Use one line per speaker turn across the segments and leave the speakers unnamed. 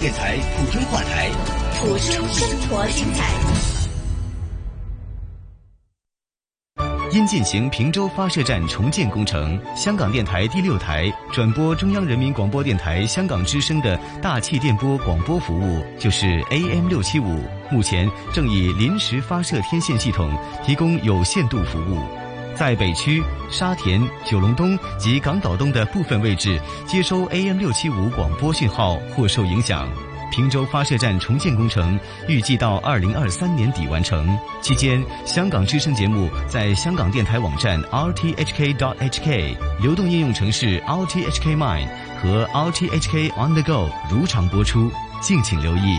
电台普通话台，
谱出生活精彩。
因进行平洲发射站重建工程，香港电台第六台转播中央人民广播电台香港之声的大气电波广播服务，就是 AM 六七五，目前正以临时发射天线系统提供有限度服务。在北区、沙田、九龙东及港岛东的部分位置接收 AM 六七五广播讯号或受影响。平洲发射站重建工程预计到二零二三年底完成，期间香港之声节目在香港电台网站 rthk.hk、流动应用程式 rthk Mine 和 rthk On the Go 如常播出，敬请留意。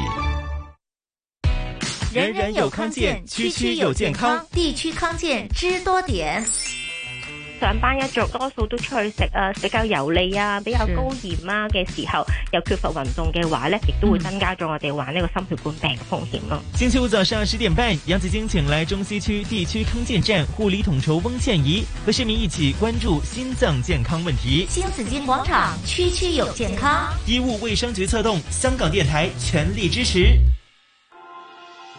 人人有康健，区区有健康。，
地区康健知多点。
上班一族多數都出去食啊，比較油膩啊，比較高鹽啊嘅時候，又缺乏運動嘅話呢，亦都會增加咗我哋患呢個心血管病嘅風險咯。
星期五早上十点半，杨紫晶请来中西区地区康健站护理统筹翁倩怡，和市民一起关注心脏健康问题。
新紫金广场，区区有健康。
医务卫生局策动，香港电台全力支持。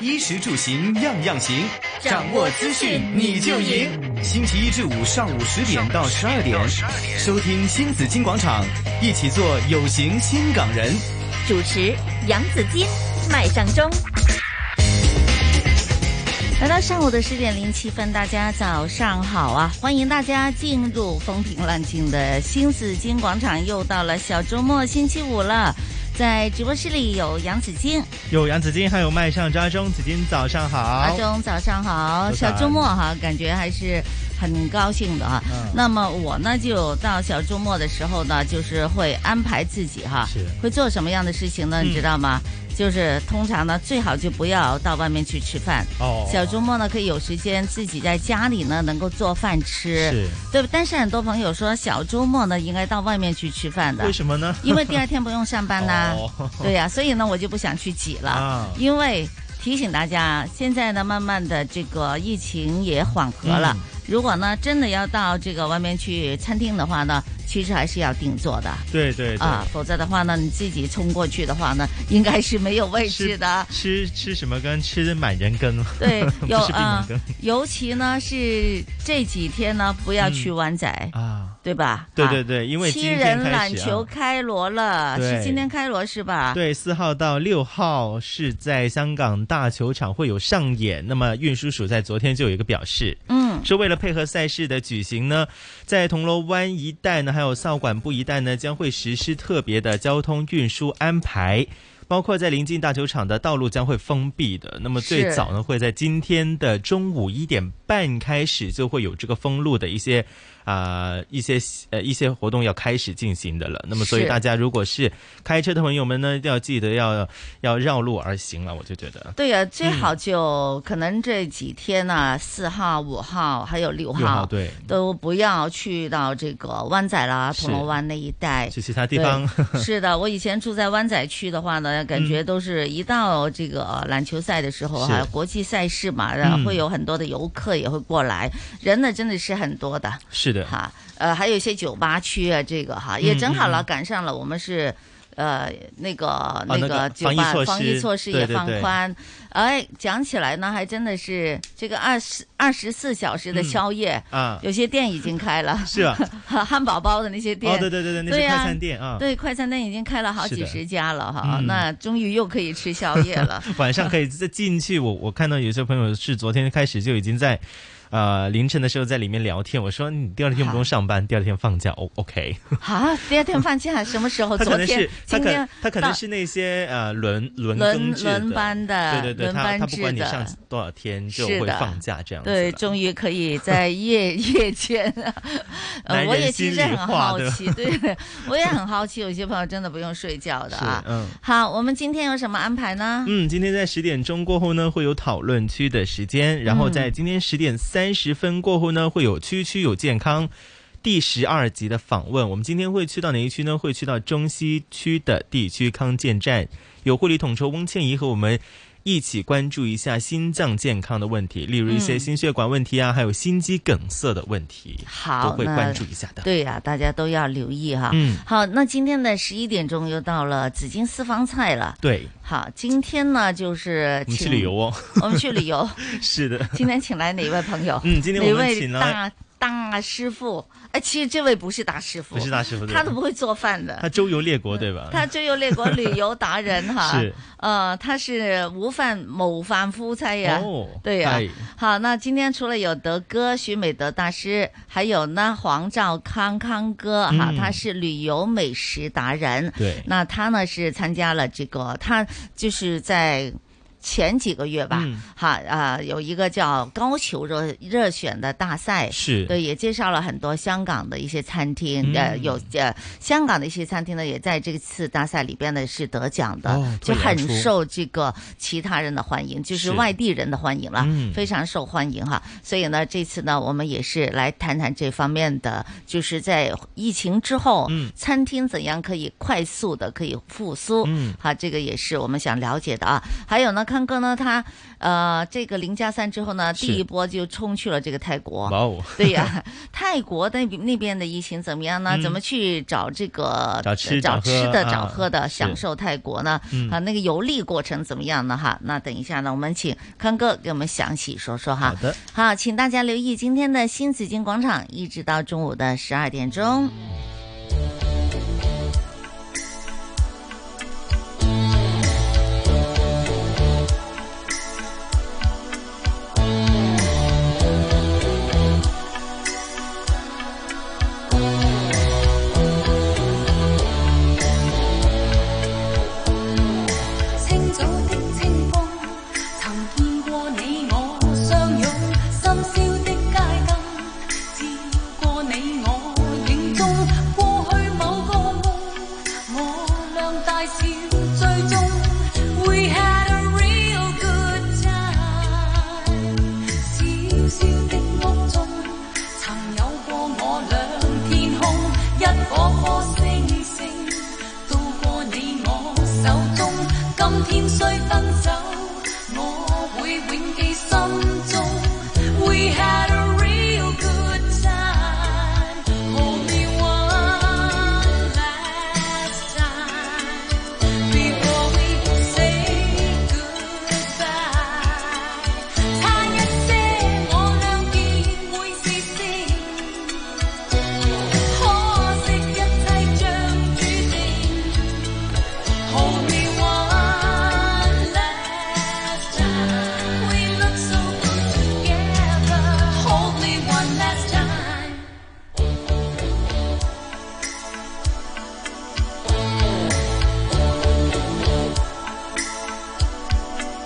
衣食住行样样行，
掌握资讯你就赢。
星期一至五上午十点到十二点，收听新紫金广场，一起做有型新港人。
主持杨紫金，麦上中。
来到上午的十点零七分，大家早上好啊！欢迎大家进入风平浪静的新紫金广场，又到了小周末星期五了。在直播室里有杨紫金，
有杨紫晶，还有麦上抓中，紫晶早上好。
阿中早上好，
早
小
上
周末哈，感觉还是很高兴的啊。
嗯
那么我呢，就到小周末的时候呢，就是会安排自己哈
是，
会做什么样的事情呢？
嗯
你知道吗？就是通常呢，最好就不要到外面去吃饭。
哦
小周末呢，可以有时间自己在家里呢，能够做饭吃
是，
对吧？但是很多朋友说小周末呢，应该到外面去吃饭的，
为什么呢哦
因为第二天不用上 班呐、对呀、所以呢，我就不想去挤了，
啊
因为提醒大家，现在呢，慢慢的这个疫情也缓和了。
嗯
如果呢，真的要到这个外面去餐厅的话呢，其实还是要定做的。
对对对，
啊，否则的话呢，你自己冲过去的话呢，应该是没有位置的。
吃吃什么羹？吃满人羹。
对
不，
有
是闭
啊
门、羹。
尤其呢是这几天呢，不要去湾仔、
啊，
对吧？
对
啊
对对因为
七
今天
人
开始
榄
啊
球开锣了，
对
是今天开锣是吧？
对，四号到六号是在香港大球场会有上演。那么运输署在昨天就有一个表示，
嗯
是为了配合赛事的举行呢，在铜锣湾一带呢，还有扫管埔一带呢，将会实施特别的交通运输安排。包括在临近大球场的道路将会封闭的，那么最
是
早呢会在今天的中午一点半开始就会有这个封路的一些啊、一些呃一些活动要开始进行的了。那么所以
是
大家如果是开车的朋友们呢，要记得要要绕路而行了。我就觉得，
对呀、最好就、可能这几天呢、四号、五号还有六
六
号，
号对
都不要去到这个湾仔啦、
是
铜锣湾那一带，
去其他地方
对是的，我以前住在湾仔区的话呢，感觉都是一到这个篮球赛的时候哈、
是
国际赛事嘛，然后
嗯
会有很多的游客也会过来，人呢真的是很多的。
是的，
哈，呃，还有一些酒吧区啊，这个哈也
嗯
正好了，
嗯嗯哦
赶上了我们是。呃，那个
那个
个酒
防疫
吧
措
防疫
施
措施
对
也
对
放
对
宽，哎，讲起来呢，还真的是这个二十二十四小时的
嗯
宵夜
啊
有些店已经开了，
是啊哦
汉堡包的那些店，
对对对对那些
呀
快餐店啊
对，快餐店已经开了好
是
几
的
十家了哈，
嗯
那终于又可以吃宵夜了
，晚上可以再进去。我我看到有些朋友是昨天开始就已经在呃凌晨的时候在里面聊天，我说你第二天不用上班，第二天放假哦，OK。
啊，第二天放假什么时候？
他可
昨
能
天
是、他
今天
可他可
到
能是那些呃轮轮
轮
更制
轮班的
对对对，
轮
他
班
他不管
制
你
的
上多少天就是会
的
放假这样子
对，
了
终于可以在 夜夜间，呃
男，
我
人
也其
心
实
里
很
话
好
对吧
奇，对， 我也很好奇，有些朋友真的不用睡觉的
是
啊。
嗯。
好，我们今天有什么安排呢？
嗯，今天在十点钟过后呢，会有讨论区的时间，然后在今天十点三十分过后呢，会有区区有健康。第十二集的访问，我们今天会去到哪一区呢？会去到中西区的地区康健站，有护理统筹翁倩怡和我们一起关注一下心脏健康的问题，例如一些
嗯
心血管问题啊，还有心肌梗塞的问题，
好，
都会
那
关注一下的。
对呀、大家都要留意哈。
嗯
好，那今天的十一点钟又到了紫金私房菜了。
对，
好，今天呢就是
我们去
请
旅游，哦，
我们去旅游。
是的，
今天请来哪位朋友？
嗯今天我们
哪位
请来
大大师傅？哎，其实这位不是大师傅，
不是大师傅，对
他
吧
都不会做饭
他
的，
周游列国对吧？
他就有列国旅游达人哈。
是，
呃，他是无饭模范夫妻呀、
哦，
对呀、
哎
好，那今天除了有德哥徐美德大师，还有呢黄兆康康哥哈、
嗯
他是旅游美食达人。
对，
那他呢是参加了这个，他就是在。前几个月吧，
嗯
哈啊、有一个叫高俅热热选的大赛，
是，
对，也介绍了很多香港的一些餐厅，呃，
嗯
有呃香港的一些餐厅呢，也在这次大赛里边呢是得奖的，
哦
就
脱颖而
很
出
受这个其他人的欢迎，就是
是
外地人的欢迎了，
嗯
非常受欢迎哈。所以呢，这次呢，我们也是来谈谈这方面的，就是在疫情之后，
嗯
餐厅怎样可以快速的可以复苏，
嗯
好，这个也是我们想了解的啊。还有呢，康哥呢，他呃，这个零加三之后呢，第
是
一波就冲去了这个泰国。
哇哦，
对呀、 泰国那边那边的疫情怎么样呢？
嗯
怎么去找这个
找吃
呃找
找喝
吃的、
啊
找喝的，
是
享受泰国呢？
嗯
啊，那个游历过程怎么样呢？哈，那等一下呢，我们请康哥给我们详细说说
好
哈。
的，
好，请大家留意今天的新紫金广场，一直到中午的十二点钟。
清早的清風，曾見過你我相擁，深宵的街燈，照過你我影蹤。過去某個夢，我倆大笑追蹤。We had a real good time，小小的屋中，曾有過我兩天空，一顆顆星星。到過你我手中，今天雖分手，我會永記心中。We had a real good time, hold me one last time before we say goodbye。差一些，我倆便會是星。可惜一切像注定。Hold me one last time. We look so good together. Hold me one last time.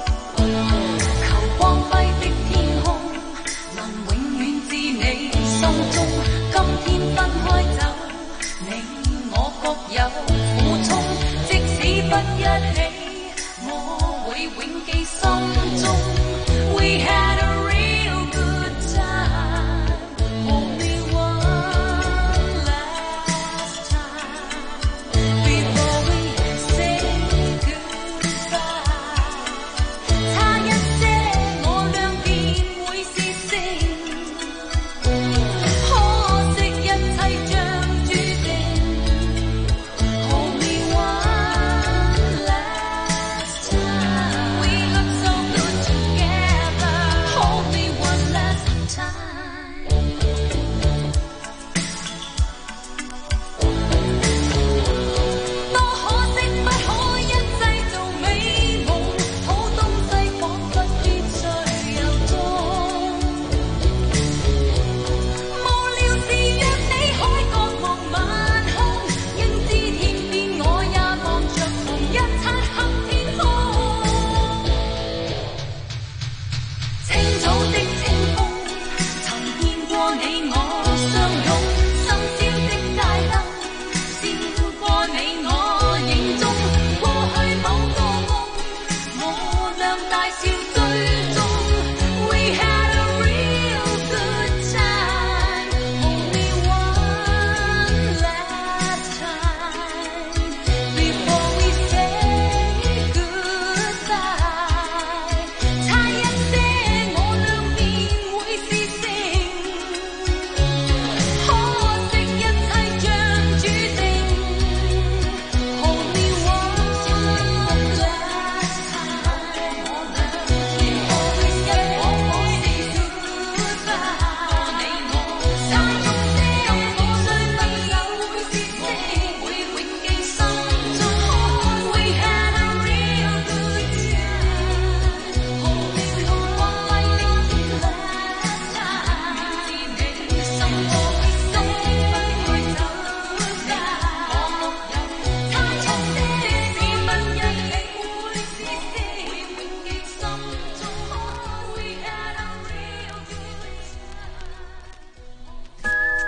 求光輝的天空，能永遠至你心中。今天分開走，你我各有苦衷。即使不一起，我會永記心中。We had a real good time, only one last time before we say goodbye. 差一些，我倆便會是星。可惜一切像注定。Hold me one last time. We look so good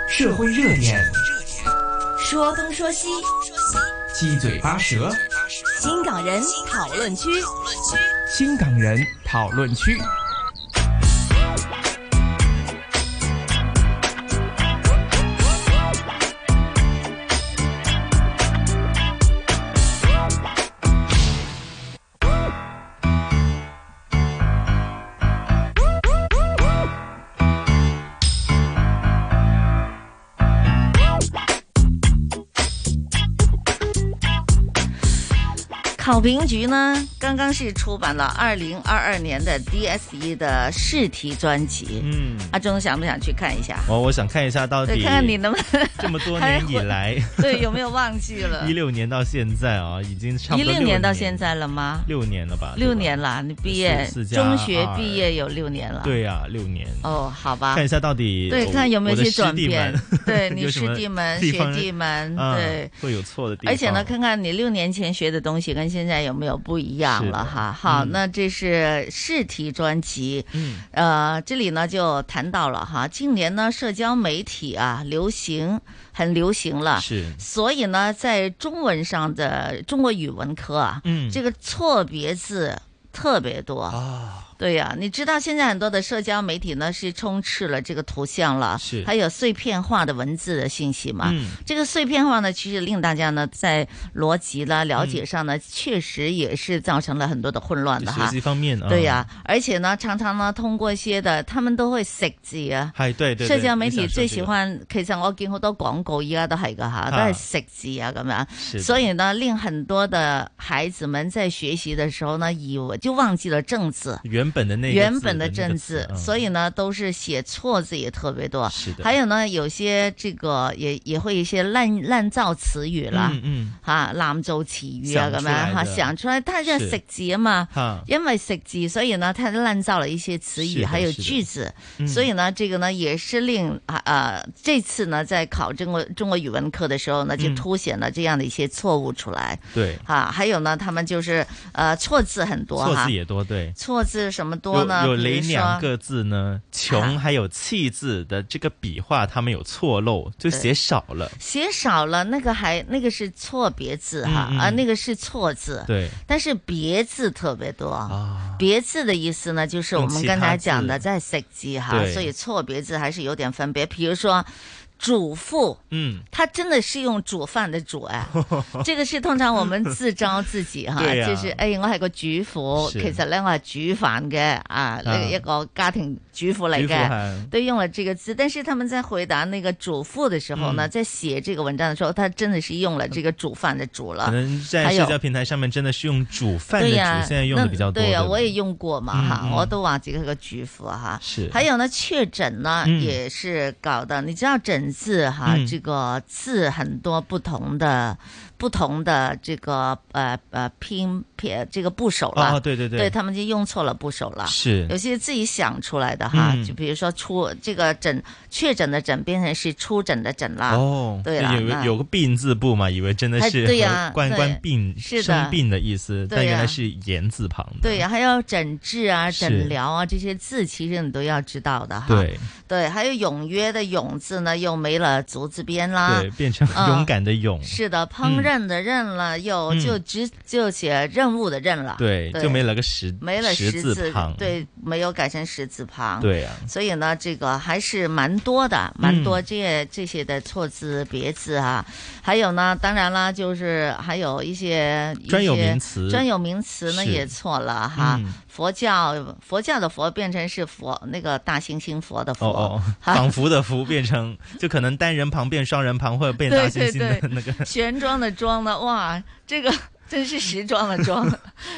社会热点，
说东说西，
七嘴八舌，
新港人讨论区。
新港人讨论区。
考评局呢，刚刚是出版了二零二二年的 DSE 的试题专辑。
嗯，
阿忠想不想去看一下？
哦我我想看一下到
对，
底
看看你能不能
这么多年以来，
对有没有忘记了？
一六年到现在啊，已经差不
一
多
六
年
年到现在了吗？
六年了吧？
六年啦，你毕业
四加
中学
二
毕业有六年了。
对呀、六年。
哦，好吧
看一。下到底
对，
我
看有没有
我的
些
师
转
弟们。
变 对
有
你
什
师
么
弟们、
地
学
方
弟们，
啊
对，
会有错的地方。
而且呢，看看你六年前学的东西跟现在有没有不一样了哈。好，那这是试题专辑，
嗯，
呃，这里呢就谈到了哈，近年呢社交媒体啊流行，很流行了，
是
所以呢在中文上的中国语文科啊，
嗯
这个错别字特别多
啊。
对呀、你知道现在很多的社交媒体呢是充斥了这个图像了，
是
还有碎片化的文字的信息嘛，
嗯
这个碎片化呢，其实令大家呢在逻辑啦、了解上呢，确实也是造成了很多的混乱的
学
哈。
习方面啊，
对呀、而且呢，常常呢，通过一些的，他們都會食字啊。
係對對對
社交媒體
你想說
最喜歡，其實我見好多廣告依家都係噶吓，都係食字啊咁
是
樣。
的
所以呢，令很多的孩子們在學習的時候呢，以為就忘記了正字。
原本的那个
原
字
本的
那个
正
词
字，
嗯
所以呢都是写错字也特别多。
是的
还有呢，有些这个也也会一些滥滥造词语啦，
嗯嗯
吓滥造词语
想
啊咁
出
样
来
吓，
的
想出来，它就是食字啊嘛
哈，
因为食字，所以呢，它滥造了一些词
是
语，
的
还有
是的
句子
嗯，
所以呢，这个呢也是令啊呃这次呢在考中国中国语文课的时候呢，就
嗯
凸显了这样的一些错误出来。
对，
啊，还有呢，他们就是呃错字很多
错
哈
字，也多，对。
错字什么多呢？
有有
比
哪
如
两
说
个字呢？穷还有气字的这个笔画，他们有错漏，就写少了。
写少了，那个还那个是错别字哈，
嗯嗯
啊，那个是错字，
对，
但是别字特别多。
啊
别字的意思呢，就是我
用
们
其
刚
他
才
字
讲的在食字哈，
对
所以错别字还是有点分别。比如说主妇，
嗯，
他真的是用煮饭的 煮哎， 这个是通常我们自招自己哈，
對啊
就是誒我係個主婦，
是
其實咧我係煮飯嘅啊，
啊
一個家庭主婦嚟
主婦係
嘅，都用了這個字。但是他們在回答那個主婦的時候呢，
嗯
在寫這個文章的时候，他真的是用了這個煮飯的煮了
哎
可。能在
啊还有
社交平台上面真的是用煮饭的
對
煮，
呀，
现在用的比较多。
那对呀、
不
我也用过嘛
嗯
哈，
嗯
我都話自己係個主婦哈。
是
還有呢，確診呢、
嗯
也是搞的，你知道診字哈，
嗯
這個字很多不同的。不同的这个呃呃拼拼这个部首了，
哦对对对
对他们就用错了部首了，
是
有些自己想出来的哈，
嗯
就比如说出这个诊确诊的诊变成是出诊的诊啦，
哦，
啊对啦，
有
那
有个病字部嘛，以为真的
哎
是
对呀
和冠
对
冠病
是的
生病的意思，但
对呀
原来是言字旁的。
对，还有诊治啊、
嗯是
诊疗啊这些字，其实你都要知道的哈。
对
对还有踊跃的踊字呢，又没了足字边啦。
对，变成
嗯
勇敢的勇。
是的，烹饪的任了，又
嗯
就只就写任务的任了。
对，就没了个十
啊没了
十
字
字旁。
对，没有改成十字旁。
对呀
所以呢，这个还是蛮多的，蛮
嗯
多这些、这些的错字、别字啊。还有呢，当然啦，就是还有一些一些
专有名词
专有名词呢
是
也错了哈。
嗯
佛教佛教的佛变成是佛那个大猩猩佛的佛，
哦哦，
哈
仿佛的佛变成，就可能单人旁变双人旁，或者变大猩猩的那个。
玄装的装呢，哇，这个真是时装的装，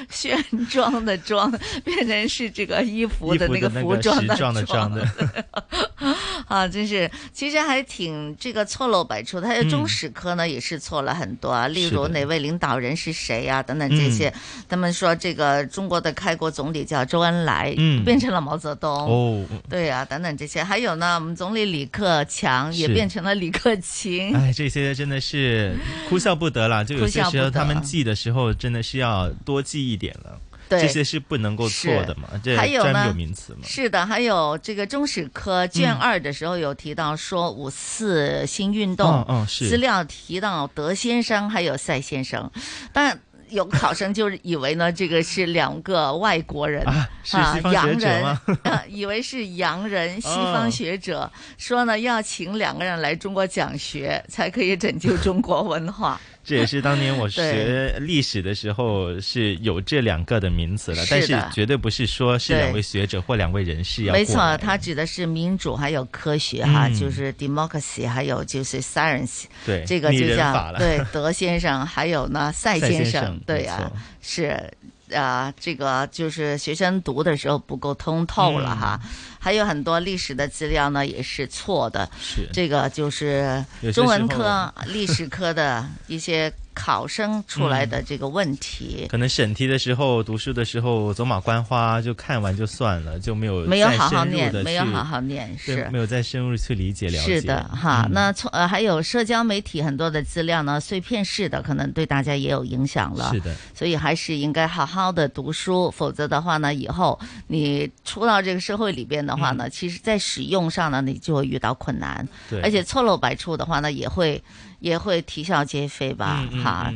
玄装的装变成是这个衣服
衣
的
服
那个
的那
服
个
装
时
的
装的
装
装的
啊，真是其实还挺这个错漏百出。还有
嗯
中史科呢、也是错了很多啊，例
是
如
的嗯
哪位领导人是谁啊等等这些，他们说这个中国的开国总理叫周恩来，
嗯
变成了毛泽东。
哦，
对啊，等等这些，还有呢，我们总理李克强也
是
变成了李克勤。
哎，这些真的 是哭笑不得啦。就有些
哭笑
时候
不得
他们记的时候，真的是要多记一点了。
对
这些是不能够错的嘛，这
还有
专
呢
有名 词嘛。
是的，还有这个中史科
嗯
卷二的时候有提到说五四新运动，
嗯嗯是
资料提到德先生还有赛先生，但。有考生就是以为呢，这个是两个外国人啊
是西方
洋
学者
人
吗
啊以为是洋人西
嗯
方学者，说呢要请两个人来中国讲学，才可以拯救中国文化。
这也是当年 我
对
学历史的时候是有这两个的名词了，
是
但
的
是绝对不是说是
对
两位学者或两位人士要
没
过
错，
来
它指的是民主还有科学哈，
嗯
就是 democracy，还有就是 science。
对
这个
拟
就
人
叫
法了
对德先生，还有 呢赛
赛先
生
生，
对
没
呀
错，
是。啊，这个就是学生读的时候不够通透
嗯
了哈，还有很多历史的资料呢也是错的，
是
这个就是
有些
中文
时候
科、历史科的一些考生出来的
嗯
这个问题。
可能审题的时候、读书的时候走马观花，就看完就算了，就没有
没有
再
好好
深入
念
地
没有
去
好好念
对
是
没有再深入去理解了解。嗯
是的，哈，那从呃还有社交媒体很多的资料呢，碎片式的，可能对大家也有影响了。
是的
所以还是应该好好的读书，否则的话呢，以后你出到这个社会里边的话呢，其实在使用上呢，你就会遇到困难，
嗯对
而且错漏百出的话呢，也会也会啼笑皆非吧，
嗯嗯
哈，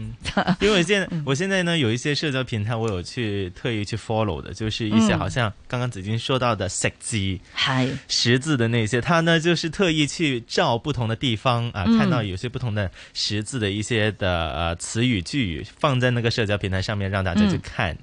因为我现在、我现在呢有一些社交平台，我有去特意去 follow 的，就是一些
嗯
好像刚刚紫金说到的食字、
嗨
识字的那些，他呢就是特意去照不同的地方啊，
嗯
看到有些不同的识字的一些的呃词语句语，放在那个社交平台上面让大家去
嗯
看，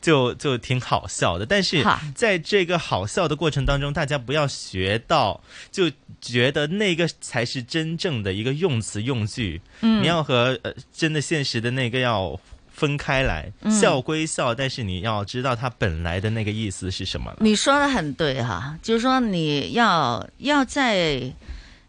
就就挺好笑的。但是
哈
在这个好笑的过程当中，大家不要学到就觉得那个才是真正的一个用词用句，
嗯
你要和呃真的现实的那个要。分开来，
嗯
笑归笑，但是你要知道它本来的那个意思是什么了。
你说的很对哈、就是说你要要在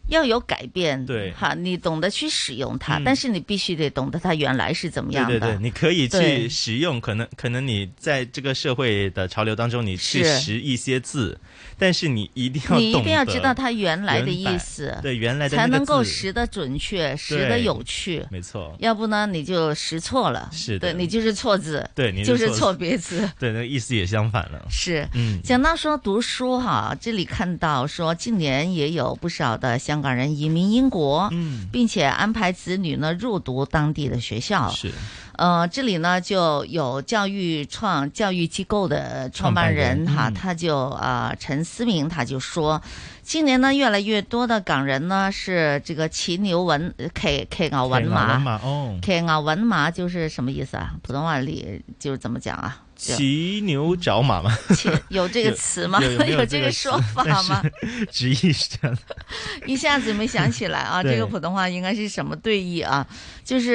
要有改变，
对
哈，你懂得去使用它，
嗯
但是你必须得懂得它原来是怎么样
对
的。
对对，你可以去
对
使用，可能可能你在这个社会的潮流当中，你去
是
识一些字，但是你一定要
你一
懂
定要
得
知道它原来的意
版
思，
对原来的
才
那个
能够
字
识得准确，识得
对
有趣。
没错，
要不呢，你就识错了，
是的
对你就是错字，
对你
就是
错
错别字。
对，那个意思也相反了。
是，
嗯
讲到说读书哈、这里看到说近年也有不少的香港人移民英国，
嗯，
并且安排子女呢入读当地的学校。
是，
呃，这里呢就有教育创教育机构的
创
创
办
办
人
人哈，
嗯
他就呃陈思明他就说，近年呢越来越多的港人呢是这个骑牛文骑骑牛文
文
啊马，
马哦，
骑牛文马就是什么意思啊？普通话里就是怎么讲啊？就
骑牛找马嘛，
有这个词吗？
有有没有
这
这个
个说
词
法
但
吗？
是 直译是这样的，
一下子没想起 来啊，
对
这个普通话应该是什么对译啊？就是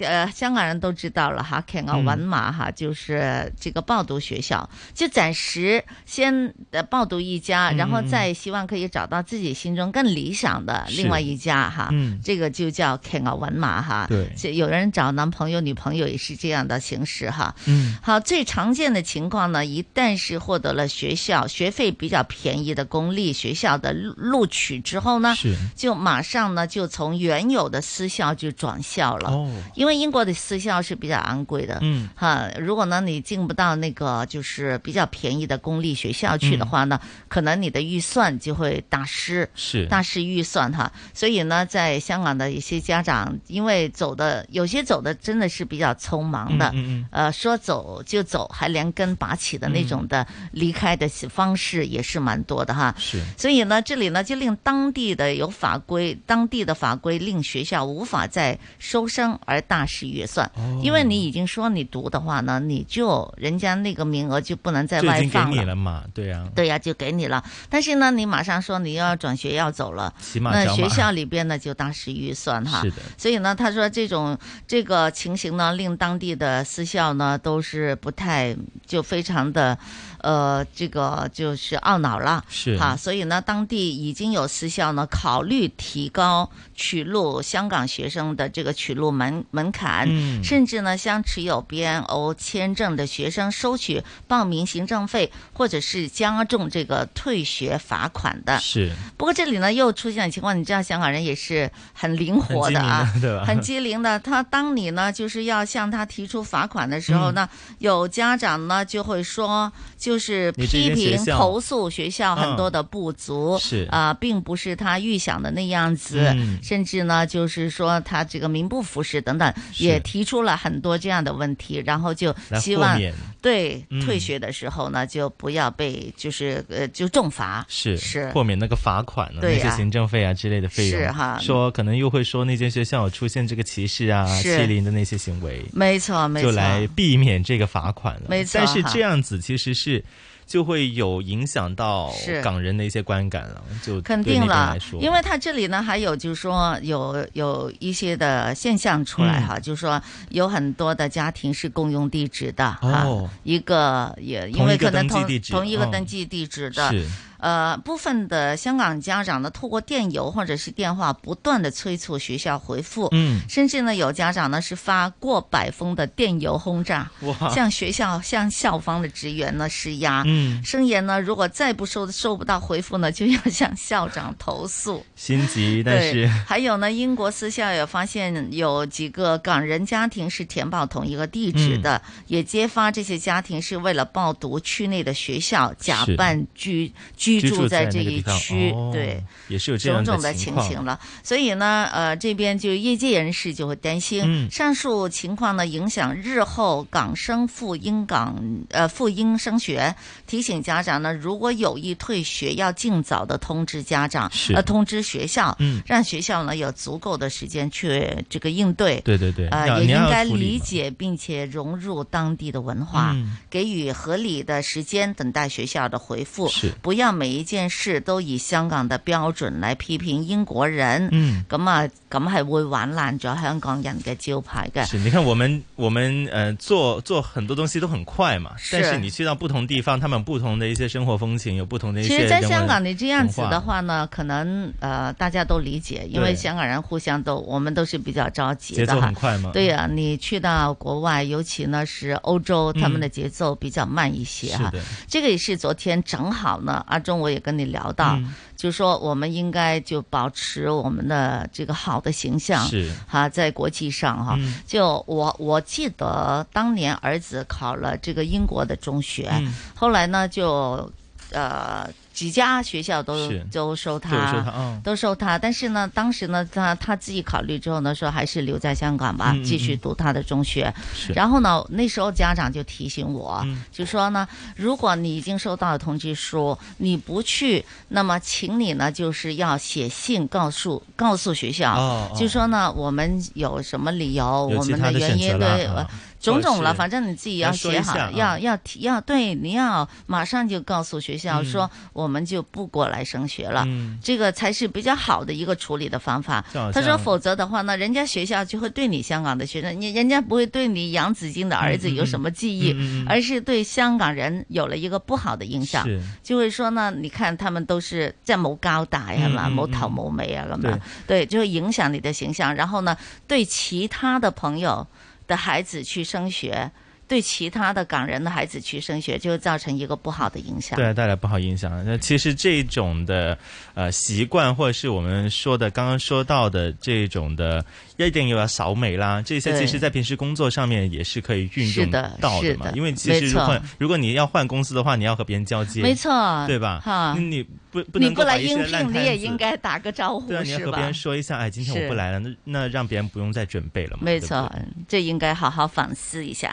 呃，香港人都知道了哈，看啊
嗯
文马哈，就是这个报读学校，就暂时先呃报读一家，
嗯
然后
嗯嗯
再希望可以找到自己心中更理想
嗯
的
是
另外一家哈。
嗯
啊这个就叫看啊文马哈。
对
这有人找男朋友、女朋友也是这样的形式哈。
嗯
好，最常见的情况呢，一旦是获得了学校学费比较便宜的公立学校的录录取之后呢，
是
就马上呢就从原有的私校就转校了。
哦
因为英国的私校是比较昂贵的，
嗯
哈，如果呢你进不到那个就是比较便宜的公立学校去
嗯
的话呢，可能你的预算就会大失，
是
大失预算哈。所以呢，在香港的一些家长，因为走的有些走的真的是比较匆忙的，
嗯嗯嗯
呃，说走就走，还连根拔起的那
嗯
种的离开的方式也是蛮多的哈。
是
所以呢，这里呢就令当地的有法规，当地的法规令学校无法再收生而大失预算，
哦
因为你已经说你读的话呢，你就人家那个名额就不能再
就已
外
经给
放
你了嘛，对啊，
对呀、就给你了。但是呢，你马上说你要转学要走了，
骑马
那
找
学
马
校里边呢就大失预算哈。
是的
所以呢，他说这种这个情形呢，令当地的私校呢都是不太就非常的。呃，这个就是懊恼了，
是
哈，所以呢，当地已经有私校呢考虑提高取录香港学生的这个取录门门槛，
嗯
甚甚至呢将持有 BNO 签证的学生收取报名行政费，或者是加重这个退学罚款的。
是，
不过这里呢又出现了情况，你知道香港人也是很灵活的啊，
很机灵的对吧
很机灵的。他当你呢就是要向他提出罚款的时
嗯
候呢，有家长呢就会说，就是
你这
批
间学
评
校嗯
投诉学校很多的不足，
是
啊、并不是他预想的那样子，
嗯
甚至呢就是说他这个名不符实等等，也提出了很多这样的问题，然后就
来
希
豁
望
免
对
嗯
退学的时候呢、就不要被就是呃就重罚。
是
是
豁免那个罚款啊，
对
那
呀
些行政费啊之类的费用，
是哈
说可能又会说那间学校有出现这个歧视啊、
是
欺凌的那些行为，
没错，没错，
就来避免这个罚款了。
没错
但是
哈
这样子其实是就会有影响到
是
港人的一些观感了，就
肯
对
定
那边
了
来，说
因为他这里呢还有就是说有有一些的现象出来
嗯
哈，就是说有很多的家庭是共用地址的、
哦
哈，一个也因
同
为
一个
可能
登记
同
地址
同一个
嗯
登记地址的。
嗯
是
呃，部分的香港家长呢，透过电邮或者是电话，不断的催促学校回复，
嗯
甚至呢，有家长呢是发过百封的电邮轰炸，
哇
向学校向校方的职员呢施压，
嗯
声言呢，如果再不收收不到回复呢，就要向校长投诉。
心急，但
对
是，
还有呢，英国私校也发现有几个港人家庭是填报同一个地
嗯
址的，也揭发这些家庭是为了报读区内的学校，假扮居居住
在
这
那个地
一
方
区，
哦
对。
也是有这
种
样
种
的
情
况
形了，所以呢，呃，这边就业界人士就会担心、
嗯
上述情况呢，影响日后港生赴英港呃赴英升学，提醒家长呢，如果有意退学，要尽早的通知家长，
是
呃，通知学校，
嗯
让学校呢有足够的时间去这个应对，
对对对要
呃，也
你要
应该
处理
理
嘛
解并且融入当地的文化，
嗯
给予合理的时间等待学校的回复，
是
不要每一件事都以香港嘅標準嚟批評英國人，
嗯
咁啊，咁係會玩爛咗香港人嘅招牌 嘅。
是，你看我们我们呃做做很多东西都很快嘛，但是
是
你去到不同地方，他们有不同的一些生活风情，有不同的一
其
些
實在
人
香
文
港，你這樣子
文
的
化
話呢，可能呃大家都理解，因為
對
香港人互相都，我們都是比較着急
节
的
奏
哈
很。快嘛，
对呀、啊你去到国外，尤其呢是欧洲，他们
嗯
的节奏比较慢一些
是
哈。
的
这个也是昨天正好呢，阿忠我也跟你聊到，
嗯
就说我们应该就保持我们的这个好的形象，
是
哈，在国际上哈。
嗯
就我我记得当年儿子考了这个英国的中学，
嗯
后来呢就呃几家学校都
是
都收
都有
他，
收他嗯
都收他，但是呢，当时呢，他他自己考虑之后呢，说还是留在香港吧，
嗯嗯嗯
继续读他的中学。
是
然后呢，那时候家长就提醒我，
嗯
就说呢，如果你已经收到了通知书，你不去，那么请你呢就是要写信告诉告诉学校，
哦哦
就说呢我们有什么理由，
有
我
其
们
他的
原
选
因
择啦
对。
啊
呃种种
或
了，
者是
反正你自己要
来说一
写好，
下啊
要要提要对，你要马上就告诉学校
嗯
说，我们就不过来升学了，
嗯
这个才是比较好的一个处理的方法
就好。
他说，
像
否则的话呢，人家学校就会对你香港的学生，你人家不会对你杨子金的儿子
嗯嗯
有什么记忆，
嗯嗯嗯
而是对香港人有了一个不好的影响
是，
就会说呢，你看他们都是即係冇交代啊嘛，
嗯嗯
冇頭
嗯
冇尾啊咁
对
啊，对，就会影响你的形象。然后呢，对其他的朋友的孩子去升学。对其他的港人的孩子去升学，就会造成一个不好的影响。
对啊，带来不好影响。那其实这种的呃习惯，或者是我们说的刚刚说到的这种的，一定要扫美啦，这些
对
其实在平时工作上面也是可以运
是
用
的
到
是
嘛。
的
因为其实
没
如
错
果如果你要换公司的话，你要和别人交接，
没错
对吧？
哈
你不不
啊你
能
不
够把
来
一些
应
烂
聘，你
摊
也
子
应该打个招呼，
对啊，你要
是
和
吧？
别人说一下，哎，今天我
是
不来了，那那让别人不用再准备了嘛。
没
对不
错
对，
这应该好好反思一下。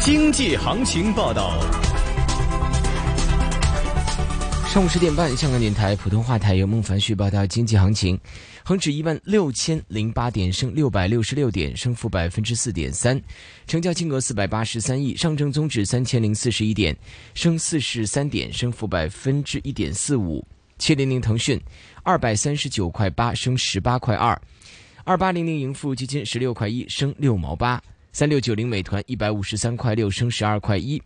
经济行情报道。上午十点半，香港电台普通话台由孟凡旭报道经济行情。恒指一万六千零八点，升六百六十六点，升幅百分之四点三，成交金额四百八十三亿。上证综指三千零四十一点，升四十三点，升幅百分之一点四五。七零零腾讯二百三十九块八，升十八块二。二八零零盈富基金十六块一升六毛八，三六九零美团一百五十三块六升十二块一，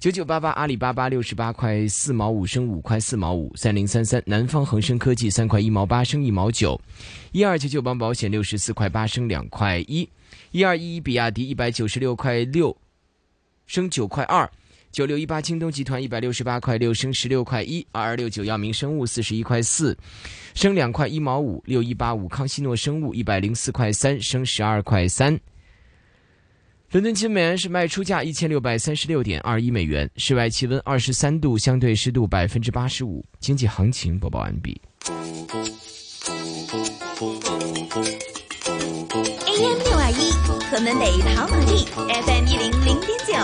九九八八阿里巴巴六十八块四毛五升五块四毛五，三零三三南方恒生科技三块一毛八升一毛九，一二九九八保险六十四块八升两块一，一二一一比亚迪一百九十六块六升九块二。九六一八京东集团一百六十八块六升十六块一，二二六九药明生物四十一块四升两块一毛五，六一八五康希诺生物一百零四块三升十二块三。伦敦金美元是卖出价一千六百三十六点二一美元，室外气温二十三度，相对湿度百分之八十五。经济行情播报完毕。
AM 六二一，河门北跑马地；FM 一零零点九，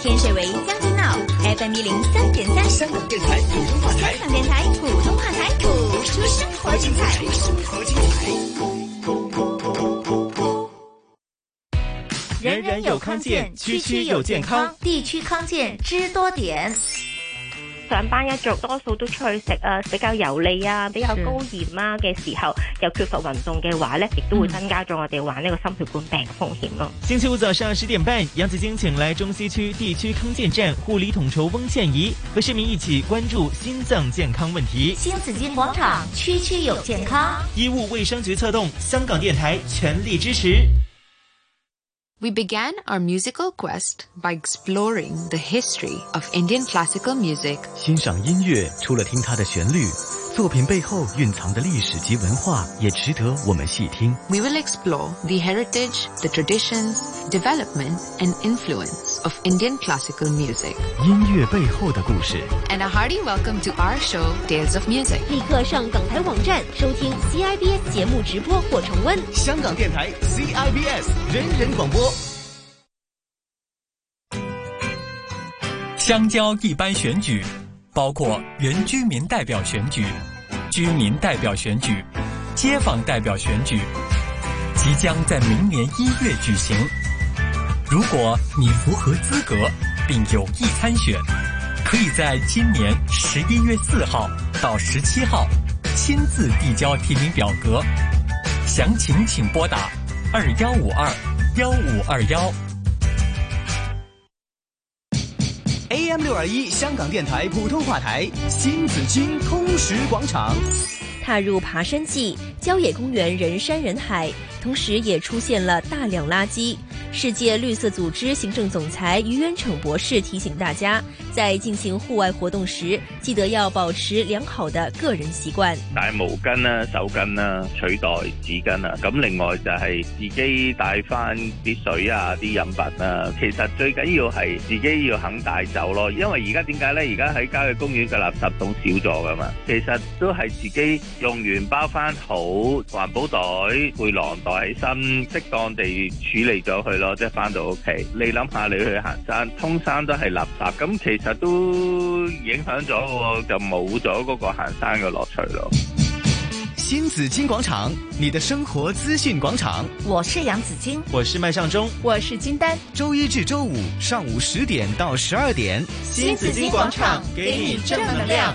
天水围将军澳；FM 一零三点三，香港电台普通话台。香港电台普通话台，播出生活精彩。生活精
人人有康健，区区有健康，地区康健知多点。
上班一族多數都出去食啊，比較油膩啊，比較高鹽啊嘅時候，又缺乏運動嘅話呢，亦都會增加咗我哋患呢個心血管病嘅風險咯。
星期五早上十点半，杨紫晶请来中西区地区康健站护理统筹翁倩怡，和市民一起关注心脏健康问题。
新紫金广场区区有健康。
医务卫生局策动，香港电台全力支持。
We began our musical quest by exploring the history of Indian classical music.
欣赏音乐，除了听它的旋律，作品背后蕴藏的历史及文化也值得我们细听。
We will explore the heritage, the traditions, development, and influence of Indian classical music.
音乐背后的故事，
And a hearty welcome to our show, Tales of Music.
立刻上港台网站收听 CIBS 节目直播或重温。香港电台
哎
CIBS 人人广播。
乡郊一般选举包括原居民代表选举、居民代表选举、街坊代表选举，即将在明年一月举行。如果你符合资格并有意参选，可以在今年十一月四号到十七号亲自递交提名表格。详情请拨打二幺五二幺五二幺。
AM 六二一香港电台普通话台，新紫金通识广场。
踏入爬山季，郊野公园人山人海，同时也出现了大量垃圾。世界绿色组织行政总裁于渊成博士提醒大家，在进行户外活动时，记得要保持良好的个人习惯。
帶毛巾啦、手巾啦，取代紙巾啊。咁另外就係自己帶翻啲水啊、啲飲品啊。其實最緊要係自己要肯帶走咯，因為而家點解呢？而家喺郊野公園嘅垃圾桶少咗噶嘛，其實都係自己用完包翻好環保袋、背囊袋起身，適當地處理咗佢咯，即係翻到屋企。你諗下，你去行山，通山都係垃圾，咁其實都影響咗喎，就冇咗嗰個行山嘅樂趣咯。
新紫金广场，你的生活资讯广场。
我是杨紫晶，
我是麦尚中，
我是金丹。
周一至周五上午十点到十二点，
新紫金广场给你正能量。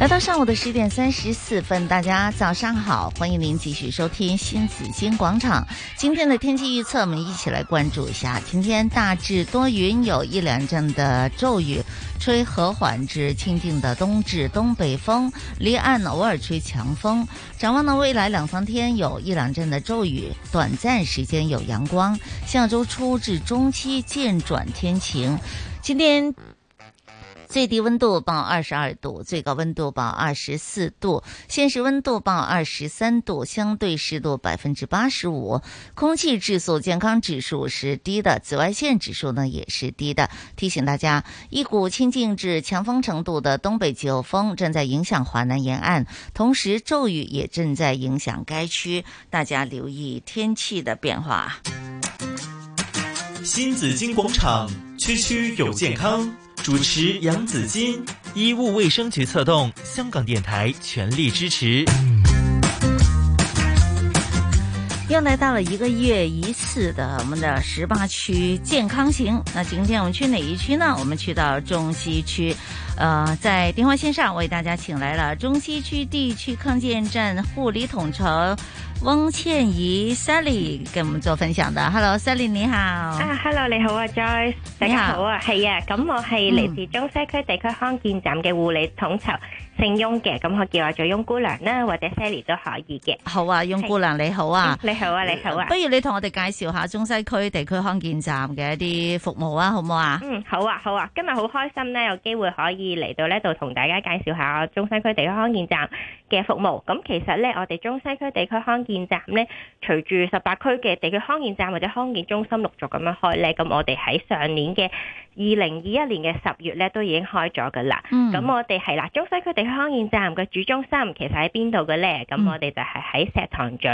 来到上午的十点三十四分，大家早上好，欢迎您继续收听新紫金广场。今天的天气预测，我们一起来关注一下。今天大致多云，有一两阵的骤雨，吹和缓至清劲的东至东北风，离岸偶尔吹强风。展望呢，未来两三天有一两阵的骤雨，短暂时间有阳光。下周初至中期渐转天晴。今天最低温度报二十二度，最高温度报二十四度，现实温度报二十三度，相对湿度百分之八十五，空气质素健康指数是低的，紫外线指数呢也是低的。提醒大家，一股清劲至强风程度的东北季候风正在影响华南沿岸，同时骤雨也正在影响该区，大家留意天气的变化。啊
新紫金广场区区有健康，主持杨紫金，医务卫生局策动，香港电台全力支持。
又来到了一个月一次的我们的十八区健康行。那今天我们去哪一区呢？我们去到中西区，呃，在电话线上为大家请来了中西区地区康健站护理统筹翁倩怡 Sally 跟我们做分享的。Hello，Sally 你好。
啊，Hello，你好啊，Joyce，大家好啊，係啊，咁我係嚟
嗯
自中西區地區康健站嘅護理統籌，姓翁嘅，咁我叫我做翁姑娘啦，或者 Sally 都可以嘅。
好啊，翁姑娘你好啊，
你好啊，你好啊
不。如你同我哋介紹下中西區地區康健站嘅一啲服務啊，好唔好啊？
嗯，好啊，好啊，今日好開心咧，有機會可以嚟到呢度同大家介紹下中西區地區康健站嘅服務。咁其實咧，我哋中西區地區康健站咧，隨住十八區嘅地區康健站或者康健中心陸續咁樣開咧，咁我哋喺上年嘅二零二一年嘅十月咧都已經開咗噶啦。
嗯
咁我哋係啦，中西區地區康健站嘅主中心其實喺邊度嘅咧？
嗯
咁我哋就係喺石塘咀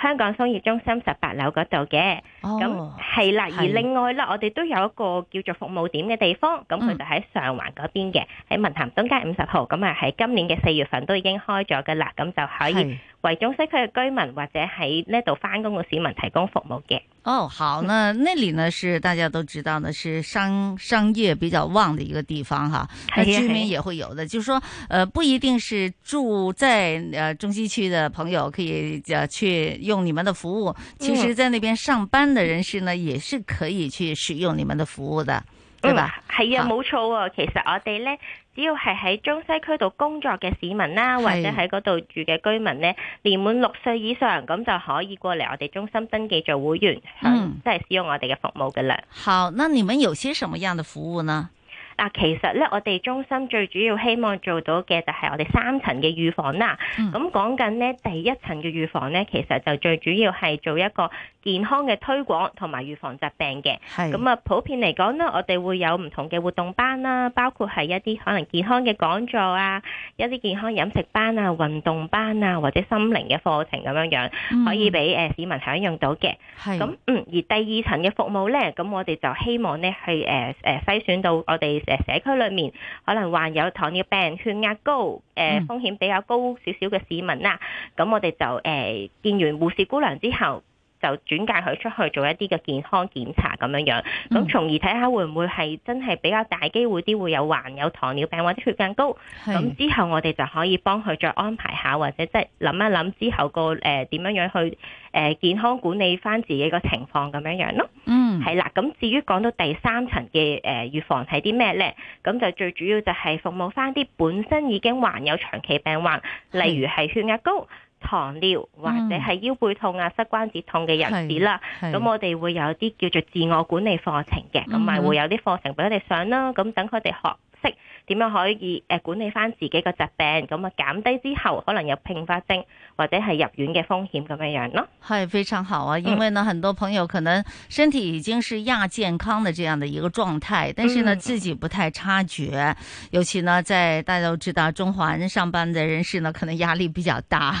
香港商業中心十八樓嗰度嘅。咁係啦，而
哦係，
另外啦，我哋都有一個叫做服務點嘅地方，咁
嗯
佢就喺上環嗰邊嘅，喺文咸東街五十號，咁啊喺今年嘅四月份都已經開咗嘅啦，咁就可
係
以為中西區嘅居民或者喺呢度翻工嘅市民提供服務嘅。
哦，好，那那里呢是大家都知道呢是商商业比较旺的一个地方哈，那
哎呀
居
哎呀
民也会有的，就是说呃不一定是住在呃中西区的朋友可以呃去用你们的服务，其实在那边上班的人士呢也是可以去使用你们的服务的，对吧？
嗯係啊，
好
冇錯喎。其實我哋咧，只要係喺中西區度工作嘅市民啦，
係
或者喺嗰度住嘅居民咧，年滿六歲以上，咁就可以過嚟我哋中心登記做會員，
嗯
即係使用我哋嘅服務噶啦。
好，那你们有些什么样的服务呢？
嗱，啊其實咧，我哋中心最主要希望做到嘅就係我哋三層嘅預防啦。
嗯
咁講緊咧，第一層嘅預防咧，其實就最主要係做一個健康嘅推廣同埋預防疾病嘅。
係
咁啊，普遍嚟講咧，我哋會有唔同嘅活動班啦，包括係一啲可能健康嘅講座啊，一啲健康飲食班啊、運動班啊，或者心靈嘅課程咁樣樣，可以俾誒市民享用到嘅。
嗯係
咁嗯，而第二層嘅服務咧，咁我哋就希望咧係誒誒呃篩選到我哋誒社區裏面可能患有糖尿病、血壓高、誒、
嗯
風險比較高少少嘅市民啦。咁我哋就誒、呃見完護士姑娘之後。就轉介佢出去做一啲嘅健康檢查咁樣樣，
嗯
咁從而睇下會唔會係真係比較大機會啲會有患有糖尿病或者血壓高，
係
咁之後我哋就可以幫佢再安排下，或者即係諗一諗之後個誒點樣樣去誒呃健康管理翻自己個情況咁樣樣咯。
嗯，
係啦，咁至於講到第三層嘅誒呃預防係啲咩呢？咁就最主要就係服務翻啲本身已經患有長期病患，
係嗯
例如係血壓高、糖尿或者係腰背痛啊、膝關節痛嘅人士啦。
係係
咁我哋會有啲叫做自我管理課程嘅，咁咪
嗯哼
會有啲課程俾佢哋上啦。咁等佢哋學。識點樣可以誒管理翻自己個疾病，咁啊減低之後可能有併發症或者係入院嘅風險咁樣樣咯。
嗨，非常好啊！因为呢，很多朋友可能身体已经是亚健康的这样的一个状态，但是呢，
嗯
自己不太察觉。尤其呢，在大家都知道中环上班的人士呢，可能压力比较大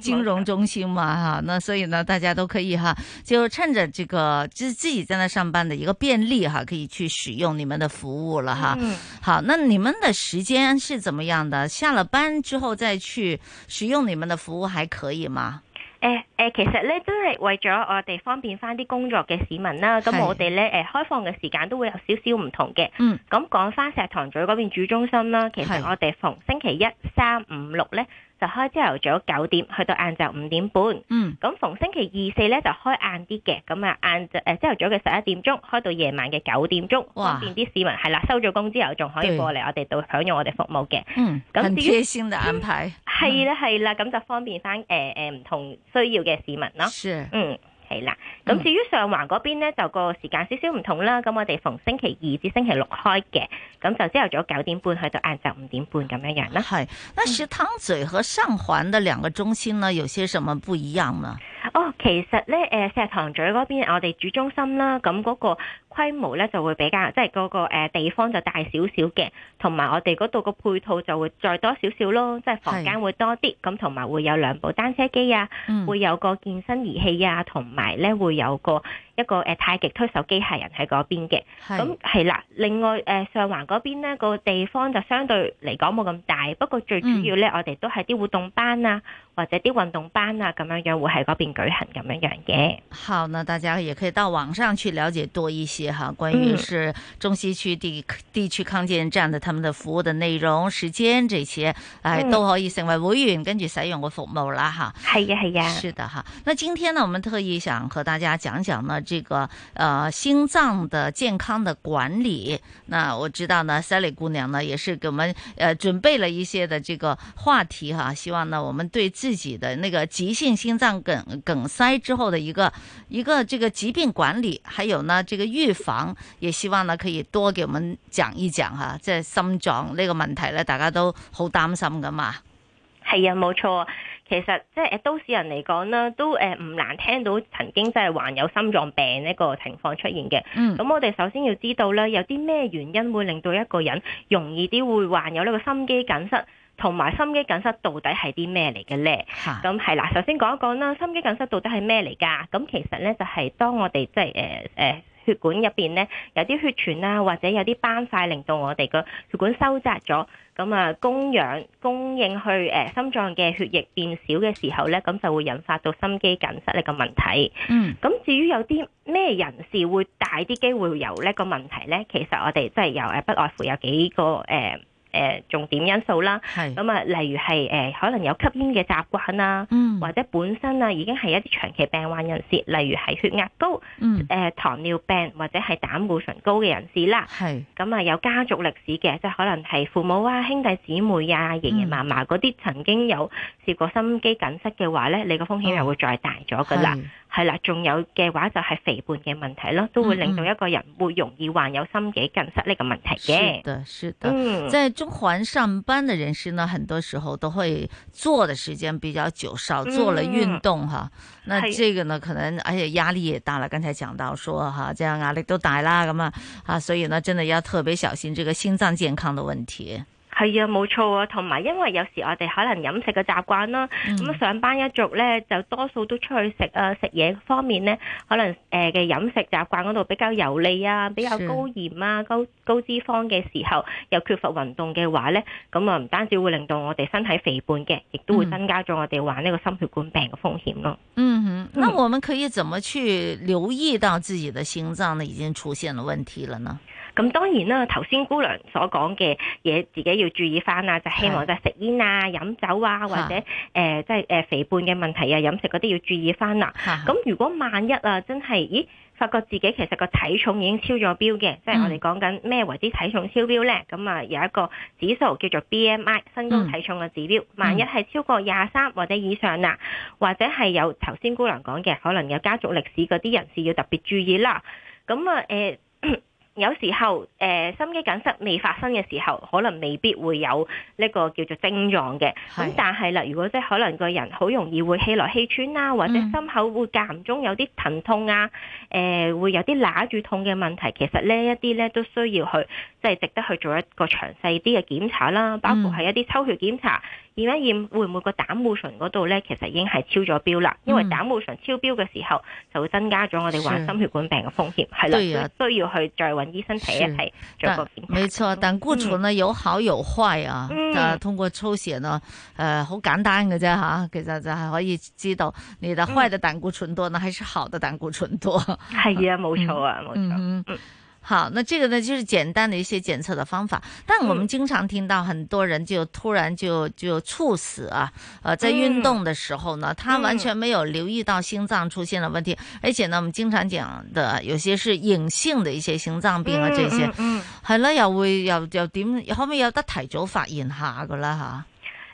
金融中心嘛哈，那所以呢，大家都可以哈，就趁着这个就是自己在那上班的一个便利哈，可以去使用你们的服务了哈。
嗯
好，那你们的时间是怎么样的？下了班之后再去使用你们的服务还可以吗？
誒誒，呃其實咧都係為咗我哋方便翻啲工作嘅市民啦。咁
係
我哋咧誒開放嘅時間都會有少少唔同嘅。
嗯。
咁講翻石塘咀嗰邊主中心啦，其實
係
我哋逢星期一、三、五、六咧就開朝頭早九點去到晏晝五點半。
嗯。
咁逢星期二、四咧就開晏啲嘅，咁啊晏晝誒朝頭早嘅十一點鐘開到夜晚嘅九點鐘，
哇
方便啲市民係啦，收咗工之後仲可以
對
過嚟我哋度享用我哋服務嘅。
嗯，
咁
很
至於
贴心的
嗯
安排。
呃係啦係啦，咁就方便翻誒誒唔同需要嘅市民咯。
是
嗯。係啦。咁至於上環嗰邊咧，就個時間少少唔同啦。咁我哋逢星期二至星期六開嘅，咁就朝頭早九點半去到晏晝五點半咁樣樣啦。嗯
係，那石塘咀和上環的兩個中心呢，有些什麼不一樣呢？
哦，其實咧，誒、呃、石塘咀嗰邊，我哋主中心啦，咁嗰個規模咧就會比較，即係嗰個誒地方就大少少嘅，同埋我哋嗰度個配套就會再多少少咯，即係房間會多啲，咁同埋會有兩部單車機啊，
嗯
會有個健身儀器啊，同埋咧會有個一個誒太極推手機械人喺嗰邊嘅，
係
咁係啦。另外誒、呃上環嗰邊咧個地方就相對嚟講冇咁大，不過最主要咧、我哋都係啲活動班啊，或者啲運動班啊咁樣樣會喺嗰邊舉行咁樣樣嘅。
好，那大家也可以到网上去了解多一些哈，关于
嗯
是中西区地地区康健站的他们的服务的内容、时间这些，哎，
嗯
都可以成为会员跟住使用個服务啦哈。
係呀係呀，
是的哈。那今天呢，我们特意想和大家讲讲呢这个呃心脏的健康的管理。那我知道呢，Sally 姑娘呢也是给我们呃准备了一些的这个话题哈，希望呢我们对自己的那个急性心脏梗梗塞之后的一个一个这个疾病管理，还有呢这个预防，也希望呢可以多给我们讲一讲哈。即系心脏呢个问题呢，大家都好担心噶嘛。
係啊，冇錯。其實即係誒都市人嚟講啦，都誒唔難聽到曾經真係患有心臟病呢個情況出現嘅。咁、
嗯
我哋首先要知道咧，有啲咩原因會令到一個人容易啲會患有呢個心肌梗塞，同埋心肌梗塞到底係啲咩嚟嘅咧？咁係啦，首先講一講啦，心肌梗塞到底係咩嚟㗎？咁其實咧就係、當我哋即係誒誒。呃血管入邊咧有啲血栓啊，或者有啲斑塊，令到我哋個血管收窄咗，咁啊供氧供應去誒、呃心臟嘅血液變少嘅時候咧，咁就會引發到心肌梗塞呢個問題。
嗯，
咁至於有啲咩人士會大啲機會有呢個問題咧？其實我哋即係由誒不外乎有幾個誒。呃誒重點因素啦，
係
咁啊，例如係誒、呃可能有吸煙嘅習慣啦，
嗯
或者本身啊已經係一啲長期病患人士，例如係血壓高，
嗯
誒呃糖尿病或者係膽固醇高嘅人士啦，
係
咁啊有家族歷史嘅，即係可能係父母啊、兄弟姊妹啊、爺爺嫲嫲嗰啲曾經有試過心肌梗塞嘅話咧，你個風險又會再大咗噶啦
哦係。
係啦，仲有嘅話就係肥胖嘅問題咯，都會令到一個人會容易患有心肌梗塞呢個問題
是
嘅。
的，是的，
嗯
在中环上班的人士呢，很多时候都会坐的时间比较久，少做了
嗯
运动哈。那
是
这个呢，可能而且压力也大了。刚才讲到说哈，这样压力都大啦，咁啊啊，所以呢，真的要特别小心这个心脏健康的问题。
係啊，冇錯啊，同埋因為有時我哋可能飲食嘅習慣啦，
嗯
咁、上班一族咧就多數都出去食啊，食嘢方面咧，可能誒嘅飲食習慣嗰度比較油膩啊，比較
是
高鹽啊，高高脂肪嘅時候，又缺乏運動嘅話咧，咁啊唔單止會令到我哋身體肥胖嘅，亦都會
嗯
增加咗我哋患呢個心血管病嘅風險咯。
嗯哼，那我们可以怎么去留意到自己的心脏呢已经出现了问题了呢？
咁當然啦，頭先姑娘所講嘅嘢，自己要注意翻啦，就希望就係食煙啊、飲酒啊，或者誒、呃即係誒肥胖嘅問題啊、飲食嗰啲要注意翻啦。咁如果萬一啊，真係咦發覺自己其實個體重已經超咗標嘅，即係我哋講緊咩為之體重超標咧？咁啊有一個指數叫做 BMI 身高體重嘅指標，萬一係超過廿三或者以上啦，或者係有頭先姑娘講嘅，可能有家族歷史嗰啲人士要特別注意啦。咁啊誒。 有時候誒、呃心肌梗塞未發生嘅時候，可能未必會有呢個叫做症狀嘅。咁但係啦，如果即係可能個人好容易會氣來氣喘啊，或者
嗯
心口會間唔中有啲疼痛啊，誒、會有啲揦住痛嘅問題，其實呢一啲咧都需要去即係值得去做一個詳細啲嘅檢查
嗯
啦，包括係一啲抽血檢查。驗一驗會唔會個膽固醇嗰度咧，其實已經係超咗標啦。因為
嗯
膽固醇超標嘅時候，就會增加咗我哋患
是
心血管病嘅風險，係啦，
對啊
需要去再揾醫生睇一睇，做個
但没錯，膽固醇呢有好有壞啊，
嗯
但通過抽血呢，誒、好簡單嘅啫嚇，其實就係可以知道你的壞的膽固醇多呢，還是好的膽固醇多。
係啊，冇錯啊，冇錯。
嗯哼好，那这个呢就是簡單的一些檢測的方法，但我們經常聽到很多人就突然就就猝死啊，呃，
嗯
在運動的時候呢，他完全沒有留意到心臟出現了問題，而且呢，我們經常講的有些是隱性的一些心臟病啊，這些。
嗯嗯嗯
係啦，又會又又點？可唔可以有得提早發現下噶啦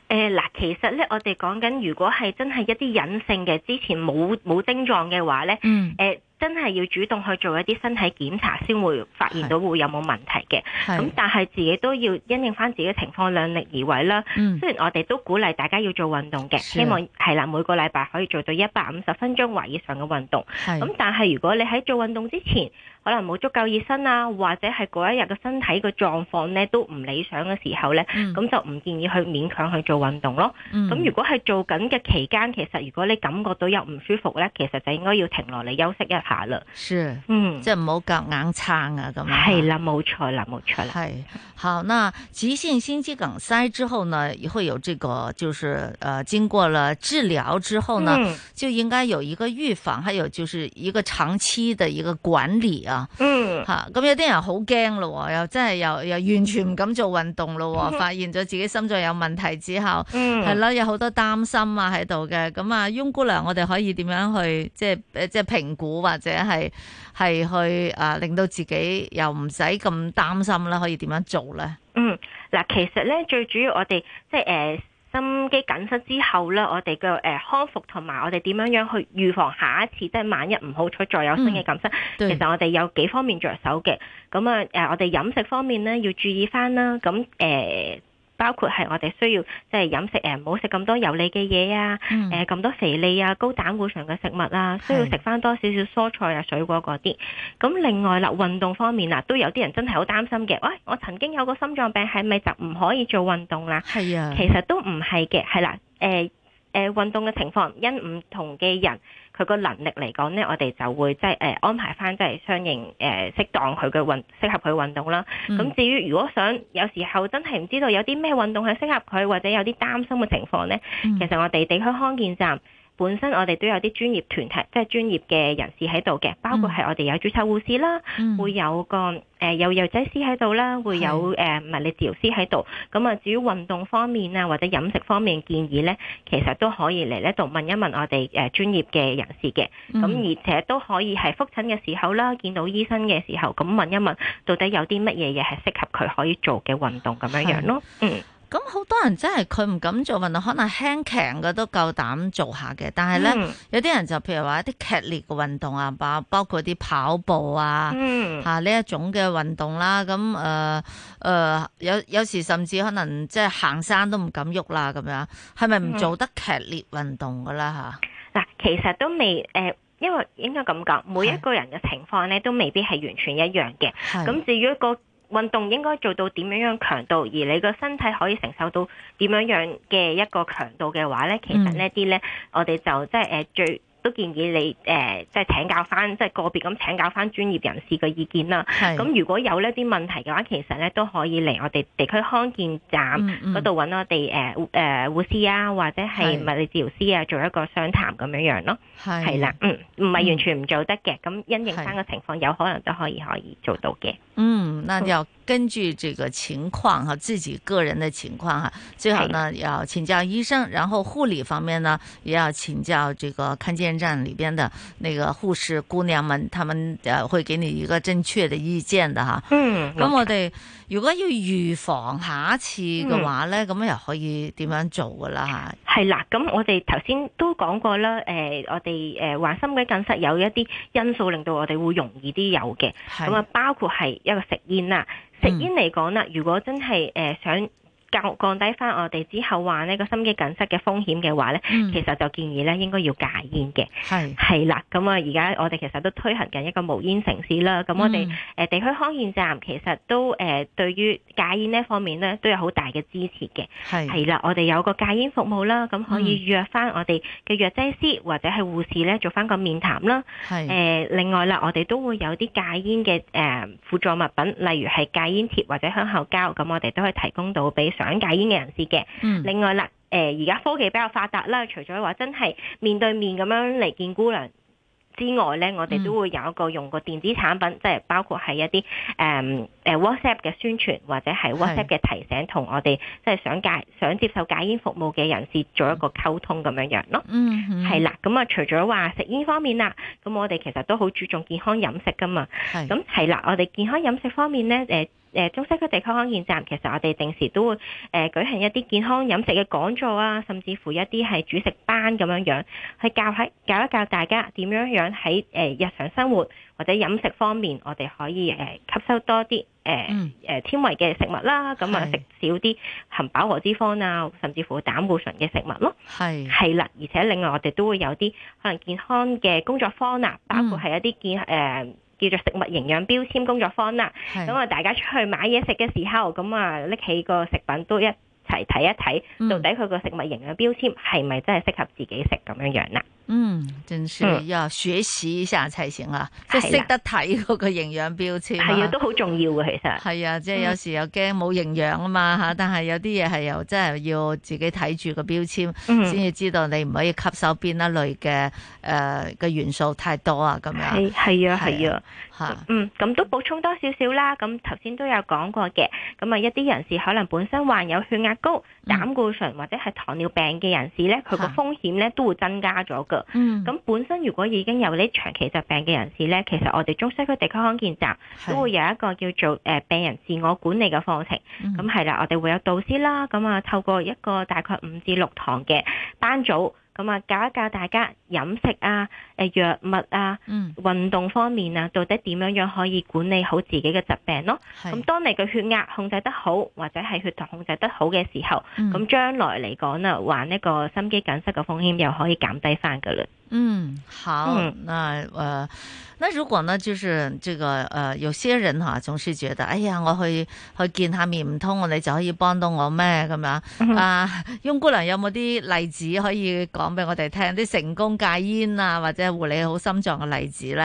誒呃嗱，其實咧，我哋講緊如果係真係一啲隱性嘅，之前冇冇症狀嘅話咧，誒、
嗯
呃真係要主動去做一啲身體檢查先會發現到會有冇問題嘅。
係
咁但係自己都要因應翻自己嘅情況，量力而為啦。
嗯
雖然我哋都鼓勵大家要做運動嘅，
是
希望係啦，每個禮拜可以做到一百五十分鐘或以上嘅運動。
係
咁但係如果你喺做運動之前，可能冇足夠熱身啊，或者係嗰一日嘅身體嘅狀況呢都唔理想嘅時候呢，
嗯
咁、就唔建議去勉強去做運動咯。
嗯
咁、如果係做緊嘅期間，其實如果你感覺到有唔舒服呢，其實就應該要停落嚟休息一下啦。
是，
嗯，
即係唔好夾硬撐啊，咁樣。
係啦，冇錯啦，冇錯啦。
係好，那急性心肌梗塞之後呢，也會有這個，就是呃，經過了治療之後呢，
嗯
就應該有一個預防，還有就是一個長期的一個管理啊。
嗯
吓咁有啲人好驚咯，又真係又又完全唔敢做運動咯，
嗯
發現咗自己心臟有問題之後，
嗯
係咯，有好多擔心啊喺度嘅。咁啊，翁姑娘，我哋可以點樣去即係誒即係評估或者係係去啊令到自己又唔使咁擔心啦？可以點樣做咧？
嗯，嗱，其實咧最主要我哋即係誒。呃心肌梗塞之後咧，我哋嘅誒康復同埋我哋點樣樣去預防下一次，即係萬一唔好彩再有新嘅梗塞，
嗯對
其實我哋有幾方面着手嘅。咁啊誒，我哋飲食方面咧要注意翻啦。咁誒、呃包括係我哋需要即係飲食誒，唔好食咁多油膩嘅嘢啊，
嗯
誒咁多肥膩啊、高膽固醇嘅食物啊，需要
係
食翻多少少蔬菜啊、水果嗰啲。咁另外啦，運動方面啦，啊都有啲人真係好擔心嘅。喂，我曾經有個心臟病，係咪就唔可以做運動啦？
係啊
其實都唔係嘅，係啦，誒、誒運動嘅情況，因唔同嘅人佢個能力嚟講呢，我哋就會即係誒安排翻即係相應誒、呃、適當佢嘅運適合佢運動啦。
嗯
咁、至於如果想有時候真係唔知道有啲咩運動係適合佢，或者有啲擔心嘅情況呢，
嗯
其實我哋地區康健站。本身我哋都有啲專業團體，即係專業嘅人士喺度嘅，包括係我哋有註冊護士啦，
嗯
會有個誒、呃有藥劑師喺度啦，會有誒、呃、物理治療師喺度。咁啊，至於運動方面啊，或者飲食方面建議咧，其實都可以嚟呢度問一問我哋誒專業嘅人士嘅。咁、
嗯
而且都可以係覆診嘅時候啦，見到醫生嘅時候，咁問一問到底有啲乜嘢嘢係適合佢可以做嘅運動咁樣樣咯。嗯。
咁好多人真係佢唔敢做運動，可能輕強嘅都夠膽做下嘅。但係咧，
嗯
有啲人就譬如話一啲劇烈嘅運動啊，包包括啲跑步啊，
嗯
嚇呢一種嘅運動啦。咁誒誒，有有時甚至可能即係行山都唔敢喐啦，咁樣係咪唔做得劇烈運動噶啦
嗱，其實都未誒、呃因為應該咁講，每一個人嘅情況咧都未必係完全一樣嘅。
係
咁至於個運動應該做到點樣樣強度，而你個身體可以承受到點樣樣嘅一個強度嘅話咧，其
嗯
實呢啲咧我哋就即係誒呃最。都建議你誒，呃即、係、請教翻，即係個別咁請教翻專業人士嘅意見啦。
係
咁如果有呢啲問題嘅話，其實咧都可以嚟我哋地區康健站
嗯嗯
嗰度揾我哋誒誒護士啊，或者
係
係物理治療師啊，做一個商談咁樣樣咯。
嚇？係
係啦，嗯，唔係完全唔做得嘅，咁因應翻個情況，有可能都可以可以做到嘅。
嗯，那要根据这个情况哈，自己个人的情况哈，最好呢要请教医生，然后护理方面呢也要请教这个康健站里边的那个护士姑娘们，她们呃会给你一个正确的意见的哈。
嗯
咁我哋如果要预防下一次
嗯
嘅话咧，咁、又可以点样做噶啦吓？
係啦，咁我哋頭先都講過啦，誒、我哋誒患心肌梗塞有一啲因素令到我哋會容易啲有嘅，
係
咁啊包括係一個食煙啦，食
嗯
煙嚟講啦，如果真係誒、想。降降低翻我哋之後患呢個心肌梗塞嘅風險嘅話咧，
嗯
其實就建議咧應該要戒煙嘅。
係
係啦，咁啊，而家我哋其實都推行緊一個無煙城市啦。咁我哋誒、
嗯
呃地區康健站其實都誒、呃、對於戒煙呢方面咧都有好大嘅支持嘅。
係
係啦，我哋有個戒煙服務啦，咁可以
嗯
約翻我哋嘅藥劑師或者係護士咧做翻個面談啦。
係
誒、另外啦，我哋都會有啲戒煙嘅誒輔助物品，例如係戒煙貼或者香口膠，咁我哋都可以提供到俾想戒煙嘅人士嘅。
嗯
另外啦，呃誒而家科技比較發達啦，除咗話真係面對面咁樣嚟見姑娘。之外咧，我哋都會有一個用個電子產品，即係包括係一啲誒誒 WhatsApp 嘅宣傳，或者係 WhatsApp 嘅提醒，同我哋即係想戒想接受戒煙服務嘅人士做一個溝通咁樣樣咯。
嗯哼
係啦，咁啊，除咗話食煙方面啦，咁我哋其實都好注重健康飲食噶嘛。
係
咁係啦，我哋健康飲食方面咧，誒、誒中西區地區康健站，其實我哋定時都會誒、呃、舉行一啲健康飲食嘅講座啊，甚至乎一啲係煮食班咁樣樣，去教喺教一教大家點樣樣喺誒、呃日常生活或者飲食方面，我哋可以誒、呃吸收多啲
嗯
誒誒纖維嘅食物啦，咁啊
係
食少啲含飽和脂肪啊，甚至乎膽固醇嘅食物咯。
係
係啦，而且另外我哋都會有啲可能健康嘅工作坊啦，包括係一啲健誒。呃叫做食物營養標籤工作坊啦，
係
咁啊大家出去買嘢食嘅時候，咁啊拎起個食品都一齊睇一睇，到底佢個食物營養標籤係咪真係適合自己食咁樣樣啦？
嗯，真是
嗯
要學習一下才行啊！即
係啦
係識得睇嗰個營養標籤，
係啊，都好重要嘅其實。
係啊，即係
嗯
有時又驚冇營養啊嘛吓，但係有啲嘢係又真係要自己睇住個標籤，
嗯
先至知道你唔可以吸收邊一類嘅誒嘅元素太多啊咁樣。
係係啊係啊
吓
嗯，咁都補充多少少啦。咁頭先都有講過嘅，咁啊一啲人士可能本身患有血壓高、
嗯
膽固醇或者係糖尿病嘅人士咧，佢個風險咧都會增加咗㗎。
嗯
咁本身如果已經有呢長期疾病嘅人士咧，其實我哋中西區地區康健站
係
都會有一個叫做誒、呃病人自我管理嘅課程。
嗯
咁係啦，我哋會有導師啦，咁啊透過一個大概五至六堂嘅班組，咁啊教一教大家飲食啊、誒藥物啊。
嗯
運動方面啊，到底點樣樣可以管理好自己嘅疾病咯？
係
咁當你嘅血壓控制得好，或者係血糖控制得好嘅時候，
嗯
咁將來嚟講啊，患一個心肌梗塞嘅風險又可以減低翻噶啦。
嗯，好，
嗯
那呃，那如果呢，就是这個呃，有些人哈、總是覺得，哎呀，我去去見下面，唔通我哋就可以幫到我咩咁樣？啊，翁姑娘有冇啲例子可以講俾我哋聽？啲成功戒煙啊，或者護理好心臟嘅例子咧？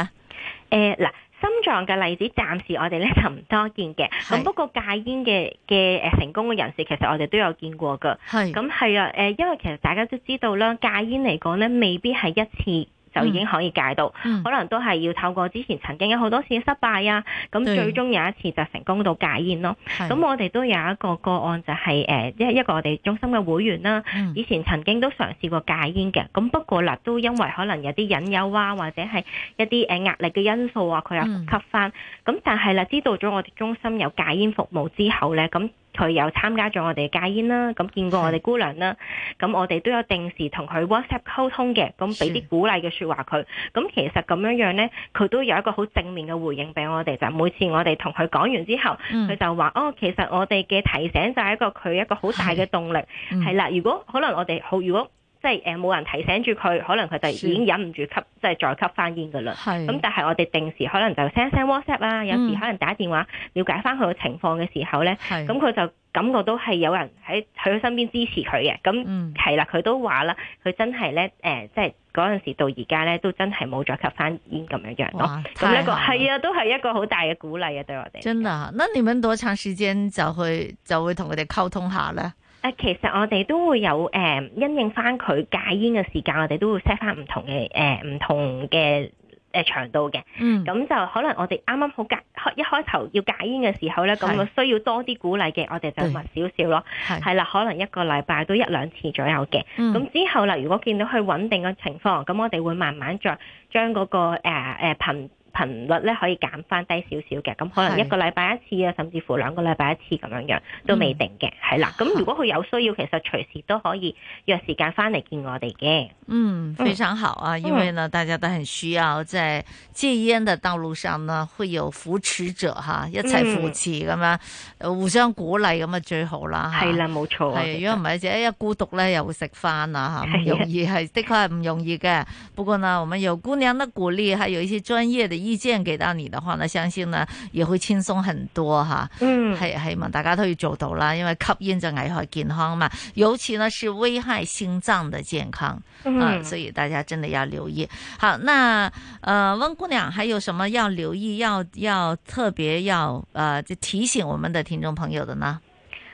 誒呃嗱、心臟嘅例子暫時我哋咧就唔多見嘅，咁不過戒煙嘅嘅誒成功嘅人士，其實我哋都有見過噶。
係
咁係啊，誒，因為其實大家都知道啦，戒煙嚟講咧，未必係一次。就已經可以戒到，
嗯
可能都係要透過之前曾經有好多次嘅失敗啊，咁
對
最終有一次就成功到戒煙咯。
係
咁我哋都有一個個案就係、誒，一、一個我哋中心嘅會員啦，以前曾經都嘗試過戒煙嘅，咁不過啦，都因為可能有啲引誘啊，或者係一啲誒壓力嘅因素啊，佢又
嗯
吸翻。咁、但係啦，知道咗我哋中心有戒煙服務之後咧，咁佢又參加咗我哋嘅戒煙啦，咁見過我哋姑娘啦，咁我哋都有定時同佢 WhatsApp 溝通嘅，咁俾啲鼓勵嘅説話佢。咁其實咁樣樣咧，佢都有一個好正面嘅回應俾我哋，就係每次我哋同佢講完之後，佢、
嗯
就話：哦，其實我哋嘅提醒就係一個佢一個好大嘅動力，
嗯
係啦。如果可能我哋好，如果即係誒冇人提醒住佢，可能佢就已經忍唔住吸，即係再吸翻煙噶啦。
嗯係
咁但係我哋定時可能就 send send WhatsApp 啊，有時可能打電話了解翻佢嘅情況嘅時候咧，
係
咁佢就感覺到係有人喺喺佢身邊支持佢嘅。
嗯
咁係啦，佢都話啦，佢真係咧誒，即係嗰陣時到而家咧，都真係冇再吸翻煙咁樣樣
哇
咯。咁呢
太好
個
啦
係啊，都係一個好大嘅鼓勵啊，對我哋。
真的啊，那你們多長時間就去就會同佢哋溝通下咧？
誒，呃其實我哋都會有誒、呃因應翻佢戒煙嘅時間，我哋都會 set 翻唔同嘅誒唔同嘅誒長度嘅。
嗯
咁就可能我哋啱啱好戒開一開頭要戒煙嘅時候咧，咁啊
係
我需要多啲鼓勵嘅，我哋就密少少咯。
係
係啦，可能一個禮拜都一兩次左右嘅。咁、
嗯
之後啦，如果見到佢穩定嘅情況，咁我哋會慢慢再將嗰、個誒誒、呃、頻頻率咧可以減翻低少少嘅。咁可能
係
一個禮拜一次啊，甚至乎兩個禮拜一次咁樣樣都
嗯
未定嘅。係啦、咁如果佢有需要，其實隨時都可以約時間翻嚟見我哋嘅。
嗯，非常好啊，因为呢，大家都很需要在戒烟的道路上呢，会有扶持者哈，一齐扶持咁樣，呃互相鼓勵咁啊最好啦吓
嗯係啦冇錯啊
係如果唔係就一孤獨咧，又會食翻 啊吓，唔
係啊
容易係的確係唔容易嘅。不過呢，我們有姑娘的鼓勵，還有一些專業的意見給到你的話呢，相信呢也會輕鬆很多哈。
嗯，
係希望大家都要做到啦，因為吸煙就危害健康嘛，尤其呢是危害心臟的健康。
嗯
啊，所以大家真的要留意。好，那呃，温姑娘还有什么要留意、要要特别要呃，就提醒我们的听众朋友的呢？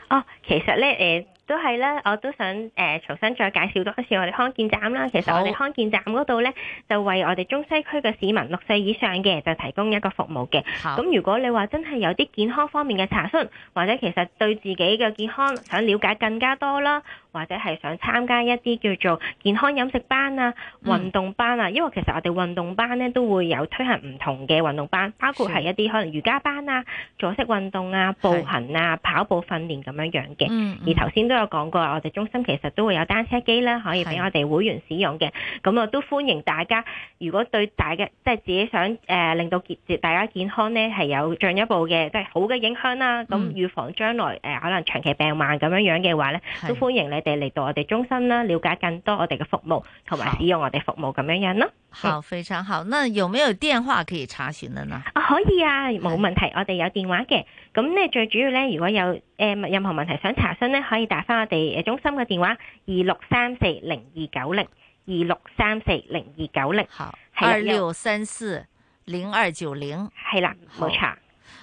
哦，其實咧，誒、都係啦，我都想誒、重新再介紹多一次我哋康健站啦。其實我哋康健站嗰度咧，就為我哋中西區嘅市民六歲以上嘅就提供一個服務嘅。
好
咁如果你話真係有啲健康方面嘅查詢，或者其實對自己嘅健康想了解更加多啦，或者係想參加一啲叫做健康飲食班啊、運動班啊，因為其實我哋運動班呢都會有推行唔同嘅運動班，包括係一啲可能瑜伽班啊、組織運動啊、步行啊、跑步訓練咁樣樣嘅。
嗯
而頭先都有講過，我哋中心其實都會有單車機啦，可以俾我哋會員使用嘅。咁我都歡迎大家，如果對大家即係自己想誒、呃令到健大家健康呢係有進一步嘅即係好嘅影響啦。咁
嗯
預防將來誒、呃可能長期病患咁樣樣嘅話呢，
係
都歡迎你哋嚟到我哋中心啦，了解更多我哋嘅服務同埋使用我哋服務咁樣樣啦。
好，非常好。那有沒有電話可以查詢的呢？
啊，可以啊，冇問題，我哋有電話嘅。咁咧最主要咧，如果有誒、呃任何問題想查詢咧，可以打翻我哋呃誒中心嘅電話二六三四零二九零二六三四零二九零。
好，
係啦
二六三四零二九零，
係啦，冇錯。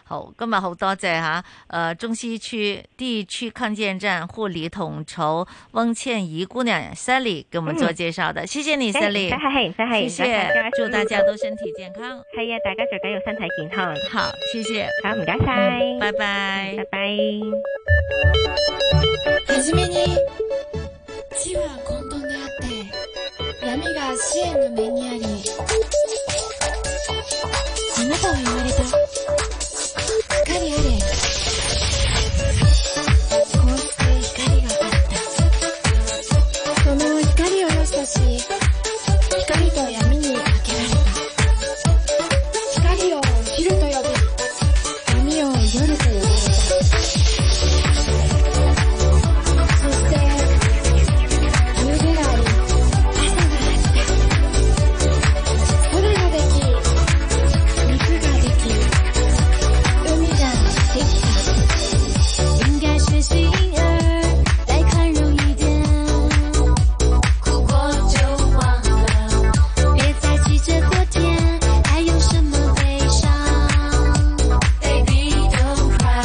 好，今日好多謝吓，誒、呃中西區地區康健站護理統籌翁倩怡姑娘 Sally 給我們做介紹的，謝謝你
嗯哎唔使
Sally，
唔使客氣唔使客氣唔使
謝
客氣
謝，祝大家都身體健康。
係啊，大家最緊要身體健康。
好，謝謝。
好，唔該晒。
拜拜，
拜拜。
初めに地は混沌であって闇が支援の面にありあなたは言われた光あれこうして光があったその光を良しとし光と闇に分けられた光を昼と呼び闇を夜と呼ばれたそして、夕暮れ、朝があった。空ができ、陸ができ、海ができた。应该学习婴儿来宽容一点，哭过就忘了，别再记着昨天，还有什么悲伤？Baby don't cry。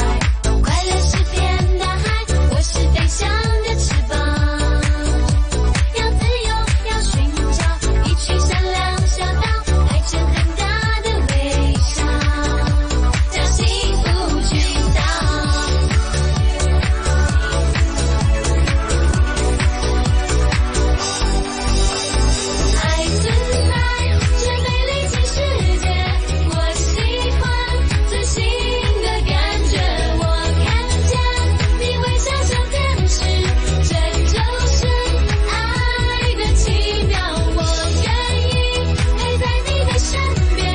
快乐是片大海，我是飞翔的翅膀。要自由，要寻找一曲善良小岛，爱着很大的微笑，将幸福寻找。爱存在这美丽新世界，我喜欢最新的感觉。我看见你微笑着天使，这就是爱的奇妙。我愿意陪在你的身边，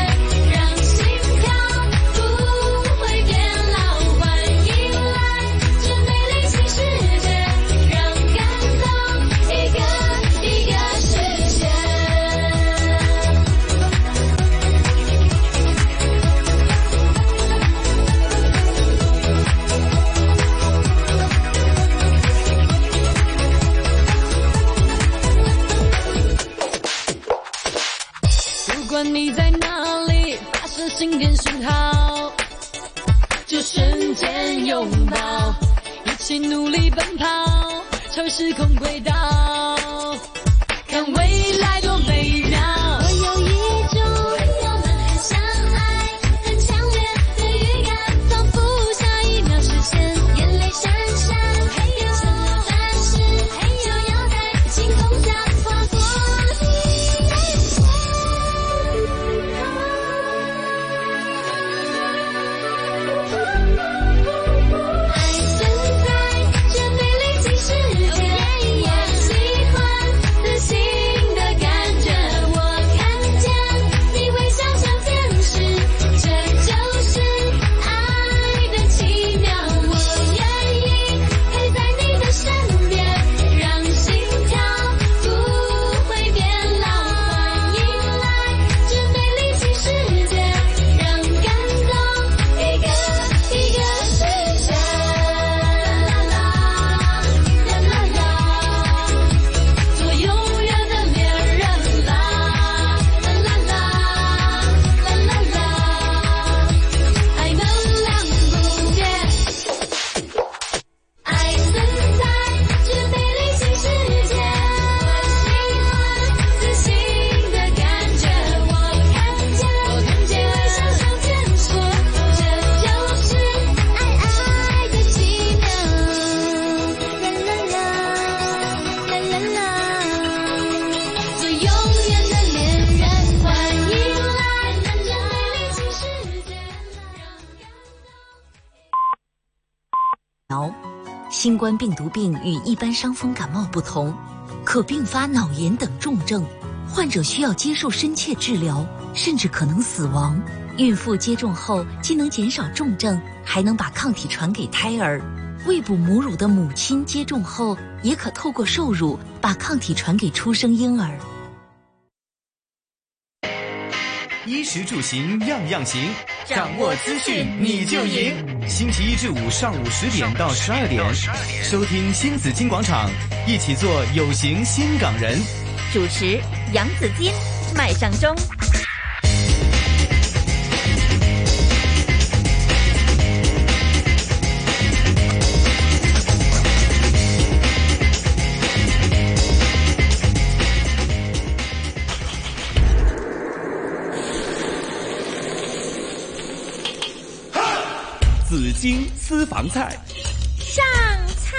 让心跳不会变老。欢迎来这美丽新世界，让感动一个一个实现。
不管你在哪里，发射心电讯号，这瞬间拥抱，一起努力奔跑，超时空轨道，看未来多美妙。
我有一种我们很相爱、很强烈的预感，仿佛下一秒实现。眼泪闪闪，黑夜成了钻石，逍遥在星空下划过你的身。爱存在这美丽新世界，我喜欢自信的感
苗。新冠病毒病与一般伤风感冒不同，可并发脑炎等重症，患者需要接受深切治疗，甚至可能死亡。孕妇接种后既能减少重症，还能把抗体传给胎儿。未哺母乳的母亲接种后，也可透过受乳把抗体传给出生婴儿。
衣食住行样样行，
掌握资讯你就赢。
星期一至五上午十点到十二点，收听新紫金广场，一起做有型新港人。
主持杨紫金，麦上中。
紫金私房菜，
上菜。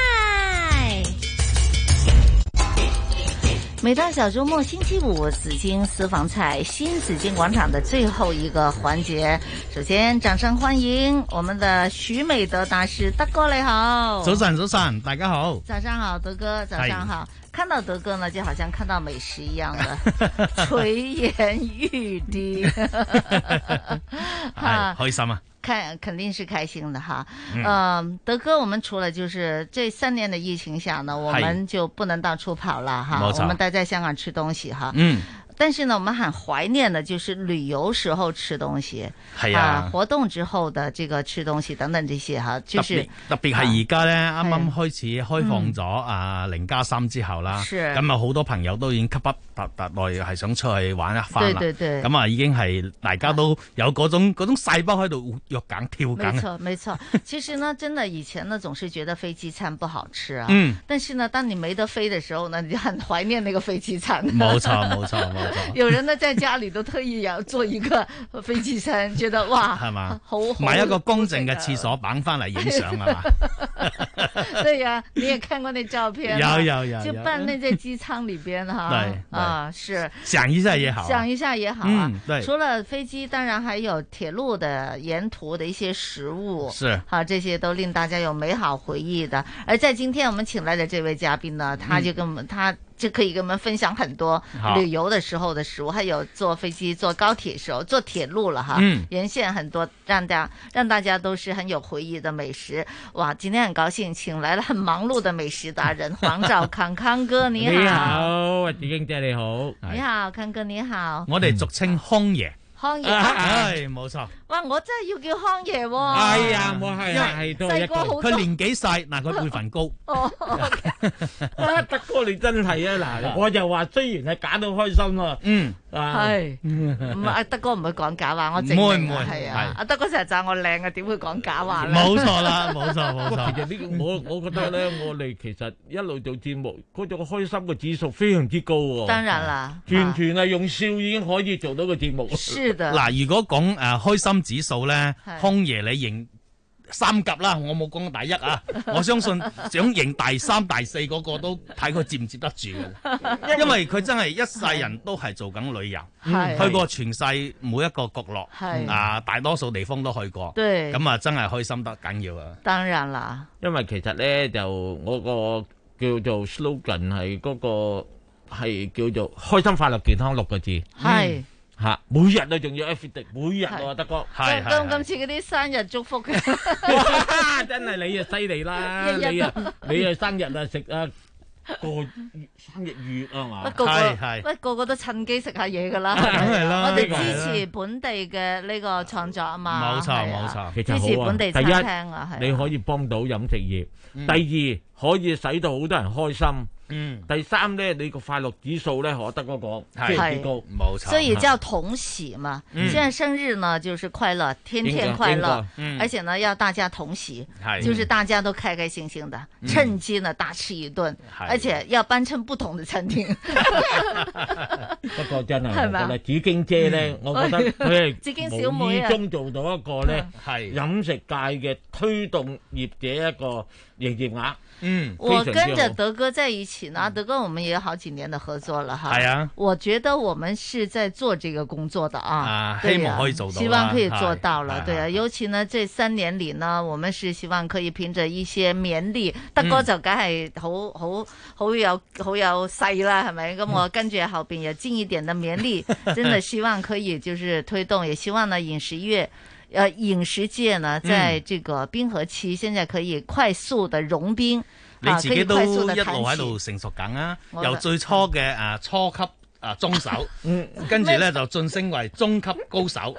每到小周末、星期五，紫金私房菜新紫金广场的最后一个环节，首先掌声欢迎我们的许美德大师，德哥你好，
早晨，早晨，大 家好。
早上好，德哥，早上好。看到德哥呢，就好像看到美食一样的垂涎欲滴。啊
係開心啊！
看肯定是开心的哈。
嗯
呃，德哥，我们除了就是这三年的疫情下呢，我们就不能到处跑了哈，
冇错
我们待在香港吃东西哈。
嗯，
但是呢，我们很怀念的就是旅游时候吃东西，
系啊
活动之后的这个吃东西等等这些哈，就
特
是
別特別係而家咧，
啊
啱啱開始開放咗啊零加三之後啦，
嗯是
咁啊好多朋友都已經吸不特特耐，係想出去玩一番啦。
對對對啊
咁啊已經係大家都有嗰種嗰種細胞喺度躍緊跳
没
緊啊。
错，没错。其实呢，真的以前呢，总是觉得飞机餐不好吃啊。
嗯
但是呢，当你没得飞的时候呢，你就很怀念那个飞机 餐。
冇錯冇錯冇錯
有人呢在家里都特意要做一个飞機餐，覺得哇，
係嘛？
啊好好啊
買一個公正嘅廁所板翻嚟影相啊係嘛？
对呀、你也看过那照片啊，
有有有
就
有
半那在机舱里边哈，
对对
啊是。
想一下也好啊。
想一下也好啊。
嗯对
除了飞机，当然还有铁路的沿途的一些食物，
是
好、这些都令大家有美好回忆的。而在今天我们请来的这位嘉宾呢，
嗯
他就跟我们、他。就可以跟我们分享很多
好
旅游的时候的食物，还有坐飞机、坐高铁时候、坐铁路了哈，
嗯
沿线很多让大家让大家都是很有回忆的美食。哇，今天很高兴请来了很忙碌的美食达人黄兆康康哥，你好，
你好，紫英姐你好，
你好，康哥你好。
我哋俗稱康爺，
康
啊
爺， 啊
唉，冇錯。
哇！我真係要叫康爺喎。
係啊
嗯
冇係
因為
係
都係一個
細個好多
佢年紀細，嗱佢輩 份高，
哦，
啊，德哥你真係啊！嗱，我就話雖然係假到開心咯，
嗯，
À.
係唔係阿德哥唔會講假話，我證明
唔
啊
會唔會
係啊
係，
阿德哥成日讚我靚啊，點會講假話咧？
冇錯啦冇錯冇錯
其實呢個我我覺得咧，我哋其實一路做節目，嗰種開心嘅指數非常之高喎。
當然啦
完全係用笑已經可以做到個節目。
是的
嗱，如果講誒開心指數咧，
係
康爺你認三甲啦，我冇講第一啊，我相信想認第三、第四嗰個都 睇佢接唔接得住嘅，因為佢真係一世人都係做緊旅遊，
係
去過全世每一個角落
係，
啊大多數地方都去過，
對
咁啊真係開心得緊要啊！
當然啦，
因為其實咧就我個叫做 slogan 係嗰、個係叫做開心快樂健康六個字。
係
嚇、每日都仲要 everyday，每日
係
喎、德哥。
咁今次嗰啲生日祝福嘅，
啊真係你啊犀利啦！
日日
你啊
都
你啊生日啊食啊個月生日月啊嘛
喂，個個喂個個都趁機食下嘢㗎啦。啊
梗係啦
我哋
呢個係啦
支持本地嘅呢個創作啊嘛。
冇錯
係
冇
啊
錯，其實
支持
好啊
本地餐廳啊，
第
係
一你
啊。
可以幫到飲食業，
嗯
第二可以使到好多人開心，
嗯，
第三咧你個快樂指數咧，我德哥講非常之高，
冇
所以叫同喜嘛。
嗯
现在生日呢，就是快乐，天天快
应该应
乐
该，嗯
而且呢要大家同喜
是，
就是大家都开开心心的，
嗯
趁机呢大吃一顿，
是
而且要搬趁不同的餐厅。
不過真係
係
我
嘛
覺得紫荊姐
嗯，
咧我覺 得佢
紫荊
係
小
無
妹
意
啊嗯
中做到一個咧
係
飲食界嘅推動業者一個營業額，
嗯
我
非常
跟
之
着
嗯
好。
德哥在一起。起呢，德哥我们也有好几年的合作了哈。
係啊
我覺得我們是在做這個工作的啊
啊，
對呀
希望可以做到啦哎
希望可以做到
係
了
係。
對啊，尤其呢這三年裏呢，我們是希望可以憑着一些勉力，德哥就梗係好好好有好有勢啦，係咪？咁
嗯
我跟住後邊也盡一點的勉力，真的希望可以就是推動，也希望呢飲食業。呃，飲食界呢，
嗯
在這個冰河期，現在可以快速的融冰，
你
啊
自
可以
己都
快
一
速
路
地彈
喺
起
度成熟緊啊，
我
由
覺
最初嘅啊初級啊中手，
嗯
跟住咧就晉升為中級高 手，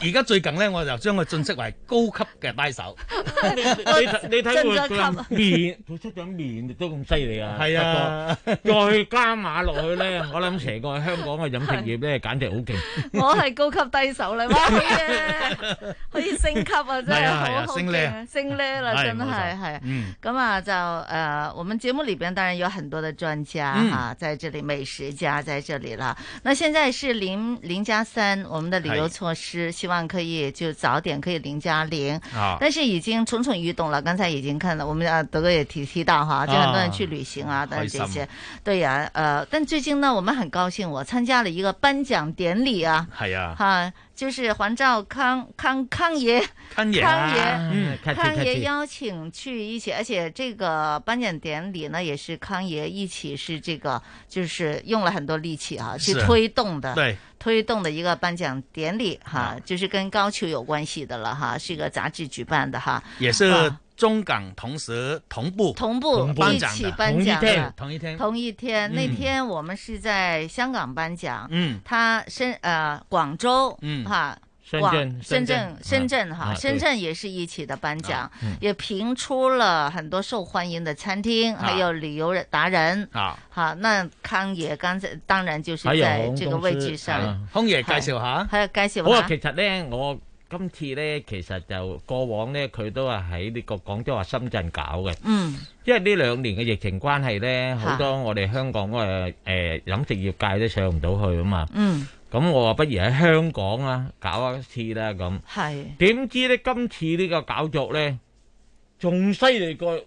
而家最近咧我就將佢晉升為高級嘅低手。
你睇你睇佢
真咗
佢
級
面，佢出咗面亦都咁犀利啊！
係啊
不過，再加碼落去咧， 我諗成個香港嘅飲食業咧，簡直 好勁。
我係高級低手啦，哇，好 嘢，可以升級啊，真
係
係
啊係啊
好好
升
勁啊
呢
升呢啦，
係
真係
冇錯
係。
嗯
咁啊就呃，我們節目裏邊當然有很多的專家
嗯
哈，在這裡美食家在這裡啦。那現在是零零加三，我們的旅遊
係
措施，希望可以就早點可以零加零
啊，
但是已經蠢蠢欲動了。剛才已經看到，我們啊德哥也提提到哈，就很多人
啊
去旅行啊，但是這
開心
些。对呀、呃，但最近呢，我们很高兴，我参加了一个颁奖典礼啊，
係啊，
哈，就是黄兆康康康爷，
康爺
康爷，
啊嗯客氣
康
客
爷
氣
邀请去一起，而且这个颁奖典礼呢，也是康爷一起是这个，就是用了很多力气啊，去
是
推动的，
对。
推动的一个颁奖典礼哈，就是跟高俅有关系的了哈，是一个杂志举办的哈，
也
啊
是中港同時同步
同步
頒
一
獎
起啊
的
颁奖的，
同一天，
同一天。
嗯
那天我们是在香港颁奖，
嗯
他深呃广州，
嗯
哈。
深
广
圳
深
深圳
圳、深圳
啊
哈，
对
深圳也是一起的颁奖
嗯，
也评出了很多受欢迎的餐厅，还有旅游人达人。
啊，
好，那康爷刚才当然就是
喺
在这个位置上，
康爺介紹下。
还有介紹
好啊，
下
其實咧，我今次咧，其實就過往咧，佢都係喺呢個廣州話深圳搞嘅。
嗯，
因為呢兩年嘅疫情關係咧，
嚇
好多我哋香港嘅誒飲食業界都上唔到去啊嘛。
嗯，
咁我話不如喺香港啊搞一次啦咁。
係
點知咧今次呢個搞作咧，仲犀利過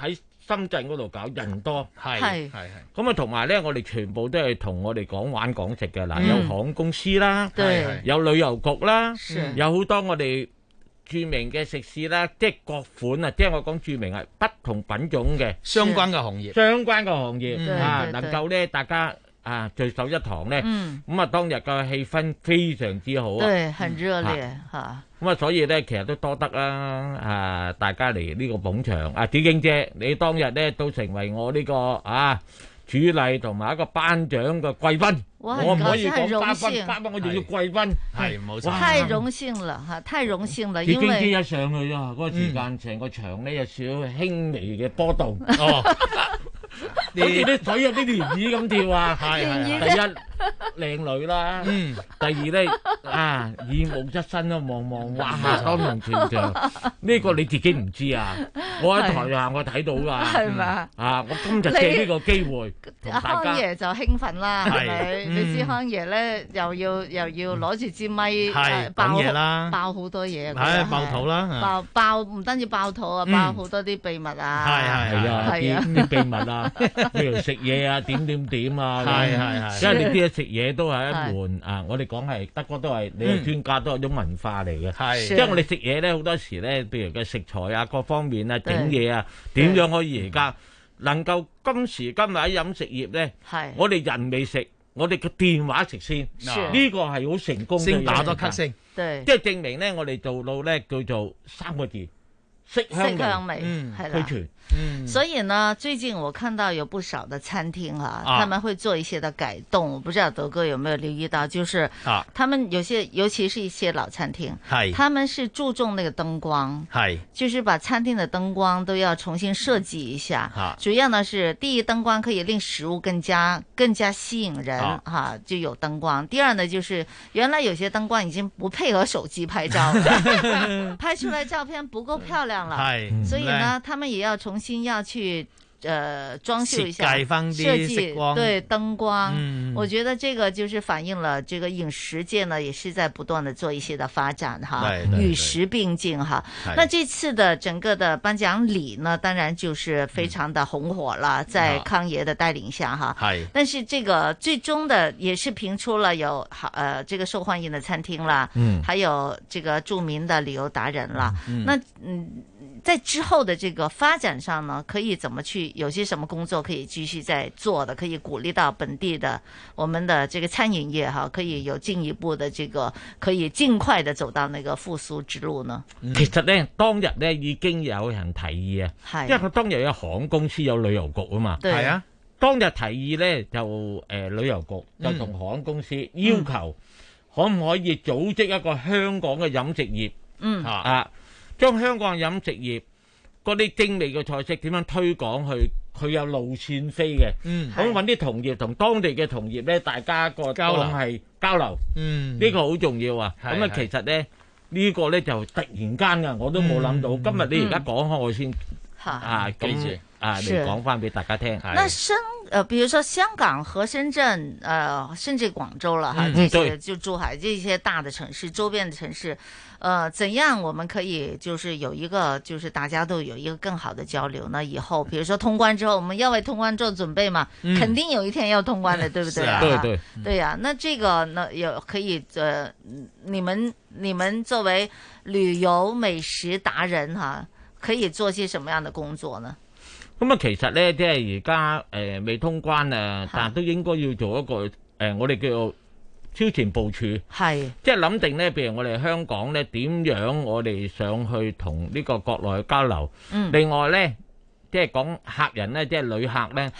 喺深圳嗰度搞，人多
係係係。
咁啊，同埋咧，我哋全部都係同我哋講玩講食嘅嗱，
嗯
有航空公司啦
對係，
有旅遊局啦
是，
有好多我哋著名嘅食肆啦，即係各款啊，即係我講著名係不同品種嘅
相關嘅行業
相關嘅行
嗯
業
對
啊，
對
能
對
夠咧大家啊聚首一堂咧，
嗯
咁啊當日嘅氣氛非常之好啊，
嗯
對，很熱
啊
烈哈。
咁啊，所以咧，其實都多得啦，啊，大家嚟呢個捧場。啊，子敬姐，你當日咧都成為我呢、個啊主禮同埋一個頒獎嘅貴賓。
哇
我唔
很高
可以
興很
講
榮
嘉
啊幸啊
賓，嘉賓我仲要貴賓。
係冇
啊
太榮幸了哈，太榮幸了，
子
因
敬
為
姐一上去啊，嗰、個時間成、個場咧有少少輕微嘅波動。
哦，
好似啲水有啲漣漪咁跳啊！係
漣
係
漪
係第一靚女啦，
嗯
第二咧啊耳目一新啦，望望哇
嗯
當堂全 場。呢個你自己唔知啊！我喺台下我睇到㗎，
係嘛
嗯啊，我今日借呢個機會同
阿
大
康
家。
爺就興奮啦，係咪？
係
你知
嗯
康爺咧又要又要攞住支咪
係
呃
講
爆
嘢啦
爆好多嘢，
係
佢
爆肚啦
係
啊
爆爆唔單止爆肚啊，
嗯
爆好多啲秘密啊，
係啊，
係啊
啲，啲 秘密啊，譬如食嘢啊，點點點啊，
係係係
因為你啲嘢食嘢都係一門啊，我哋講係德國都係，你係專家都係一種文化嚟嘅，
係
即係我哋食嘢咧好多時咧，譬如嘅食材啊，各方面啊，整嘢啊，
對
點樣可以而家能夠今時今日喺飲食業咧
係，
我哋人未食，我哋嘅電話食先，
是
呢個係好成功嘅
先打
一個
咗咳先
對
即係證明咧，我哋做到咧叫做三個字，色
色
香
香味
嗯
係
俱
啦
全。
嗯
所以呢，最近我看到有不少的餐廳啊，
啊
他们会做一些的改动，我不知道德哥有没有留意到，就是
啊
他们有些，尤其是一些老餐厅，
係
他们是注重那个灯光，
係
就是把餐厅的灯光都要重新设计一下。
啊
主要呢是第一，灯光可以令食物更加更加吸引人哈
啊、
就有灯光。第二呢，就是原来有些灯光已经不配合手机拍照
嗯
了，拍出来照片不够漂亮了。
是
所以呢，
嗯
他们也要重新要去。呃装修一下，
设计翻啲
设计
色光
对灯光，
嗯
我觉得这个就是反映了这个饮食界呢也是在不断的做一些的发展哈
对，对
与
对
时并进哈
是。
那这次的整个的颁奖礼呢，当然就是非常的红火
嗯
了，在
啊
康爷的带领下哈。
系
但是这个最终的也是评出了有好呃这个受欢迎的餐厅啦，
嗯
还有这个著名的旅游达人啦。
嗯
那嗯，在之后的这个发展上呢，可以怎么去有些什么工作可以继续在做的，可以鼓励到本地的我们的这个餐饮业哈，可以有进一步的这个可以尽快的走到那个复苏之路呢？
嗯
其實咧，當日咧已經有人提議啊，
係
因為佢當日有航空公司有旅遊局啊嘛，
對係啊。
當日提議咧就誒、呃旅遊局就同航
嗯
空公司要求，可唔可以組織一個香港嘅飲食業？
嗯
啊，將香港嘅飲食業嗰啲精美嘅菜式點樣推廣去？佢有路線飛嘅，
嗯
咁揾啲同業同當地嘅同業咧，大家個
交流
當係交流，
嗯
呢個好重要啊。
係
咁啊，
係
其實咧呢個咧就突然間啊，我都冇諗
嗯
到。今日你而家講開我先
哈
啊，
記
咁
住
啊，你
是
講翻俾大家聽。
那深呃，比如说香港和深圳，呃，甚至广州了哈，
嗯
这
嗯
些
对
就珠海这些大的城市，周边的城市，呃，怎样我们可以就是有一个就是大家都有一个更好的交流呢？以后比如说通关之后，我们要为通关做准备嘛，
嗯
肯定有一天要通关的，对不对、啊？
是啊
哈
对对
对呀、那这个呢也可以呃，你们你们作为旅游美食达人哈、可以做些什么样的工作呢？
咁啊，其實咧，即係而家誒未通關啊，但都應該要做一個誒、呃我哋叫做超前部署。
係
即係諗定咧，譬如我哋香港咧點樣，我哋上去同呢個國內交流。
嗯
另外咧，即係講客人咧，即係旅客咧，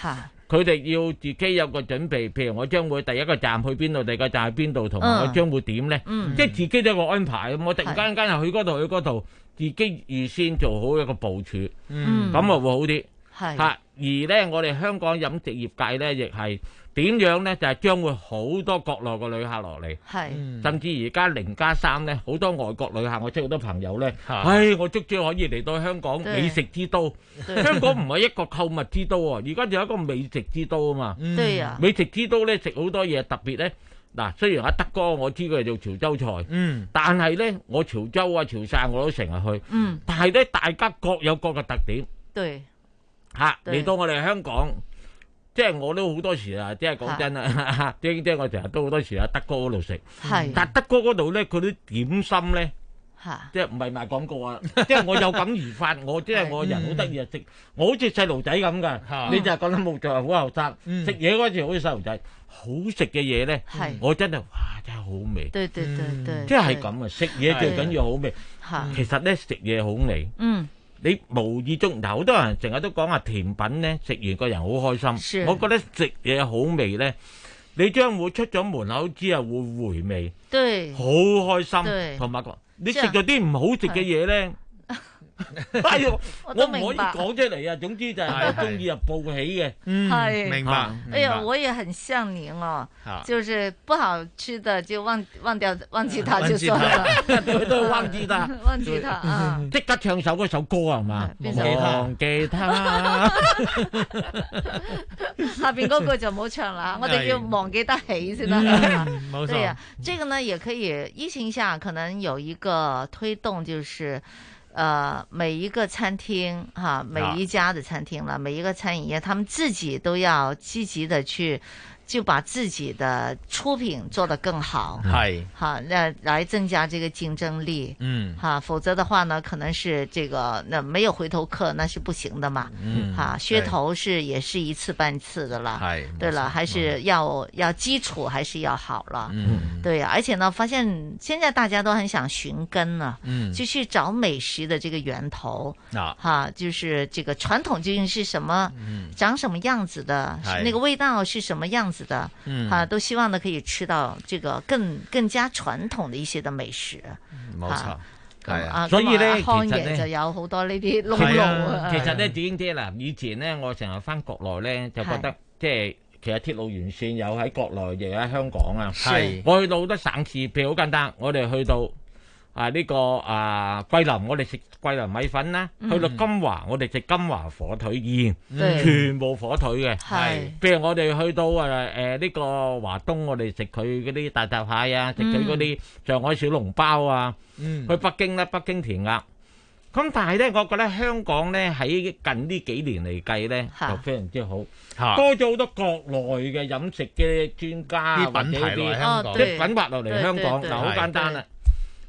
佢哋要自己有個準備。譬如我將會第一個站去邊度，第二個站去邊度，同埋
嗯
我將會點咧，
嗯
即係自己都有個安排。我突然間間又去嗰度，去嗰度，自己預先做好一個部署，
嗯
咁啊會好啲。
係
嚇而咧，我哋香港飲食業界咧，亦係點樣咧？就係、將會好多國內嘅旅客落嚟。
係
甚至而家零加三咧，好多外國旅客，我識好多朋友咧，唉，我足足可以嚟到香港
對
美食之都。
對
香港唔係一個購物之都喎，而家仲有一個美食之都啊嘛。
對啊
美食之都咧食好多嘢，特別咧嗱，雖然阿德哥我知佢係做潮州菜，
嗯
但係咧我潮州啊潮汕我都成日去，
嗯
但係咧大家各有各嘅特點。
對，
嚇
對
嚟到我哋香港，即係我都好多時啊，即係講真啊， 即係即係我成日都好多時喺德哥嗰度食
係，
但德哥嗰度咧，佢啲點心咧。
嚇
即係唔係賣廣告啊！ 即係我有感而發，我即係我人好得意啊！食我好似細路仔咁㗎，你就係覺得冇錯，好後生。食嘢嗰時好似細路仔，好食嘅嘢咧
係，
我真係哇，真係好味。
對對對對，
即係咁啊！食嘢最緊要好味
嚇。
其實咧，食嘢好味。
嗯，
你無意中嗱，好多人成日都講話甜品咧，食完個人好開
是
心。我覺得食嘢好味咧，你將會出咗門口之後會回味，
對，
好開
對
心，同埋個你
即
食
係
咗啲唔好食嘅 嘢咧。哎呀，
我
我
都
唔可
明
以
白
講出嚟啊！總之就係
係
我中意啊，報喜嘅。
嗯
係明白
啊
哎呀，我也很像您哦
啊，
就是不好吃的就忘忘掉忘记它
忘
就
記
算
它
了，
對 都忘記它
忘记它啊。
即刻唱首嗰首歌係嘛？
邊首歌
忘記 他。
下边嗰句就唔好唱 啦，我哋要忘記得起先啦
嗯。冇錯
對呀，這個呢也可以，疫情下可能有一個推動，就是。呃，每一個餐廳哈，
啊
每一家的餐廳了，每一個餐飲業，他們自己都要積極的去，就把自己的出品做得更好，
係
哈，那來增加這個競爭力，
嗯
哈，否則的話呢，可能是這個那沒有回頭客，那是不行的嘛，
嗯
哈，
對
噱头是也是一次半次的了，
係
对
冇
了，
錯
还是要要基础还是要好了，
嗯
对呀、啊而且呢，发现现在大家都很想寻根呢、
嗯
就去找美食的这个源头，
啊
哈，就是这个传统究竟是什么，长什么样子的，
是
那个味道是什么样子的，
嗯
啊，都希望呢可以吃到这个更更加传统的一些的美食，
嗯冇錯
啊，
係
啊，
所以
咁啊
咧，其
康
實
爺就
咧。
有好多呢啲窿
係
路
啊
啊，
其實咧，子英姐嗱，以前咧，我成日翻國內咧，就覺得即係其實鐵路沿線有喺國內，亦有喺香港啊。
係
我去到好多省市，譬如好簡單，我哋去到啊呢、個啊桂林，我哋食桂林米粉啦；
嗯
去到金華，我哋食金華火腿宴，
對
全部火腿嘅。
係
譬如我哋去到誒誒呢個華東，我哋食佢嗰啲大閘蟹啊，食佢嗰啲上海小籠包啊。
嗯
去北京咧，北京填鴨。咁但係咧，我覺得香港咧喺近呢幾年嚟計咧，就非常之好，
嚇
多咗好多國內嘅飲食嘅專家
啲品牌
或者
落嚟
啲
香港
即係品牌落嚟香港
哦對對對
嗱，好簡單啦。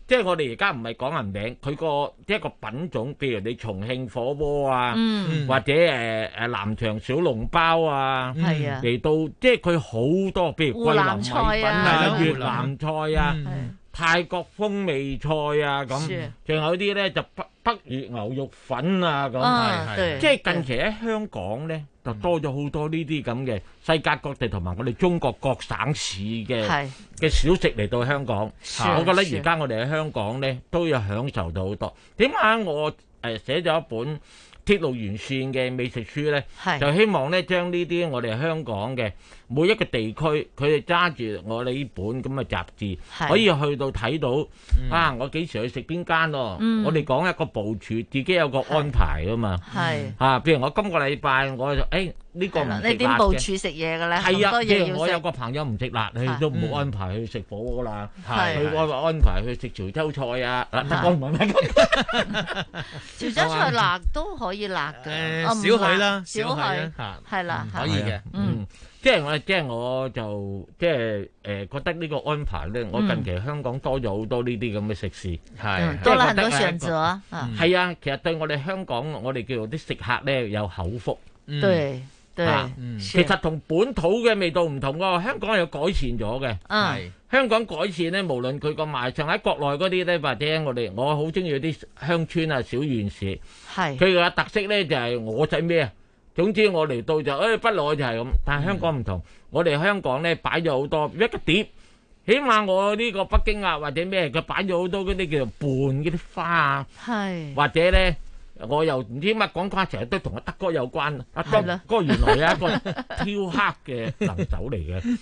即係我哋而家唔係講人名，佢個一個品種，譬如你重慶火鍋啊，
嗯
或者呃誒誒南翔小籠包啊，
係啊
嚟到即係佢好多，譬如
湖
桂林
南
米
菜
粉
啊
啊、
係
越
咯
南菜啊。
嗯
泰國風味菜啊，咁
是
仲有啲咧就北北越牛肉粉啊，咁
啊對
即係近期喺香港咧就多咗好多呢啲咁嘅世界各地同埋我哋中國各省市嘅
係
嘅小食嚟到香港。
是
我覺得
是
而家我哋喺香港咧都有享受到好多。點解我誒寫咗一本鐵路沿線嘅美食書咧？
係
就希望咧將呢啲我哋香港嘅每一個地區，佢哋揸住我哋呢本咁嘅雜誌，
係
可以去到睇到、
嗯
啊，我幾時去食邊間咯？
嗯
我哋講一個部署，自己有個安排噶嘛。
係
啊，譬如我今個禮拜我就誒呢、個
係
唔
啦
食
你點
辣
部
嘅
署食嘢嘅咧？
係
咁
啊，
多嘢
譬如我有
要食。嗯
個朋友唔食辣，佢都唔好安排去食火鍋啦，
係
佢安安排去食潮州菜啊，嗱，得安排
潮州菜辣都可以辣嘅，
誒
啊唔
少許
辣
啦
少
少許
許
啦
係啦，
可以嘅，嗯，即係我即係我就即係誒覺得呢個安排咧，我近期香港多咗好多呢啲咁嘅食肆，
嗯
嗯係哎
多了很多選擇啊
係啊，其實對我哋香港，我哋叫做啲食客咧有口福，
對對
啊
嗯
其實同本土嘅味道唔同喎，香港有改善咗嘅，
嗯係
香港改善咧，無論佢個賣相喺國內嗰啲咧，或者我哋我好中意啲鄉村啊、小縣市，
係
佢嘅特色咧就係我使咩啊？總之我嚟到就誒、哎不耐就係咁，但係香港唔同，
嗯
我哋香港咧擺咗好多一個碟，起碼我呢個北京啊或者咩，佢擺咗好多嗰啲叫做伴嗰啲花啊。
係
或者咧，我又唔知乜講關，成日都同阿德哥有關。啊阿德哥原來 有一個挑黑嘅能手嚟嘅，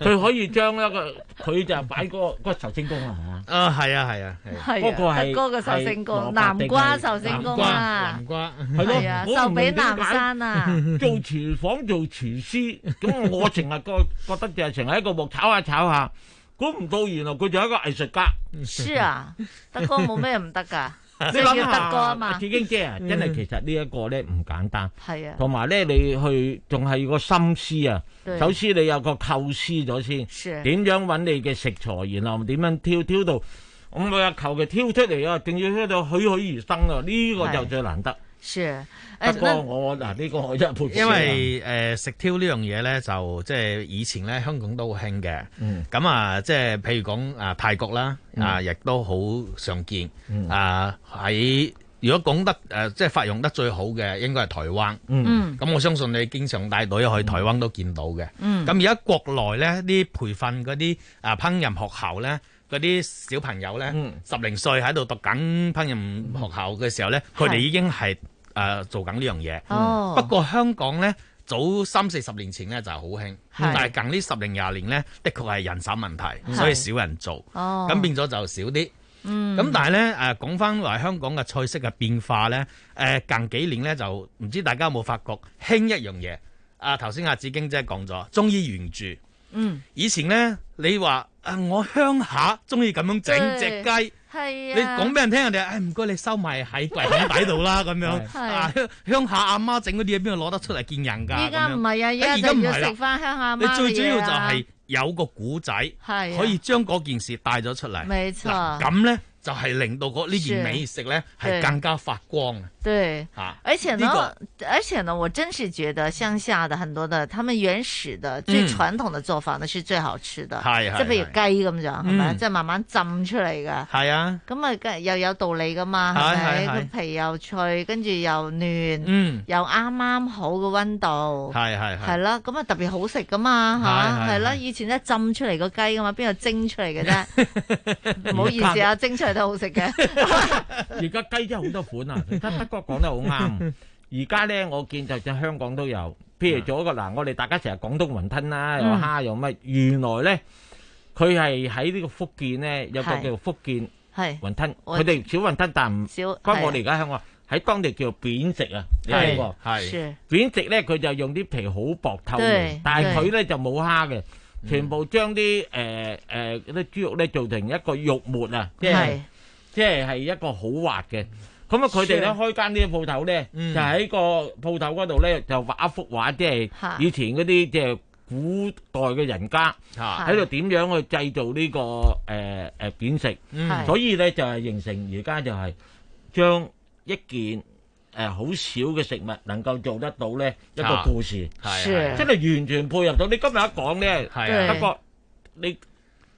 佢可以將一個佢就係擺嗰個嗰個壽星公啊嚇。啊，係啊，係啊，
係
嗰個
啊德
係
哥嘅壽星公
係
南瓜
蘿蔔
壽
定係
星公啊
南
瓜
係咯
係啊，
我唔
壽比
明點
南
解
山啊，
做廚房做廚師，咁我成日覺覺得就係成日喺個鑊炒下炒下，估唔到原來佢仲係一個藝術家。
是啊，德哥冇咩唔得㗎， 即 係
你諗
要
下，
德哥啊嘛，
紫荊姐啊，
嗯
真係其實呢一個咧唔簡單，
係啊
同埋咧你去仲係個心思啊
對。
首先你有個構思咗
是
先，點樣揾你嘅食材，然後點樣挑挑到咁佢啊求其挑出嚟啊，仲要挑到栩栩如生啊！呢個就
係
最難得。
是，
不
誒那
過我嗱呢個我真係佩服你啊。
因為誒、呃食挑呢樣嘢咧，就即係以前咧香港都好興嘅。
嗯
咁啊，即係譬如講啊泰國啦，
嗯
啊亦都好常見。
嗯
啊喺如果講得誒、呃即係發揚得最好嘅，應該係台灣。
嗯
咁我相信你經常帶隊去台灣都見到嘅。
嗯
咁而家國內咧啲培訓嗰啲啊烹飪學校咧。嗰啲小朋友咧，十零歲喺度讀緊烹飪學校嘅時候咧，佢哋
係
已經係誒、呃做緊呢樣嘢。
哦
不過香港咧，早三四十年前咧就係好興，但係近呢十零廿年咧，的確係人手問題，
係
所以少人做，
嗯哦
咁變咗就少啲。
嗯
咁但係咧，誒講翻嚟香港嘅菜式嘅變化咧，誒、近幾年咧就唔知大家有冇發覺興一樣嘢？啊頭先阿紫荊姐講咗，中醫原著。
嗯，
以前咧，你話啊，我鄉下中意咁樣整隻雞。
係啊，
你講俾人聽，人哋唉唔該你收埋喺櫃桶底度啦，咁樣
係
啊鄉鄉下阿媽整嗰啲嘢邊度攞得出嚟見人㗎？
依家
咁樣
唔係啊，依
哎
家
而家
就
唔
要
係啦
食翻鄉下媽
你最
嘅
主
嘢啊
要就
啦
係有個古仔，
係啊
可以將嗰件事帶咗出嚟。
沒錯
嗱咁咧就係令到嗰呢件
是
美食咧
對
係更加發光啊！
對，
嚇，
而且
呢
呢
個，
而且呢，我真是觉得乡下的很多的，他们原始的、最
嗯
传统的做法呢，是最好吃的。
係係
即係譬如雞咁樣，係咪？
嗯
即係慢慢浸出嚟噶。
係啊，
咁啊，梗係又有道理噶嘛，係
係
咪？
係係
個皮又脆，跟住又嫩，
嗯
又啱啱好嘅温度，
係係係
哦係啦。咁啊，特別好食噶嘛，
係
嚇
係
係啦。
係
以前咧浸出嚟個雞噶嘛，邊度蒸出嚟嘅啫？唔好意思 啊，蒸出嚟都好食嘅。
而家雞真係好多款啊！德德哥講得好啱。而家咧，我見就算香港都有，譬如做一個嗱，我哋大家成日廣東雲吞啦，有
嗯
蝦有乜，原來咧佢係喺呢個福建咧有個
係
叫福建
係
雲吞，
我
佢哋小雲吞，但唔
小
關我
係
哋而家香港喺當地叫做扁食啊，你聽過？
係係是
扁食咧，佢就用啲皮好薄透
對
明，但
對
係佢咧就冇蝦嘅，全部將啲誒誒嗰啲豬肉咧做成一個肉末啊，即係
係
即係係一個好滑嘅。咁啊，佢哋咧
是
開間呢啲鋪頭咧，
嗯
就喺個鋪頭嗰度咧就畫一幅畫，即係
嚇
以前嗰啲即係古代嘅人家
嚇
喺度點樣去製造呢個誒誒扁食
嗯，係
所以咧就係形成而家就係將一件。誒好少嘅食物能夠做得到咧一個故事，
啊
哎
是係係
真係完全配合到。你今日一講咧，
係啊
不過你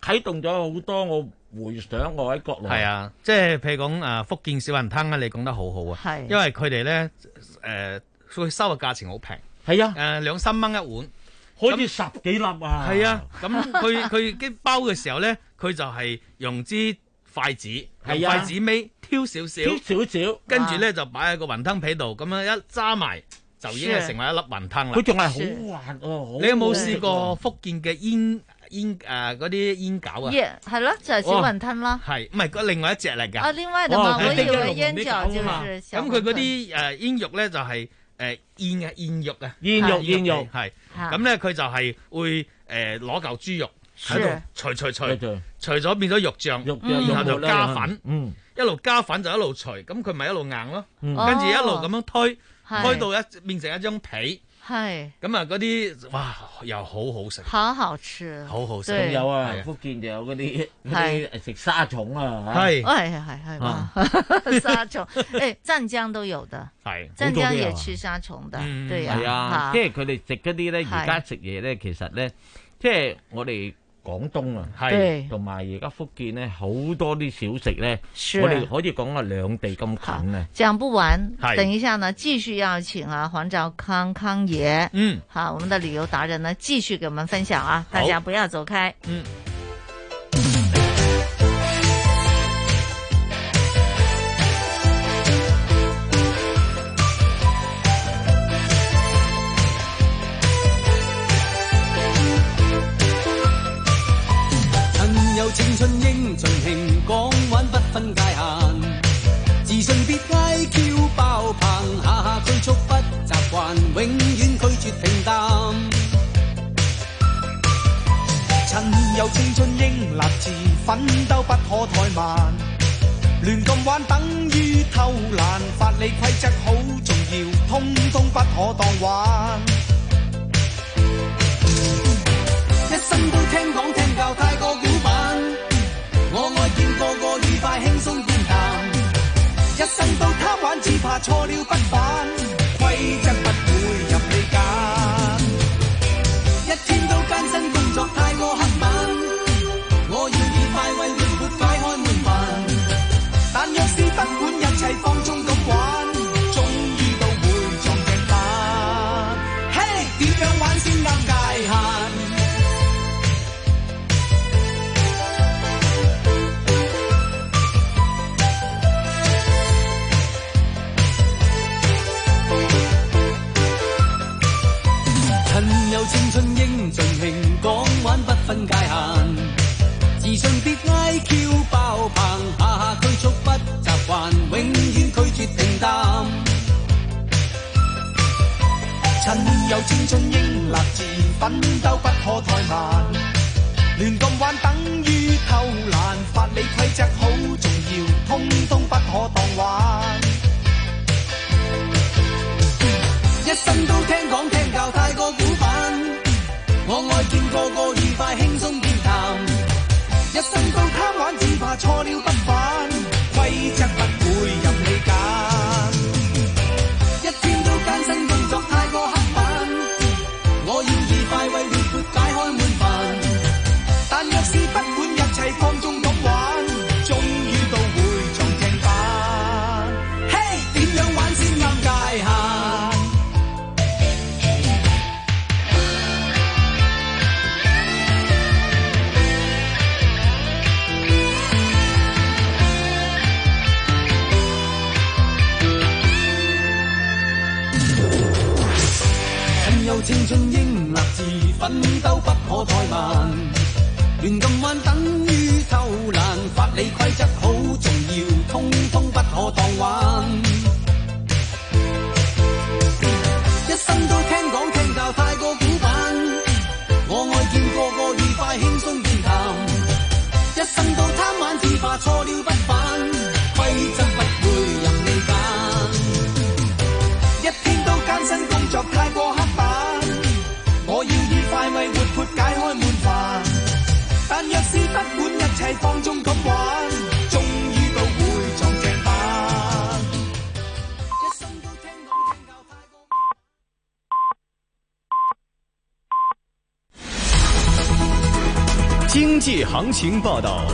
啟動咗好多我回想我喺國內
係啊，即係譬如講啊，福建小雲吞啊，你講得好好啊，
係
因為佢哋咧誒，佢收嘅價錢好平，
係啊，
誒兩三蚊一碗，
好似十幾粒啊，
係啊，咁佢佢啲包嘅時候咧，佢就係用支筷子，用
係啊
筷子尾挑少少，
挑少少，啊
跟住咧就擺喺個雲吞皮度，咁樣一揸埋就已經係成為一粒雲吞啦。
佢仲係好滑啊喎。
你有冇試過福建嘅煙煙誒嗰啲煙餃啊？
耶，係咯，就係小雲吞啦。
係，唔係嗰另外一隻嚟㗎。
啊另外的嘛
哦
我以為
係蒸嘅
煙
龍
餃
龍啲餃啊嘛
就是小
咁佢嗰啲誒煙肉咧就係誒煙嘅煙肉啊，
煙肉
係
煙肉
係。
嚇
咁咧佢就係會誒攞嚿豬肉喺
是
度除除除
對對，
除咗變咗肉醬，
醬
然
肉末
後就
啦
加粉，
嗯，
一路加粉就一路除，咁佢咪一路硬咯，
嗯
跟住一路咁樣推，
係
推到一變成一張皮。
係，
咁啊，嗰啲哇又好好食，
好好吃，
好好食。
對
仲有啊
à.
係，
福建就有嗰啲
係
嗰啲食沙蟲啊，
係
哦係係係
啊
哇， 沙蟲，誒，湛江都有的，
係
湛江
好多都有
也
啊
吃沙蟲的，
嗯
對呀，
係啊，
嚇
即係佢哋食嗰啲咧，
係
而家食嘢咧，其實咧，即係我哋廣東啊，
對
同埋而家福建咧，好多啲小食咧
是，
我哋可以講話兩地咁近啊。
講不完，
係
等一下呢，繼續要請啊黃兆康康爺，
嗯，
好，我們的旅游达人呢，繼續給我們分享啊，大家不要走開，
嗯。
趁有青春應盡情，講玩不分界限。自信必 IQ 爆棚，下下拘束不習慣，永遠拒絕平淡。
趁有青春應立志，奮鬥不可怠慢。亂咁玩等於偷懶，法理規則好重要，通通不可當玩。
一生都聽講聽教太過古板，我愛見個個愉快輕鬆健談。一生都貪玩，只怕錯了不返，規則不會任你揀。一天到艱辛工作太過刻板，我要以快慰靈活快開門飯。但若是不管一切放縱咁玩，終於都會撞正板。嘿，點樣玩先啱界限？趁有青春應盡情，講玩不分界限。自信必 IQ 爆棚，下下拘束不習慣，永遠拒絕平淡。
趁有青春應立志，奮鬥不可怠慢。亂咁玩等於偷懶，法理規則好重要，通通不可當玩。
一生都聽講聽教太過古板，我愛見個個愉快輕鬆健談。一生都貪玩，只怕錯了不返，規則不會任你揀。一天到艱辛工作太過刻板，我要以快慰活潑解開滿飯。但若是不管一切放縱咁玩，終於都會撞正板。嘿，點樣玩先啱界限？趁有青春應立志，奮鬥不可怠慢。
亂咁玩等於偷懶，法理規則好重要，通通不可當玩。一生都聽講聽教太過古板，我愛見個個愉快輕鬆健談。一生都貪玩，只怕錯了不返，規則不會任你揀。一天都艱辛工作太過刻板，我要以快慰活潑解開悶煩。但若是不管一切放縱咁玩，終於都會撞正板。一生都聽講聽教太過。
经济行情报道。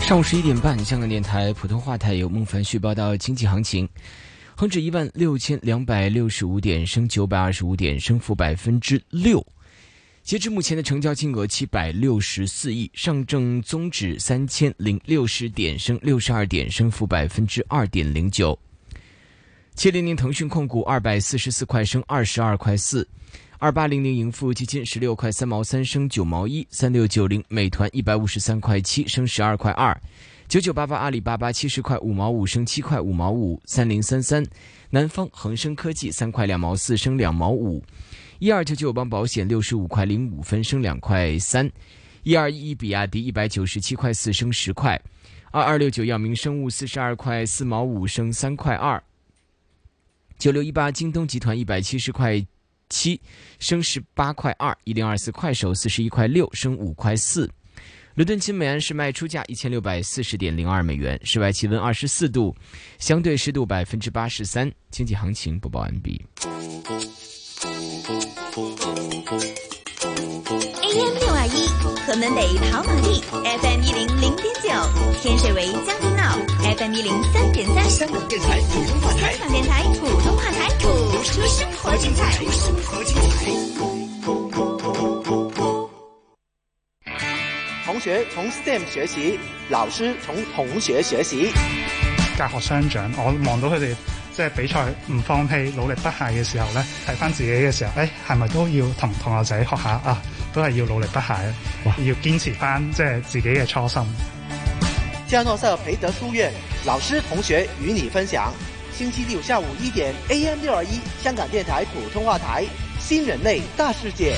上午十一点半，香港电台普通话台由孟凡旭报道经济行情。恒指一万六千两百六十五点，升九百二十五点，升幅百分之六。截至目前的成交金额七百六十四亿，上证综指三千零六十点，升六十二点，升幅百分之二点零九。七零零腾讯控股二百四十四块升二十二块四，二八零零盈富基金十六块三毛三升九毛一，三六九零美团一百五十三块七升十二块二，九九八八阿里巴巴七十块五毛五升七块五毛五，三零三三南方恒生科技三块两毛四升两毛五，一二九九邦保险六十五块零五分升两块三，一二一一比亚迪一百九十七块四升十块，二二六九药明生物四十二块四毛五升三块二。九六一八，京东集团一百七十块七升十八块二，一零二四快手四十一块六升五块四。伦敦金美安市卖出价一千六百四十点零二美元，室外气温二十四度，相对湿度百分之八十三。经济行情播报完毕。
AM 六二一，河门北跑马地；FM 一零零点九，天水围将军澳；FM 一零三点三，香港电台普通话台。香港电台普通话台，播出生活精彩。生活精
同学从 STEM 学习，老师从同学学习。
教學相長，我望到佢哋即係比賽唔放棄、努力不懈嘅時候咧，睇翻自己嘅時候，誒係咪都要同同學仔學下啊？都係要努力不懈，要堅持翻即係自己嘅初心。
加诺塞培德书院老师同学与你分享，星期六下午一点，AM 六二一香港电台普通话台，新人类大世界。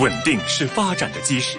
稳定是发展的基石。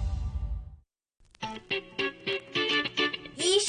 衣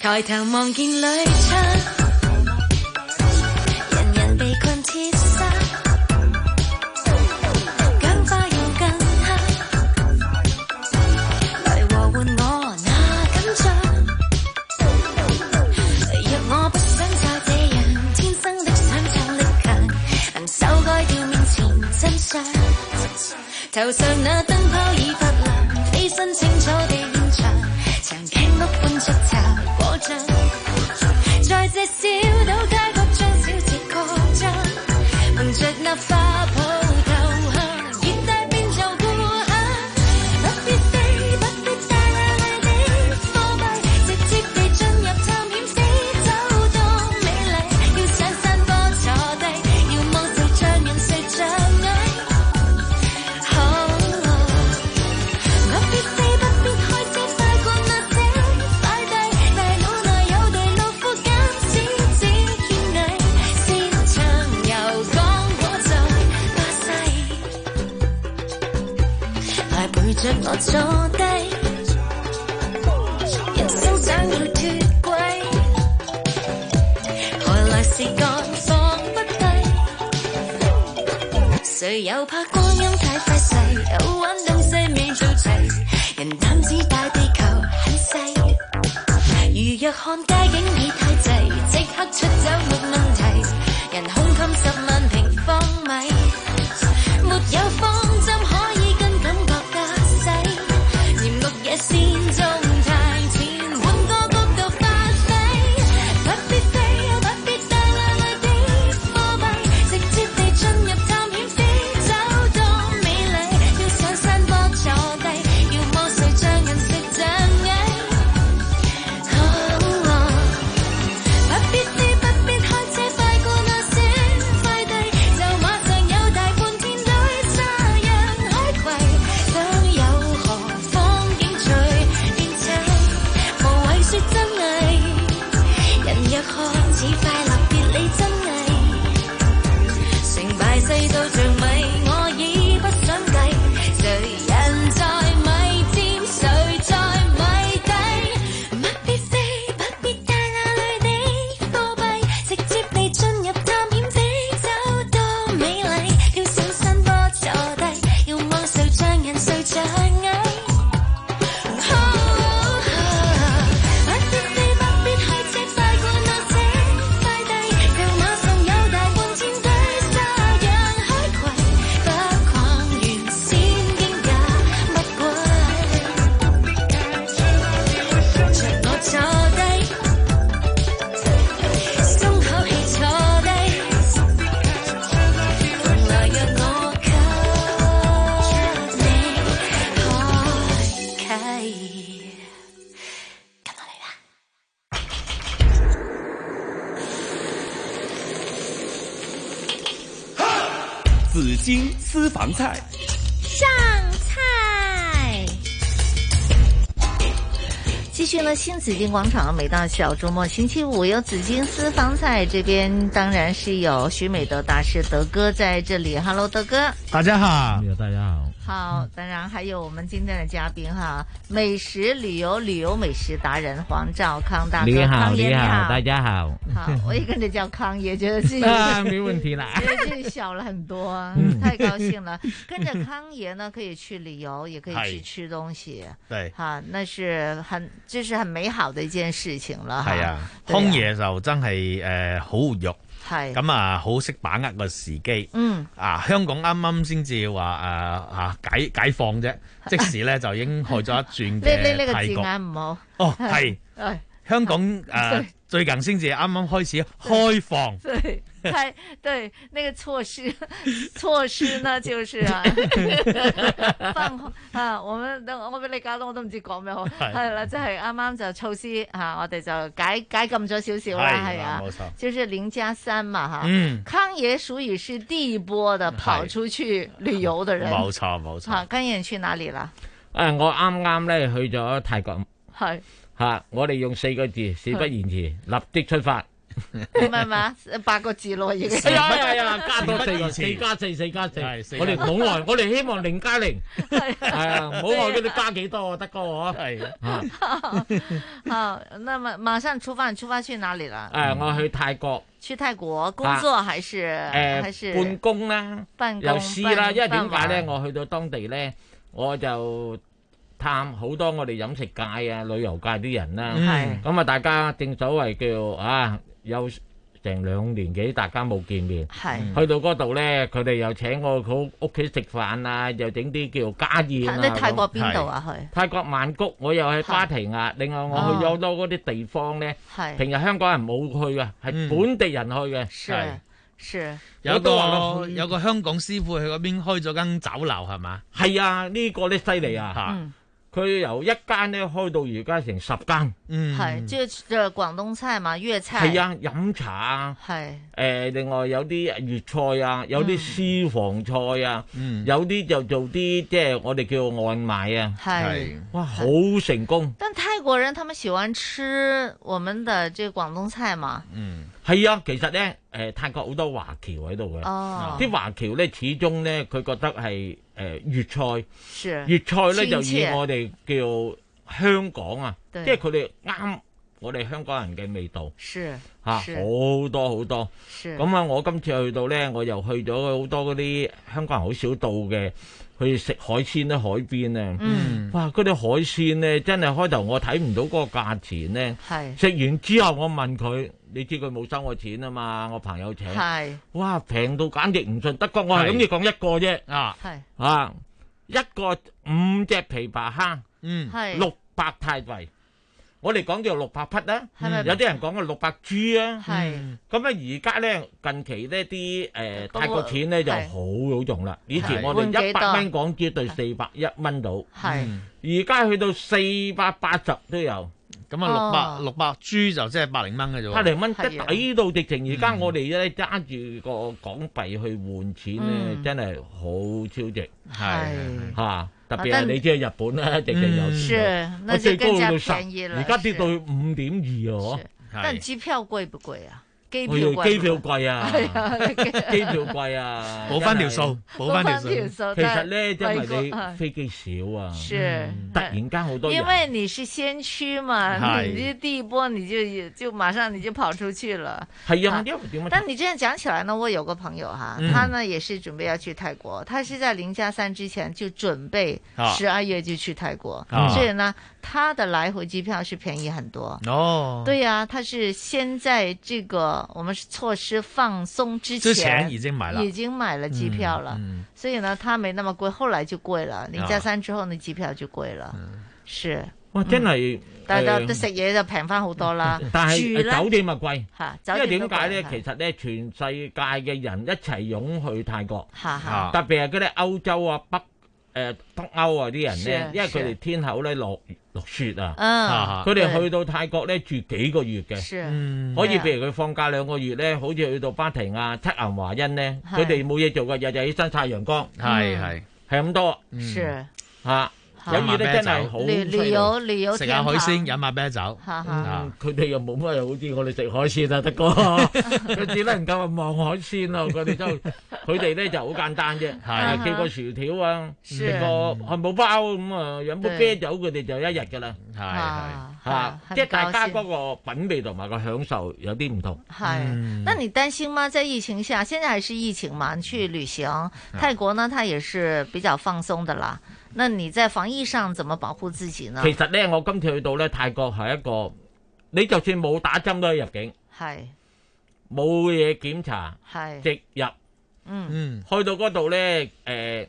抬头望见旅程，人人被困切身，僵化又更黑，来和换我那紧张。若我不想再这样，天生的想像力强，能修改掉面前真相。头上那灯泡已發亮，起身清楚地現場，長頸鹿搬出巢果醬，在這小島街角將小節擴張，憑着那花圃投降，熱帶變做故鄉，不必飛，不必帶。陪着我坐低，人生想要脱軌，何來是個放不低？誰又怕光陰太快逝，有玩東西未做齊，人膽子大，地球很細。如若看街景已太滯，即刻出走沒問題。人胸襟十萬平方米，沒有方針可以跟感覺駕駛。沿綠野線做太淺，換個角度發揮，不必飛，不必帶眼淚的貨幣，直接地進入探險飛，走到美麗。要上山坡坐低，要麼誰將人食像蟻。不必飛，不必開車，快過那些快遞，就馬上有大半天堆沙入海葵，想有何風景隨便砌，無謂説真偽。人若看似快樂，別理真偽。成敗世道像米，我已不想計，誰人在米尖，誰在米底？不必飛，不必帶那裏的貨幣，直接地進入探險的走到美麗。要上山坡坐低，要望誰像人誰像蟻。不必飛，不必開車，快過那些快遞，就馬上有大半千堆沙樣海葵，不逛完先驚也不貴。着我坐低，鬆口氣坐低，從來讓我給你開啟。
紫金私房菜，
上菜。
继续呢，新紫金广场，每到小周末、星期五有紫金私房菜，这边当然是有徐美德大师德哥在这里。Hello，德哥，
大家好，大家好。
好，当然还有我们今天的嘉宾哈，美食旅游旅游美食达人黄兆康大哥，
你好，
康爷
你
你
好，大家好。
好，我也跟着叫康爷，觉得 自己
啊没问题啦
觉得自己小了很多啊，
嗯
太高兴 了。跟着康爷呢，可以去旅游，也可以去
是
吃东西，
對
哈，那是很这是很美好的一件事情了哈。
係啊，
對啊
康爺就真係誒好活躍，
係
咁啊，好識把握個時機。
嗯
啊，香港啱啱先至話誒啊解解放 啫，即時咧就已經去咗一轉
呢呢呢
嘅
个字
嗯呃泰國。
眼唔好。
哦，係
哎
香港誒
對
最近先至啱啱開始 開 放。
对，太对那个措施，措施呢就是啊，放開啊，我们我俾你搞到我都唔知講咩好，
係
係啦，即係啱啱就措施啊，我哋就解解禁咗少少啦，
係
係啊
冇錯，
就是零加三嘛哈，
嗯
康爺屬於是第一波的跑出去旅遊的人，
嗯冇錯冇錯
啊，康爺你去哪裡啦？
啊，我啱啱咧去咗泰國
係
吓、我哋用四個字，事不宜遲，立即出發。
唔係嘛？八個字咯已經，
哎呀哎呀，加多四個，四加四，四加四。
四
我哋唔好愛，我哋希望零 加零。
係
啊，唔好愛佢哋加幾多啊，得個嗬。
係
啊，
好，那么马上出发，你出发去哪里了？
誒，哎我去泰國。
去泰国工作还是、
誒
还是
啊呃半工啦，
半工
又試啦，
半
因為點解
半
咧？
玩
我去到當地咧，我就探好多我哋飲食界啊、旅遊界啲人啦。
嗯
咁啊，大家正所謂叫啊，有成兩年幾大家冇見面。
係
去到嗰度咧，佢哋又請我好屋企食飯啊，又整啲叫家宴啊。
你泰國
咁
邊度啊？？去
係泰國曼谷，我又去芭提雅，另外我去咗好多嗰啲地方咧，
係
平日香港人冇去嘅，係本地人去嘅。係
是是
有
我都話
個
咯
有個香港師傅去嗰邊開咗間酒樓係嘛？
係啊，呢個咧犀利
嗯
啊！佢由一間咧開到而家成十間，
係就就廣東菜嘛，粵菜
係嗯啊，飲茶啊，
係
誒，另外有啲粵菜啊，有啲私房菜啊，有啲就做啲即係我哋叫外賣啊，
係
哇，好成功，
但泰國人他們喜歡吃我們的這個廣東菜嘛，
嗯，係啊，其實咧誒泰國好多華僑喺度嘅，
哦
啲華僑咧始終咧佢覺得係
是
誒誒粵菜，粵菜咧就
親
以
切
我哋叫香港啊，即
對
係佢哋啱我哋香港人嘅味道。
是
嚇
是
好多好多，
是
咁啊！我今次去到呢，我又去咗好多嗰啲香港人好少到嘅，去食海鮮咧，海邊啊，
嗯
哇！嗰啲海鮮呢，真係開頭我睇唔到嗰個價錢呢。
係
食完之後我問佢，你知佢冇收我錢啊嘛，我朋友請，
係
哇平到簡直唔信德國，我
係
係諗住講一個啫，啊
係
啊一個五隻琵琶蝦，
嗯
係
六百泰幣。我哋講叫六百匹啦，
係咪
有啲人講嘅六百 G 啊，
係
咁啊而家咧近期呢啲誒
都
泰國錢咧就好
係
好用啦，以前
係
我
換幾
哋一百
多
蚊港紙對四百一蚊到，嗯
係
而家去到四百八十都有，
咁啊六百六百 G 就即係百零蚊嘅啫喎，
百零蚊即
係啊
係抵到直情，而家我哋咧揸住個港幣去換錢咧
嗯，
真係好超值，
係
嚇。特別
啊
係
但
你知日本咧，直情有
嗯
市
是
場
那
我
就
最高
更加
到十，
便宜了
而家跌
是
到五點二喎，
但機票貴不貴啊？機票
哎呦
貴不貴，
機票 貴啊
係啊，
機票貴啊，
補返條數
真係
補返條數補返條數
其實咧，因
但係
為
貴過
你飛機少 啊，
是
嗯突然間好多人
因。为你是先驱嘛，
嗨
你这第一波你就就马上你就跑出去了。
係啊，因為點解
但？你这样讲起来呢，我有个朋友哈，
嗯
他呢也是准备要去泰国，他是在零加三之前就准备
啊
十二月就去泰国，
啊
所以呢，他的来回机票是便宜很多。
哦，
对呀、他是先在这个我们措施放松之
之前已经买了
已经买
嗯
了机票了，所以呢，他没那么贵，后来就贵
啊
了，零加三之后呢，机票就贵了，
嗯
是。
哇！真係，
但係
誒
就食嘢就平翻好多啦，
但係
住呢
誒酒店啊貴，
嚇，酒
因為
店
點
都嗯
解
貴
咧？
係
其實咧，全世界嘅人一齊湧去泰國，
嚇嚇
特別係嗰啲歐洲啊、北誒北歐啊啲人咧
是，
因為佢
是
哋天口咧落落雪
嗯
啊，佢哋去到泰國咧住幾個月
是
嘅，
嗯
可以
à?
係啊
譬如佢放假兩個月咧，好似去到芭提雅、七銀華欣咧，
係
佢哋冇嘢做嘅，日日起身曬陽光，
係係
係咁多，
是
嚇，所以咧真係好
旅
犀
旅
利
游旅游
食下
天
海
堂
鮮，飲下 啤酒，
哈哈
啊
佢哋又冇乜好似我哋食海鮮啊，德哥，佢只能夠望海鮮咯。佢哋就佢哋咧就好簡單啫，
係
寄個薯條啊，
是
食個漢堡包咁啊，飲杯啤酒，佢哋就一日㗎啦。
係
係嚇，
係
即係大家
很高
嗰個品味同埋個享受有啲唔同。
嗨，
嗯
那你担心吗？在疫情下，现在还是疫情嘛，你去旅
啊
行，泰国呢，它也是比较放松的啦。那你在防疫上怎么保护自己呢？
其實咧，我今次去到咧泰國係一個，你就算冇打針都可以入境，
系
冇嘢檢查，
系，
直入。
嗯
去到嗰度咧，誒、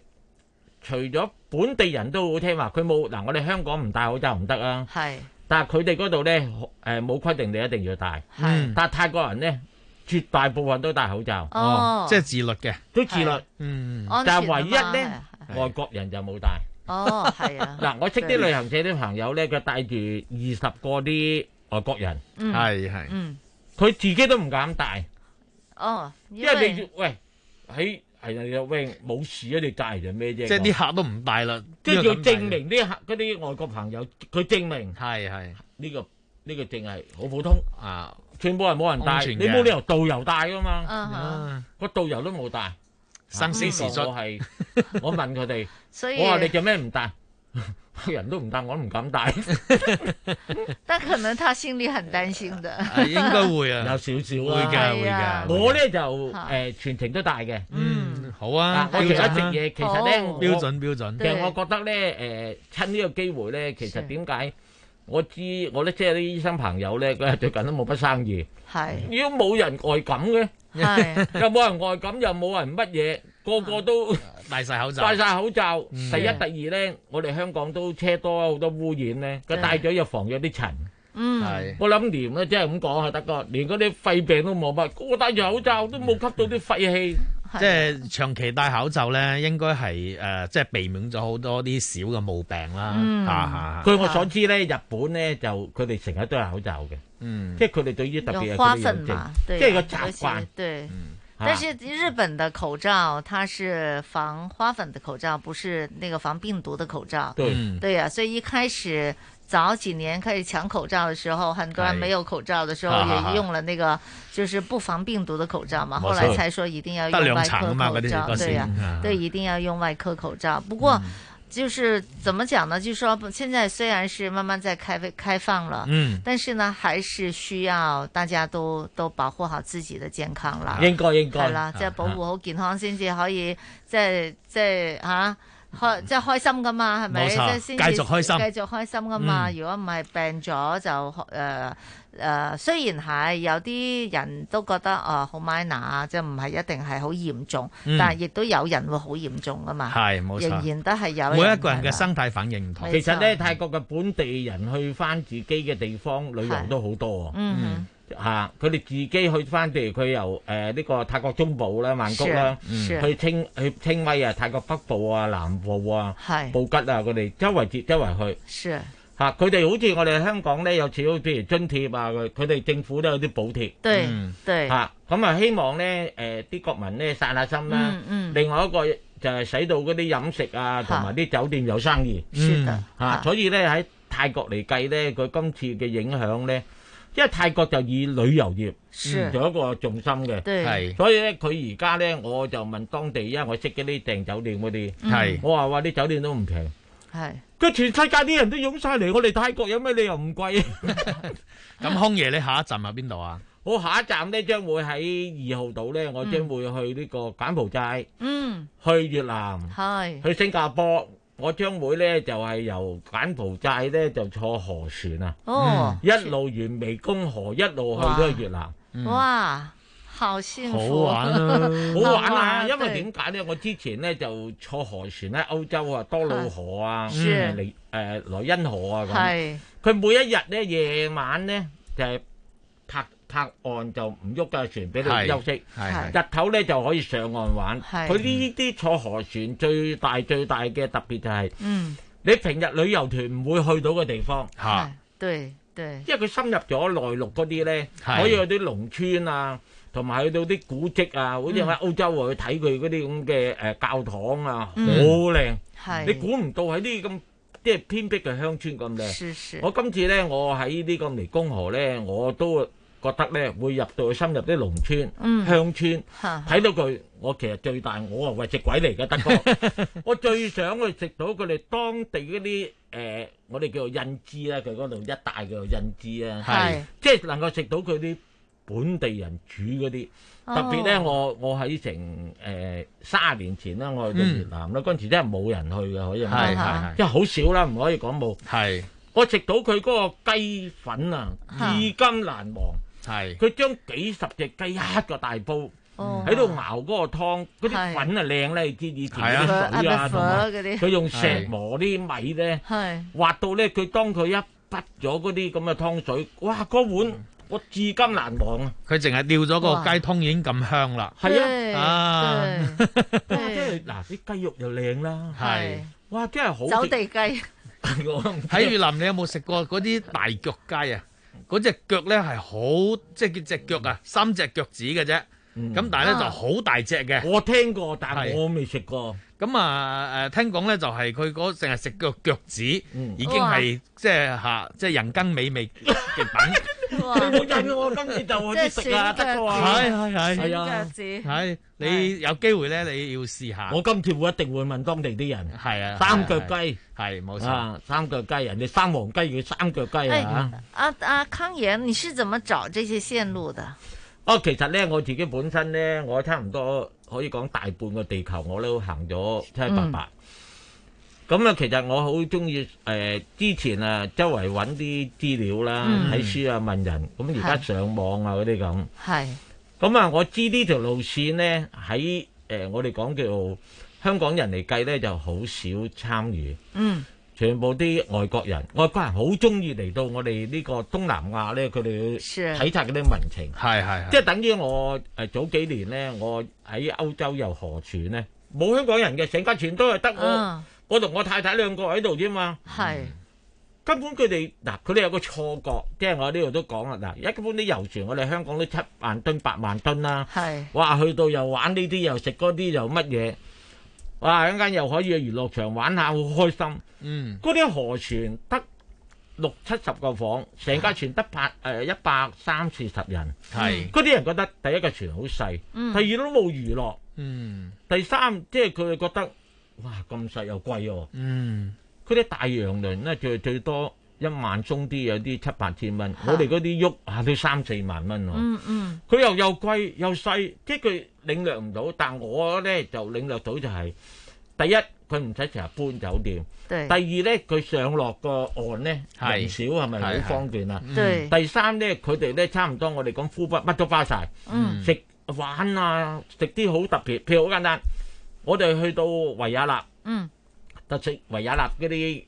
除咗本地人都好聽話，佢冇嗱，我哋香港唔戴口罩唔得啊。
係。
但係佢哋嗰度咧，誒、冇規定你一定要戴。
係
但係泰國人咧，絕大部分都戴口罩。
哦
即係自律嘅，
都自律
係。嗯
但係唯一
安全
咧
啊，
外國人就冇戴。
哦，系啊，
嗱，我識啲旅行社啲朋友咧，佢帶住二十個啲外國人，
嗯
係係
嗯，
佢自己都唔敢戴。
哦，因
因為你要
为
喂喺係啊，喂冇事啊，你隔嚟做咩啫？
即係啲客都唔帶啦，
即係
呢個
要
咁大
證明啲客嗰啲外國朋友，佢證明
係係
呢個呢個證係好普通
啊，
全部係冇人
安
帶，
全嘅啊
你冇理由導遊帶噶
嗯
嘛
哼，
個導遊都冇帶，啊
生死時速
我係我問佢哋
所以，
我話你做咩唔帶？ 人都唔帶，我都唔敢 帶，
但可能他心里很担心的，
應 該會啊，有少少會
會㗎會㗎會㗎
我咧就
嚇
誒全程都帶嘅，
嗯好啊，
我除
標準
咗
啊
食嘢，其實咧
好
我
標準標準
其實我覺得咧，誒趁呢個機會咧，其實點解我知我咧即係啲醫生朋友咧，佢 係最近都冇乜生意，
系
如果冇人外感嘅，
係
又冇人外感，又冇人乜嘢，個個都
戴晒口罩，
戴晒口罩。
嗯
第一、第二咧，我哋香港都車多好多污染咧，佢
係
戴咗又防咗啲塵。Ừ.
嗯
係
我諗連咧，即係咁講啊，德哥，連嗰啲肺病都冇乜，我戴住口罩都冇吸到啲廢氣。
即係長期戴口罩咧，應該係誒，即係避免咗好多啲小嘅毛病啦。
嗯
嚇
據我所知咧，日本咧就佢哋成日都有口罩嘅，
嗯
即係佢哋對於特別係
有
佢
花
哋
粉
有
嘛
症，
对啊，
即係個習
尤其
慣。
对，但是日本的口罩它是防花粉的口罩，不是那个防病毒的口罩。
对嗯
对呀、所以一开始早几年开始抢口罩的时候，很多人
哎
没有口罩的时候
哈哈哈
也用了那个就是不防病毒的口罩嘛，
冇
后
錯
来才说一定要
得
用
兩
外
層
科
啊嘛
口
嗰啲
罩，
嗰時
对呀、
啊
对，一定要用外科口罩。不
嗯
过。就是怎么讲呢？就是说现在虽然是慢慢在开开放了，
嗯
但是呢，还是需要大家都都保护好自己的健康啦。
應該應該
係啦，即係
啊
保護好健康先至可以，即係即係吓。開即係開心噶嘛，係咪？
嗯冇
即
錯
係先至
繼續開心
繼續開心噶嘛。
嗯
如果唔係病咗就誒誒、呃呃雖然係有啲人都覺得啊好 minor 啊，即係唔係一定係好嚴重，
嗯
但係亦都有人會好嚴重噶嘛。
係冇錯
仍然都係有人
每一個人
係啦
嘅生態反應唔同。
其實呢
泰
國嘅本地人去翻自己嘅地方旅遊都好多啊。
嗯
嚇！佢哋自己去翻，譬如佢由誒呢個泰國中部啦、曼谷啦，
是嗯
去清去清邁啊、泰國北部啊、南部啊
係、
布吉啊，佢哋周圍接周圍去。
是
嚇！佢哋好似我哋香港咧，有時好譬如津貼啊，佢佢哋政府都有啲補貼。嗯
對
嗯
對
嚇！咁啊，希望咧誒啲國民咧散下心啦。
嗯嗯
另外一個就係使到嗰啲飲食啊，同埋啲酒店有生意。
是的
嚇！所以咧喺泰國嚟計咧，佢今次嘅影響咧，因為泰國就以旅遊業
是
做一個重心嘅。
對係
所以咧，佢而家咧，我就問當地，因為我識嗰啲訂酒店嗰啲，
係
我話哇，啲酒店都唔平。
係
佢全世界啲人都湧晒嚟，我哋泰國有咩理由唔貴？
咁空爺，你下一站喺邊度啊？
我下一站咧將會喺二號度咧，我將會去呢個柬埔寨、
嗯
去越南、
係
去新加坡。我將會咧就係、由柬埔寨咧就坐河船啊，
哦
一路沿湄公河一路去到去越南。
嗯
哇，好啊幸福，
啊
好玩啊！因
對
為點解咧？我之前咧就坐河船喺歐洲啊，多瑙河啊，
是
嗯嚟誒萊茵河啊
係
咁。佢每一日咧夜晚咧就係泊泊岸就唔喐架船俾
係
你休息
係，
日頭咧就可以上岸玩。
係
佢呢啲坐河船最大最大嘅特別就係
嗯，
你平日旅遊團唔會去到嘅地方嚇。
對對，
因為佢深入咗內陸嗰啲咧，
係
可以去啲農村啊，同埋去到啲古蹟啊，好似喺
嗯
澳洲啊，去睇佢嗰啲咁嘅誒教堂啊，好
嗯
靚、
係
你估唔到喺呢啲咁即係偏僻嘅鄉村咁靚。
是是
我今次咧，我喺呢個湄公河咧，我都覺得咧會入到去深入啲農村、
嗯
鄉村，
嚇
睇到佢，我其實最大我啊喂隻鬼嚟嘅 德哥，我最想去食到佢哋當地嗰啲誒，我哋叫做印枝啦，佢嗰度一帶叫做印枝啊，
係
即係能夠食到佢啲本地人煮嗰啲。
哦
特別咧，我我喺成誒卅年前啦，我去到
嗯
越南啦，嗰陣時真係冇人去嘅，可以
係係係
即係好少啦，唔可以講冇。
係
我食到佢嗰個雞粉啊，
嚇
至今難忘。
係
佢將幾十隻雞一個大煲
哦
喺度熬嗰個湯，嗰啲
係
粉啊靚咧，你知以前
係啊
嗰啲水啊，
粉
同埋
嗰啲
佢用石磨啲米咧
係，
滑到咧佢當佢一滗咗嗰啲咁嘅湯水，哇！嗰碗
嗯
我至今難忘啊！
佢淨係吊咗
哇
個雞通已經咁香啦。
係
對
啊，
啊
對
哇！即係嗱，啲雞肉又靚啦，
係
哇！真係好
走
食
地雞，
喺越南，你有啊冇食過嗰啲大腳雞啊？嗰只腳咧係好，即係只腳啊，三隻腳趾嘅啫。咁但係咧就
啊
好大隻嘅。
我聽過，但係我
係
未食過。
咁啊誒，聽講咧就係佢嗰淨係食個腳趾，已經
哇
係即係嚇，即係人間美味極品。
佢冇印我今次就去食啊，
即係
得㗎
係係係，
係
腳
啊。
趾
係你有機會咧，你要試下。
我今次會一定會問當地啲人，
係啊，
三腳雞
係冇錯
啊，，三腳雞，人哋三黃雞，佢三腳雞啊
哎。啊啊康爺，你是怎麼找這些線路的？
哦，其實咧，我自己本身咧，我差唔多可以講大半個地球我都行咗七七八八。咁啊、其實我好中意誒，之前啊，周圍揾啲資料啦，
嗯
睇、書啊，問人。咁而家
係
上網啊嗰啲咁。
係
咁啊，我知呢條路線咧，喺誒、呃我哋講叫做香港人嚟計咧，就好少參與。
嗯
全部啲外國人，外國人好中意嚟到我哋呢個東南亞咧，佢哋
是
睇察嗰啲民情，
係係
即係等於我誒、呃早幾年咧，我喺歐洲遊河船咧，冇香港人嘅，成架船都係得我，
嗯
我同我太太兩個喺度啫嘛。
係
根本佢哋嗱，佢哋有個錯覺，即係我呢度都講啦。嗱，而家根本啲遊船，我哋香港都七萬噸、八萬噸啦。
係
哇，去到又玩呢啲，又食嗰啲，又乜嘢？哇！一陣間又可以去娛樂場玩下，好開心。
嗯，
嗰啲河船得六七十個房，成架船得 百誒一百三四十人。
係
嗰啲人覺得第一個船好細，
嗯
第二都冇娛樂，
嗯
第三即係佢哋覺得哇咁細又貴喎、
嗯
佢啲大洋輪咧最最多一萬中啲，有啲七八千蚊。我哋嗰啲喐下都三四萬蚊喎。
嗯嗯，
佢又又貴又細，即係佢領略唔到。但我咧就領略到就係、第一，佢唔使成日搬酒店；
對
第二咧，佢上落個岸咧
係
人少，係咪好
係係
方便啊？
對
第三咧，佢哋咧差唔多我哋講呼不乜都包晒，
嗯
食玩啊，食啲好特別，譬如好簡單，我哋去到維也納。
嗯
特色維也納嗰啲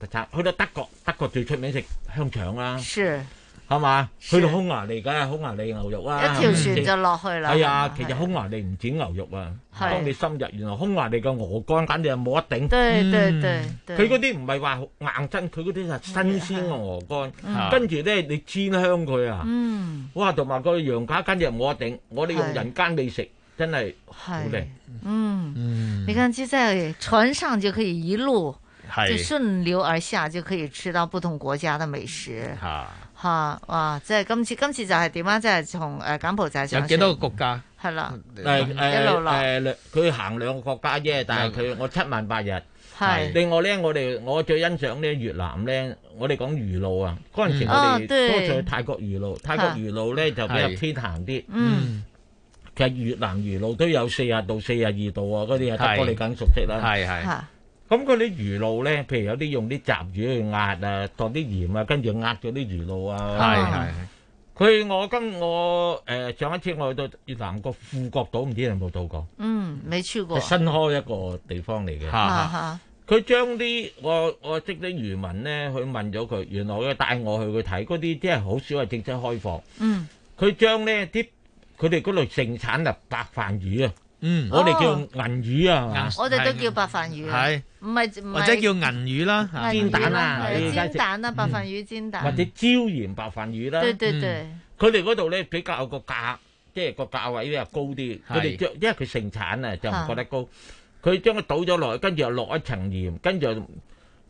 特產，去到德國，德國最出名食香腸啦，
是
係嘛？
是
去到匈牙利梗係匈牙利牛肉啦，
一條船就落去啦
係
係
啊
嘛，
其實匈牙利唔止牛肉啊，
係
當你深入，原來匈牙利嘅鵝肝簡直係冇得頂。
對對對對
佢嗰啲唔係話硬身，佢嗰啲係新鮮嘅鵝
嗯
肝，跟住咧你煎香佢啊，
嗯
哇！同埋個羊架簡直係冇得頂，我哋用
係
人間美食真係好
係
靚。
嗯嗯，你看就在船上就可以一路
係
就順流而下，就可以吃到不同國家的美食。
吓
吓哇！即係今次今次就係點啊？即係從誒柬埔寨上
有幾多嗯
船
個國家？
係啦，
嗯
誒
一路落
誒誒，佢行兩個國家啫，但係佢我七萬八日。
係
另外咧，我哋我最欣賞咧越南咧，我哋講魚露啊，嗰陣時我
啊
哋
對
多數去泰國魚露，泰國
嚇
魚露咧就比較偏行啲。
嗯，
其實越南魚露都有四十度、四十二度啊，嗰啲啊，
係
德哥你梗熟悉啦。
係係
嚇
咁嗰啲魚露咧，譬如有啲用啲雜魚去壓啊，當啲鹽啊，跟住壓咗啲魚露啊。佢我今我誒上一次我去到越南個富國島，唔知你有冇到過？
嗯，未去過，
係新開一個地方嚟嘅。
哈哈，
佢將啲我我識啲漁民咧，佢問咗佢，原來佢帶我去佢睇嗰啲，即係好少係正式開放。
嗯
佢將呢啲佢哋嗰度盛產嘅白飯魚啊，
嗯
我哋叫銀魚啊，
哦我哋都叫白飯魚啊，
係
唔係唔係
或者叫銀魚啦
白飯魚
煎蛋
啦
啊，
係
你而家
煎
食
蛋啦，白飯魚煎蛋，
或者椒鹽白飯魚啦。
對對對
嗯佢哋嗰度咧比較個價，即係個價位又高啲。佢哋將因為佢盛產啊，就唔覺得高。佢將佢倒咗落去，跟住又落一層鹽，跟住又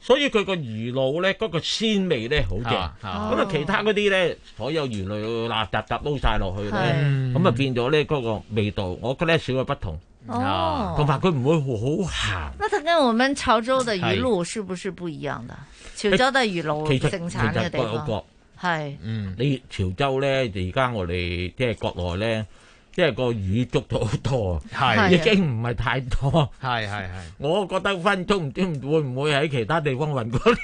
所以佢個魚露咧嗰、個鮮味咧好正。咁
啊
啊
啊
其他嗰啲咧，所有魚類垃雜雜撈晒落去咧，
係
咁啊變咗咧嗰個味道，我覺得少有不同。
哦
同埋佢唔會好鹹。
那它跟我們潮州的魚露是不是不一樣的？潮州的魚露
其實
盛產嘅
其實各有
地方
各
係
嗯，
你潮州咧，而家我哋即係國內咧，即係個魚捉到好多，
係
已經唔係太多。
係係係。
我覺得分鐘唔知會唔會喺其他地方運過啲。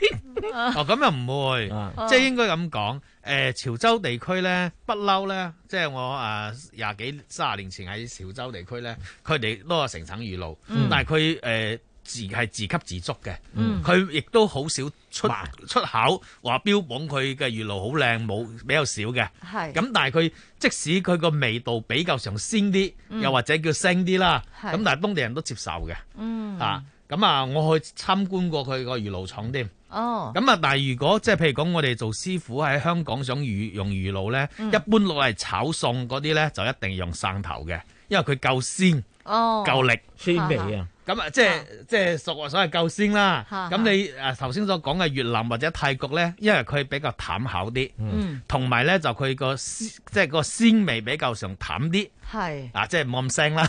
哦，咁又唔會，即係應該咁講。誒、潮州地區咧，不嬲咧，即係我誒廿幾三十年前喺潮州地區咧，佢哋都有成省魚露，
嗯
但係佢誒自係自給自足嘅
嗯，
佢亦都好少出出口話標榜佢嘅魚露好靚，冇比較少嘅。
係
咁但係佢即使佢個味道比較上鮮啲，
嗯
又或者叫腥啲啦，
係
咁但係當地人都接受嘅。
嗯
啊，咁啊，我去參觀過佢個魚露廠添。
哦
咁啊，但係如果即係譬如講，我哋做師傅喺香港想魚用魚露咧，
嗯
一般攞嚟炒餸嗰啲咧，就一定用汕頭嘅，因為佢夠鮮、
哦
夠力、
鮮味啊。
咁啊，即係即係所所謂夠鮮啦。
啊
咁你誒頭先所講嘅越南或者泰國咧，因為佢比較淡口啲
嗯，
同埋咧就佢個鮮即係個鮮味比較上淡啲。
係
啊，即係冇咁 腥啦。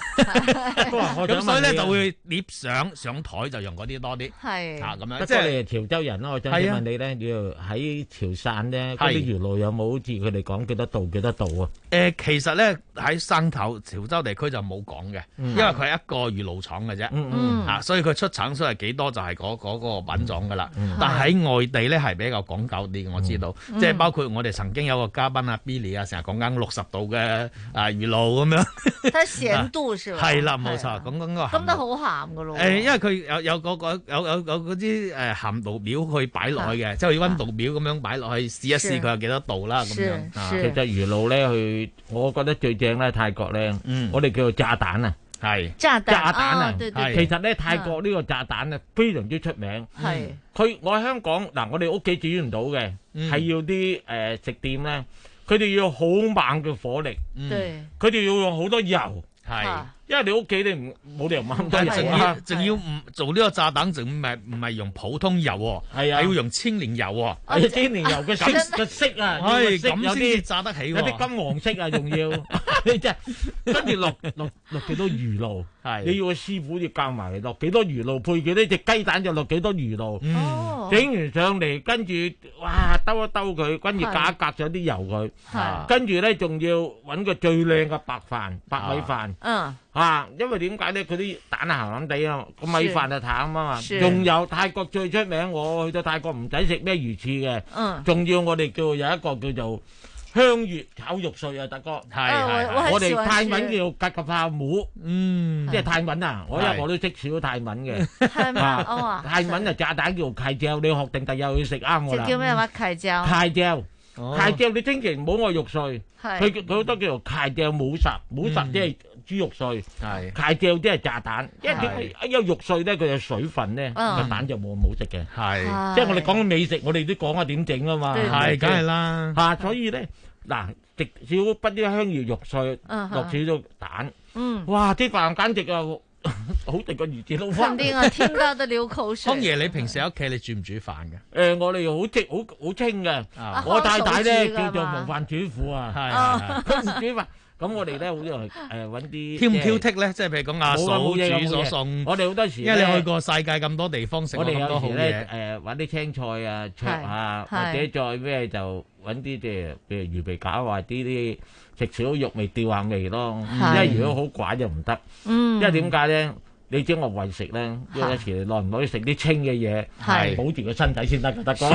我想
咁
問
所以咧
你啊
就會碟上上台就用嗰啲多啲。
係
啊，咁樣
不
即
過
係
你係潮州人咯，我想
係
請
啊
問你咧，你要喺潮汕咧，
係
嗰啲魚露有冇好似佢哋講幾多度幾多度啊？
誒、其實咧喺汕頭潮州地區就冇講嘅，
嗯
因為佢係一個魚露廠嘅啫，
嗯
啊，所以佢出產數係幾多就係嗰嗰個品種噶啦。
嗯
但喺外地咧係比較講究啲嘅，我知道，
嗯
即係包括我哋曾經有個嘉賓啊 Billy 啊，成日講緊六十度嘅啊魚露咁樣，
它鹹度是吧？
係啦，冇錯，講講個鹹
咁都好鹹噶咯喎。
誒，哎因為佢有有嗰個有有有嗰啲誒鹹度表去擺落去嘅，即係温度表咁樣擺落去試一試佢有幾多度啦咁樣。啊
其實魚露咧，去我覺得最正咧，泰國咧，我哋叫做炸彈啊，
係
炸彈
炸彈啊
哦！對對對
其實咧，泰國呢個炸彈咧非常之出名。
係
佢我喺香港嗱，我哋屋企煮唔到嘅，
嗯
係要啲誒食店咧，佢哋要好猛嘅火力，
嗯對
佢哋要用好多油，
係
因為你屋企你唔冇理由咁多
但
油
係仲
啊
要仲要唔做呢個炸彈，仲唔係唔係用普通油喎？
係啊
要用千年油喎。
啊千年油嘅色嘅色啊，
唉
要個色
咁
有
先
啲
至炸得起喎
有啲金黃色啊，仲 要你真係跟住落落落幾多魚露，你要個師傅要教埋你落幾多魚露，配幾多隻雞蛋就落幾多魚露，
哦
整完上嚟，跟住哇兜一兜佢，跟住隔一隔咗啲油
係
佢，跟住咧仲要揾個最靚嘅白飯白
À.
米飯。
嗯，
啊，因為點解咧？佢啲蛋啊鹹鹹地啊，個米飯就淡啊嘛。
是
仲有泰國最出名，我去到泰國唔使食咩魚翅嘅。
嗯
仲要我哋叫有一個叫做香月炒肉碎啊，大哥。係
啊我係我係
我哋
喜歡
泰
吃
文叫吉吉泡母。
嗯，
即係泰文啊！我因為
係
我都識少少泰文嘅。
係咩
啊
哦啊
泰文就炸蛋叫契椒，你學定第日去食啱我
即
啦。
係叫咩啊話？契椒
蟹椒，蟹椒你千祈唔好愛肉碎，
係
佢佢好多叫做蟹椒冇實，冇實即係豬肉碎，
蟹
椒即係炸蛋，因為點
係
解一有肉碎咧，佢有水分咧，
嗯
個蛋就冇咁好食嘅。
係
即係我哋講美食，我哋都講下點整啊嘛。
對係梗係啦
嚇，所以咧嗱，食少筆啲香葉肉碎，
嗯
落少少蛋，
嗯
哇！啲飯簡直 啊，好食過魚子撈
肯
飯。
定 啊，聽到都流口水。
康爺，你平時喺屋企你煮唔煮飯嘅？啊
誒，我哋好清好好清嘅。我太太咧叫做模範主婦啊，
係
佢唔煮飯。咁我哋咧好多係誒揾啲
挑唔
即係
挑剔咧？即係譬如講
冇啊
阿嫂
冇嘢
煮
冇
所
嘢
餸，
我哋好多時
因為你
呢
去過世界咁多地方，食
我
過
哋
咁多
有
好
時
嘢
咧。誒揾啲青菜啊、灼啊，
係
或
係
者再咩就揾啲即係譬如魚皮餃或者啲食少肉味調下味咯。因係為如果好寡就唔得。
嗯
因為點解咧？你知我為食咧，有時你耐唔耐食啲清嘅嘢，
係
保住個身體先得㗎，得 哥。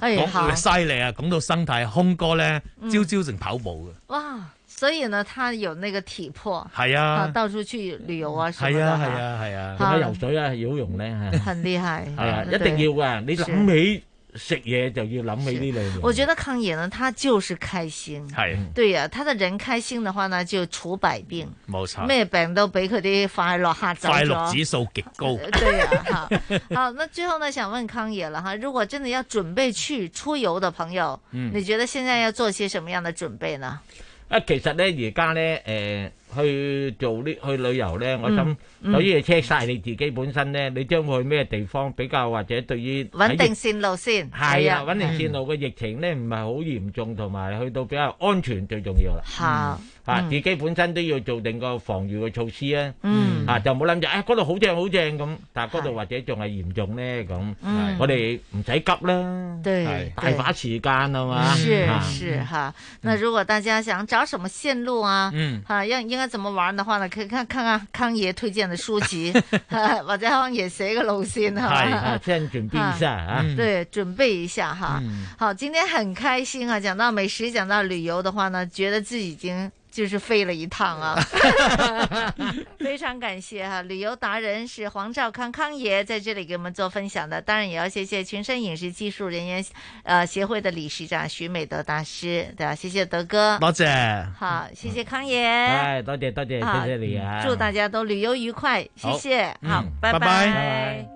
哎呀好
講犀利啊！講到生態，空哥咧
嗯
朝朝成跑步嘅。
哇！所以呢，他有那個體魄，
係啊
到處去旅遊啊，什麼
係
的
啊
哈
係啊係啊，
嚇
仲有游水啊，好用咧嚇。
很厲害，
係啊，
對
一定要㗎。你諗起食嘢就要諗起呢
我
類嘢。
覺得康爺呢，他就是開心，
係
對呀、他的人開心的話呢，就除百病，
冇錯
咩病都俾佢啲快樂嚇走咗
啊快樂指數極高。
對呃呀、好，好，那最後呢，想問康爺了哈，如果真的要準備去出遊的朋友，
嗯
你覺得現在要做些什麼樣的準備呢？
啊，其實咧而家咧誒去做呢去旅遊咧，我諗
嗯嗯
首先要 check 晒你自己本身咧，你將會去咩地方比較或者對於
穩定線路先，
係啊，
哎呀
穩定線路嘅疫情咧唔係好嚴重，同埋去到比較安全最重要啦。
好，
啊，
嗯
自己本身都要做定個防禦嘅措施啊。
嗯
啊，就唔好諗住，誒嗰度好正好正咁，但係嗰度或者仲係嚴重咧咁。
嗯
我哋唔使急啦，
對
係
對
大把時間啊嘛。
嗯是
啊
是哈，那如果大家想找什么线路啊，
嗯
啊，要应该怎么玩的话呢？可以看看看康爷推薦的書籍， 或者康爺寫嘅路線
係
哈
啊，。先準備一下啊。
对，准备一下哈
嗯。
好，今天很开心啊！讲到美食，讲到旅游的话呢，觉得自己已经就是飞了一趟 啊。非常感谢哈、旅游达人是黄兆康康爷在这里给我们做分享的，当然也要谢谢群生饮食技术人员呃协会的理事长徐美德大师，对啊吧、谢谢德哥，
多謝
好，谢谢康爷，
係多謝多謝，
好
謝謝你啊。
祝大家都旅游愉快，谢
好
谢，
嗯
好，
拜拜拜
拜
拜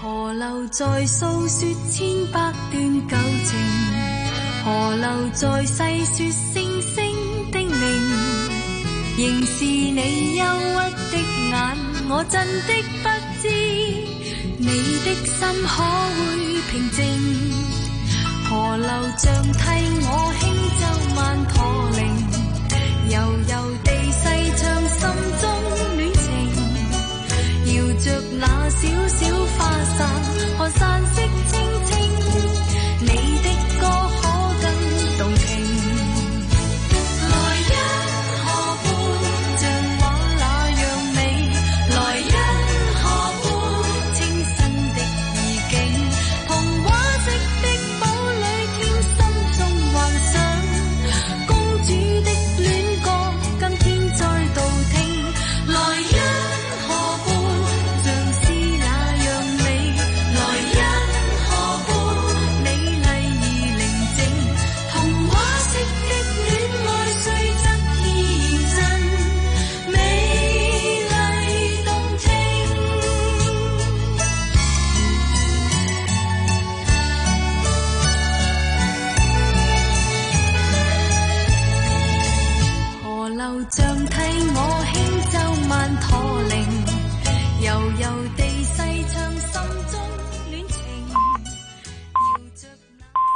河流在訴說千百段舊情，河流在細說星星的明，仍是你憂鬱的眼，我真的不知你的心可會平靜。河流像替我輕舟慢駝鈴，悠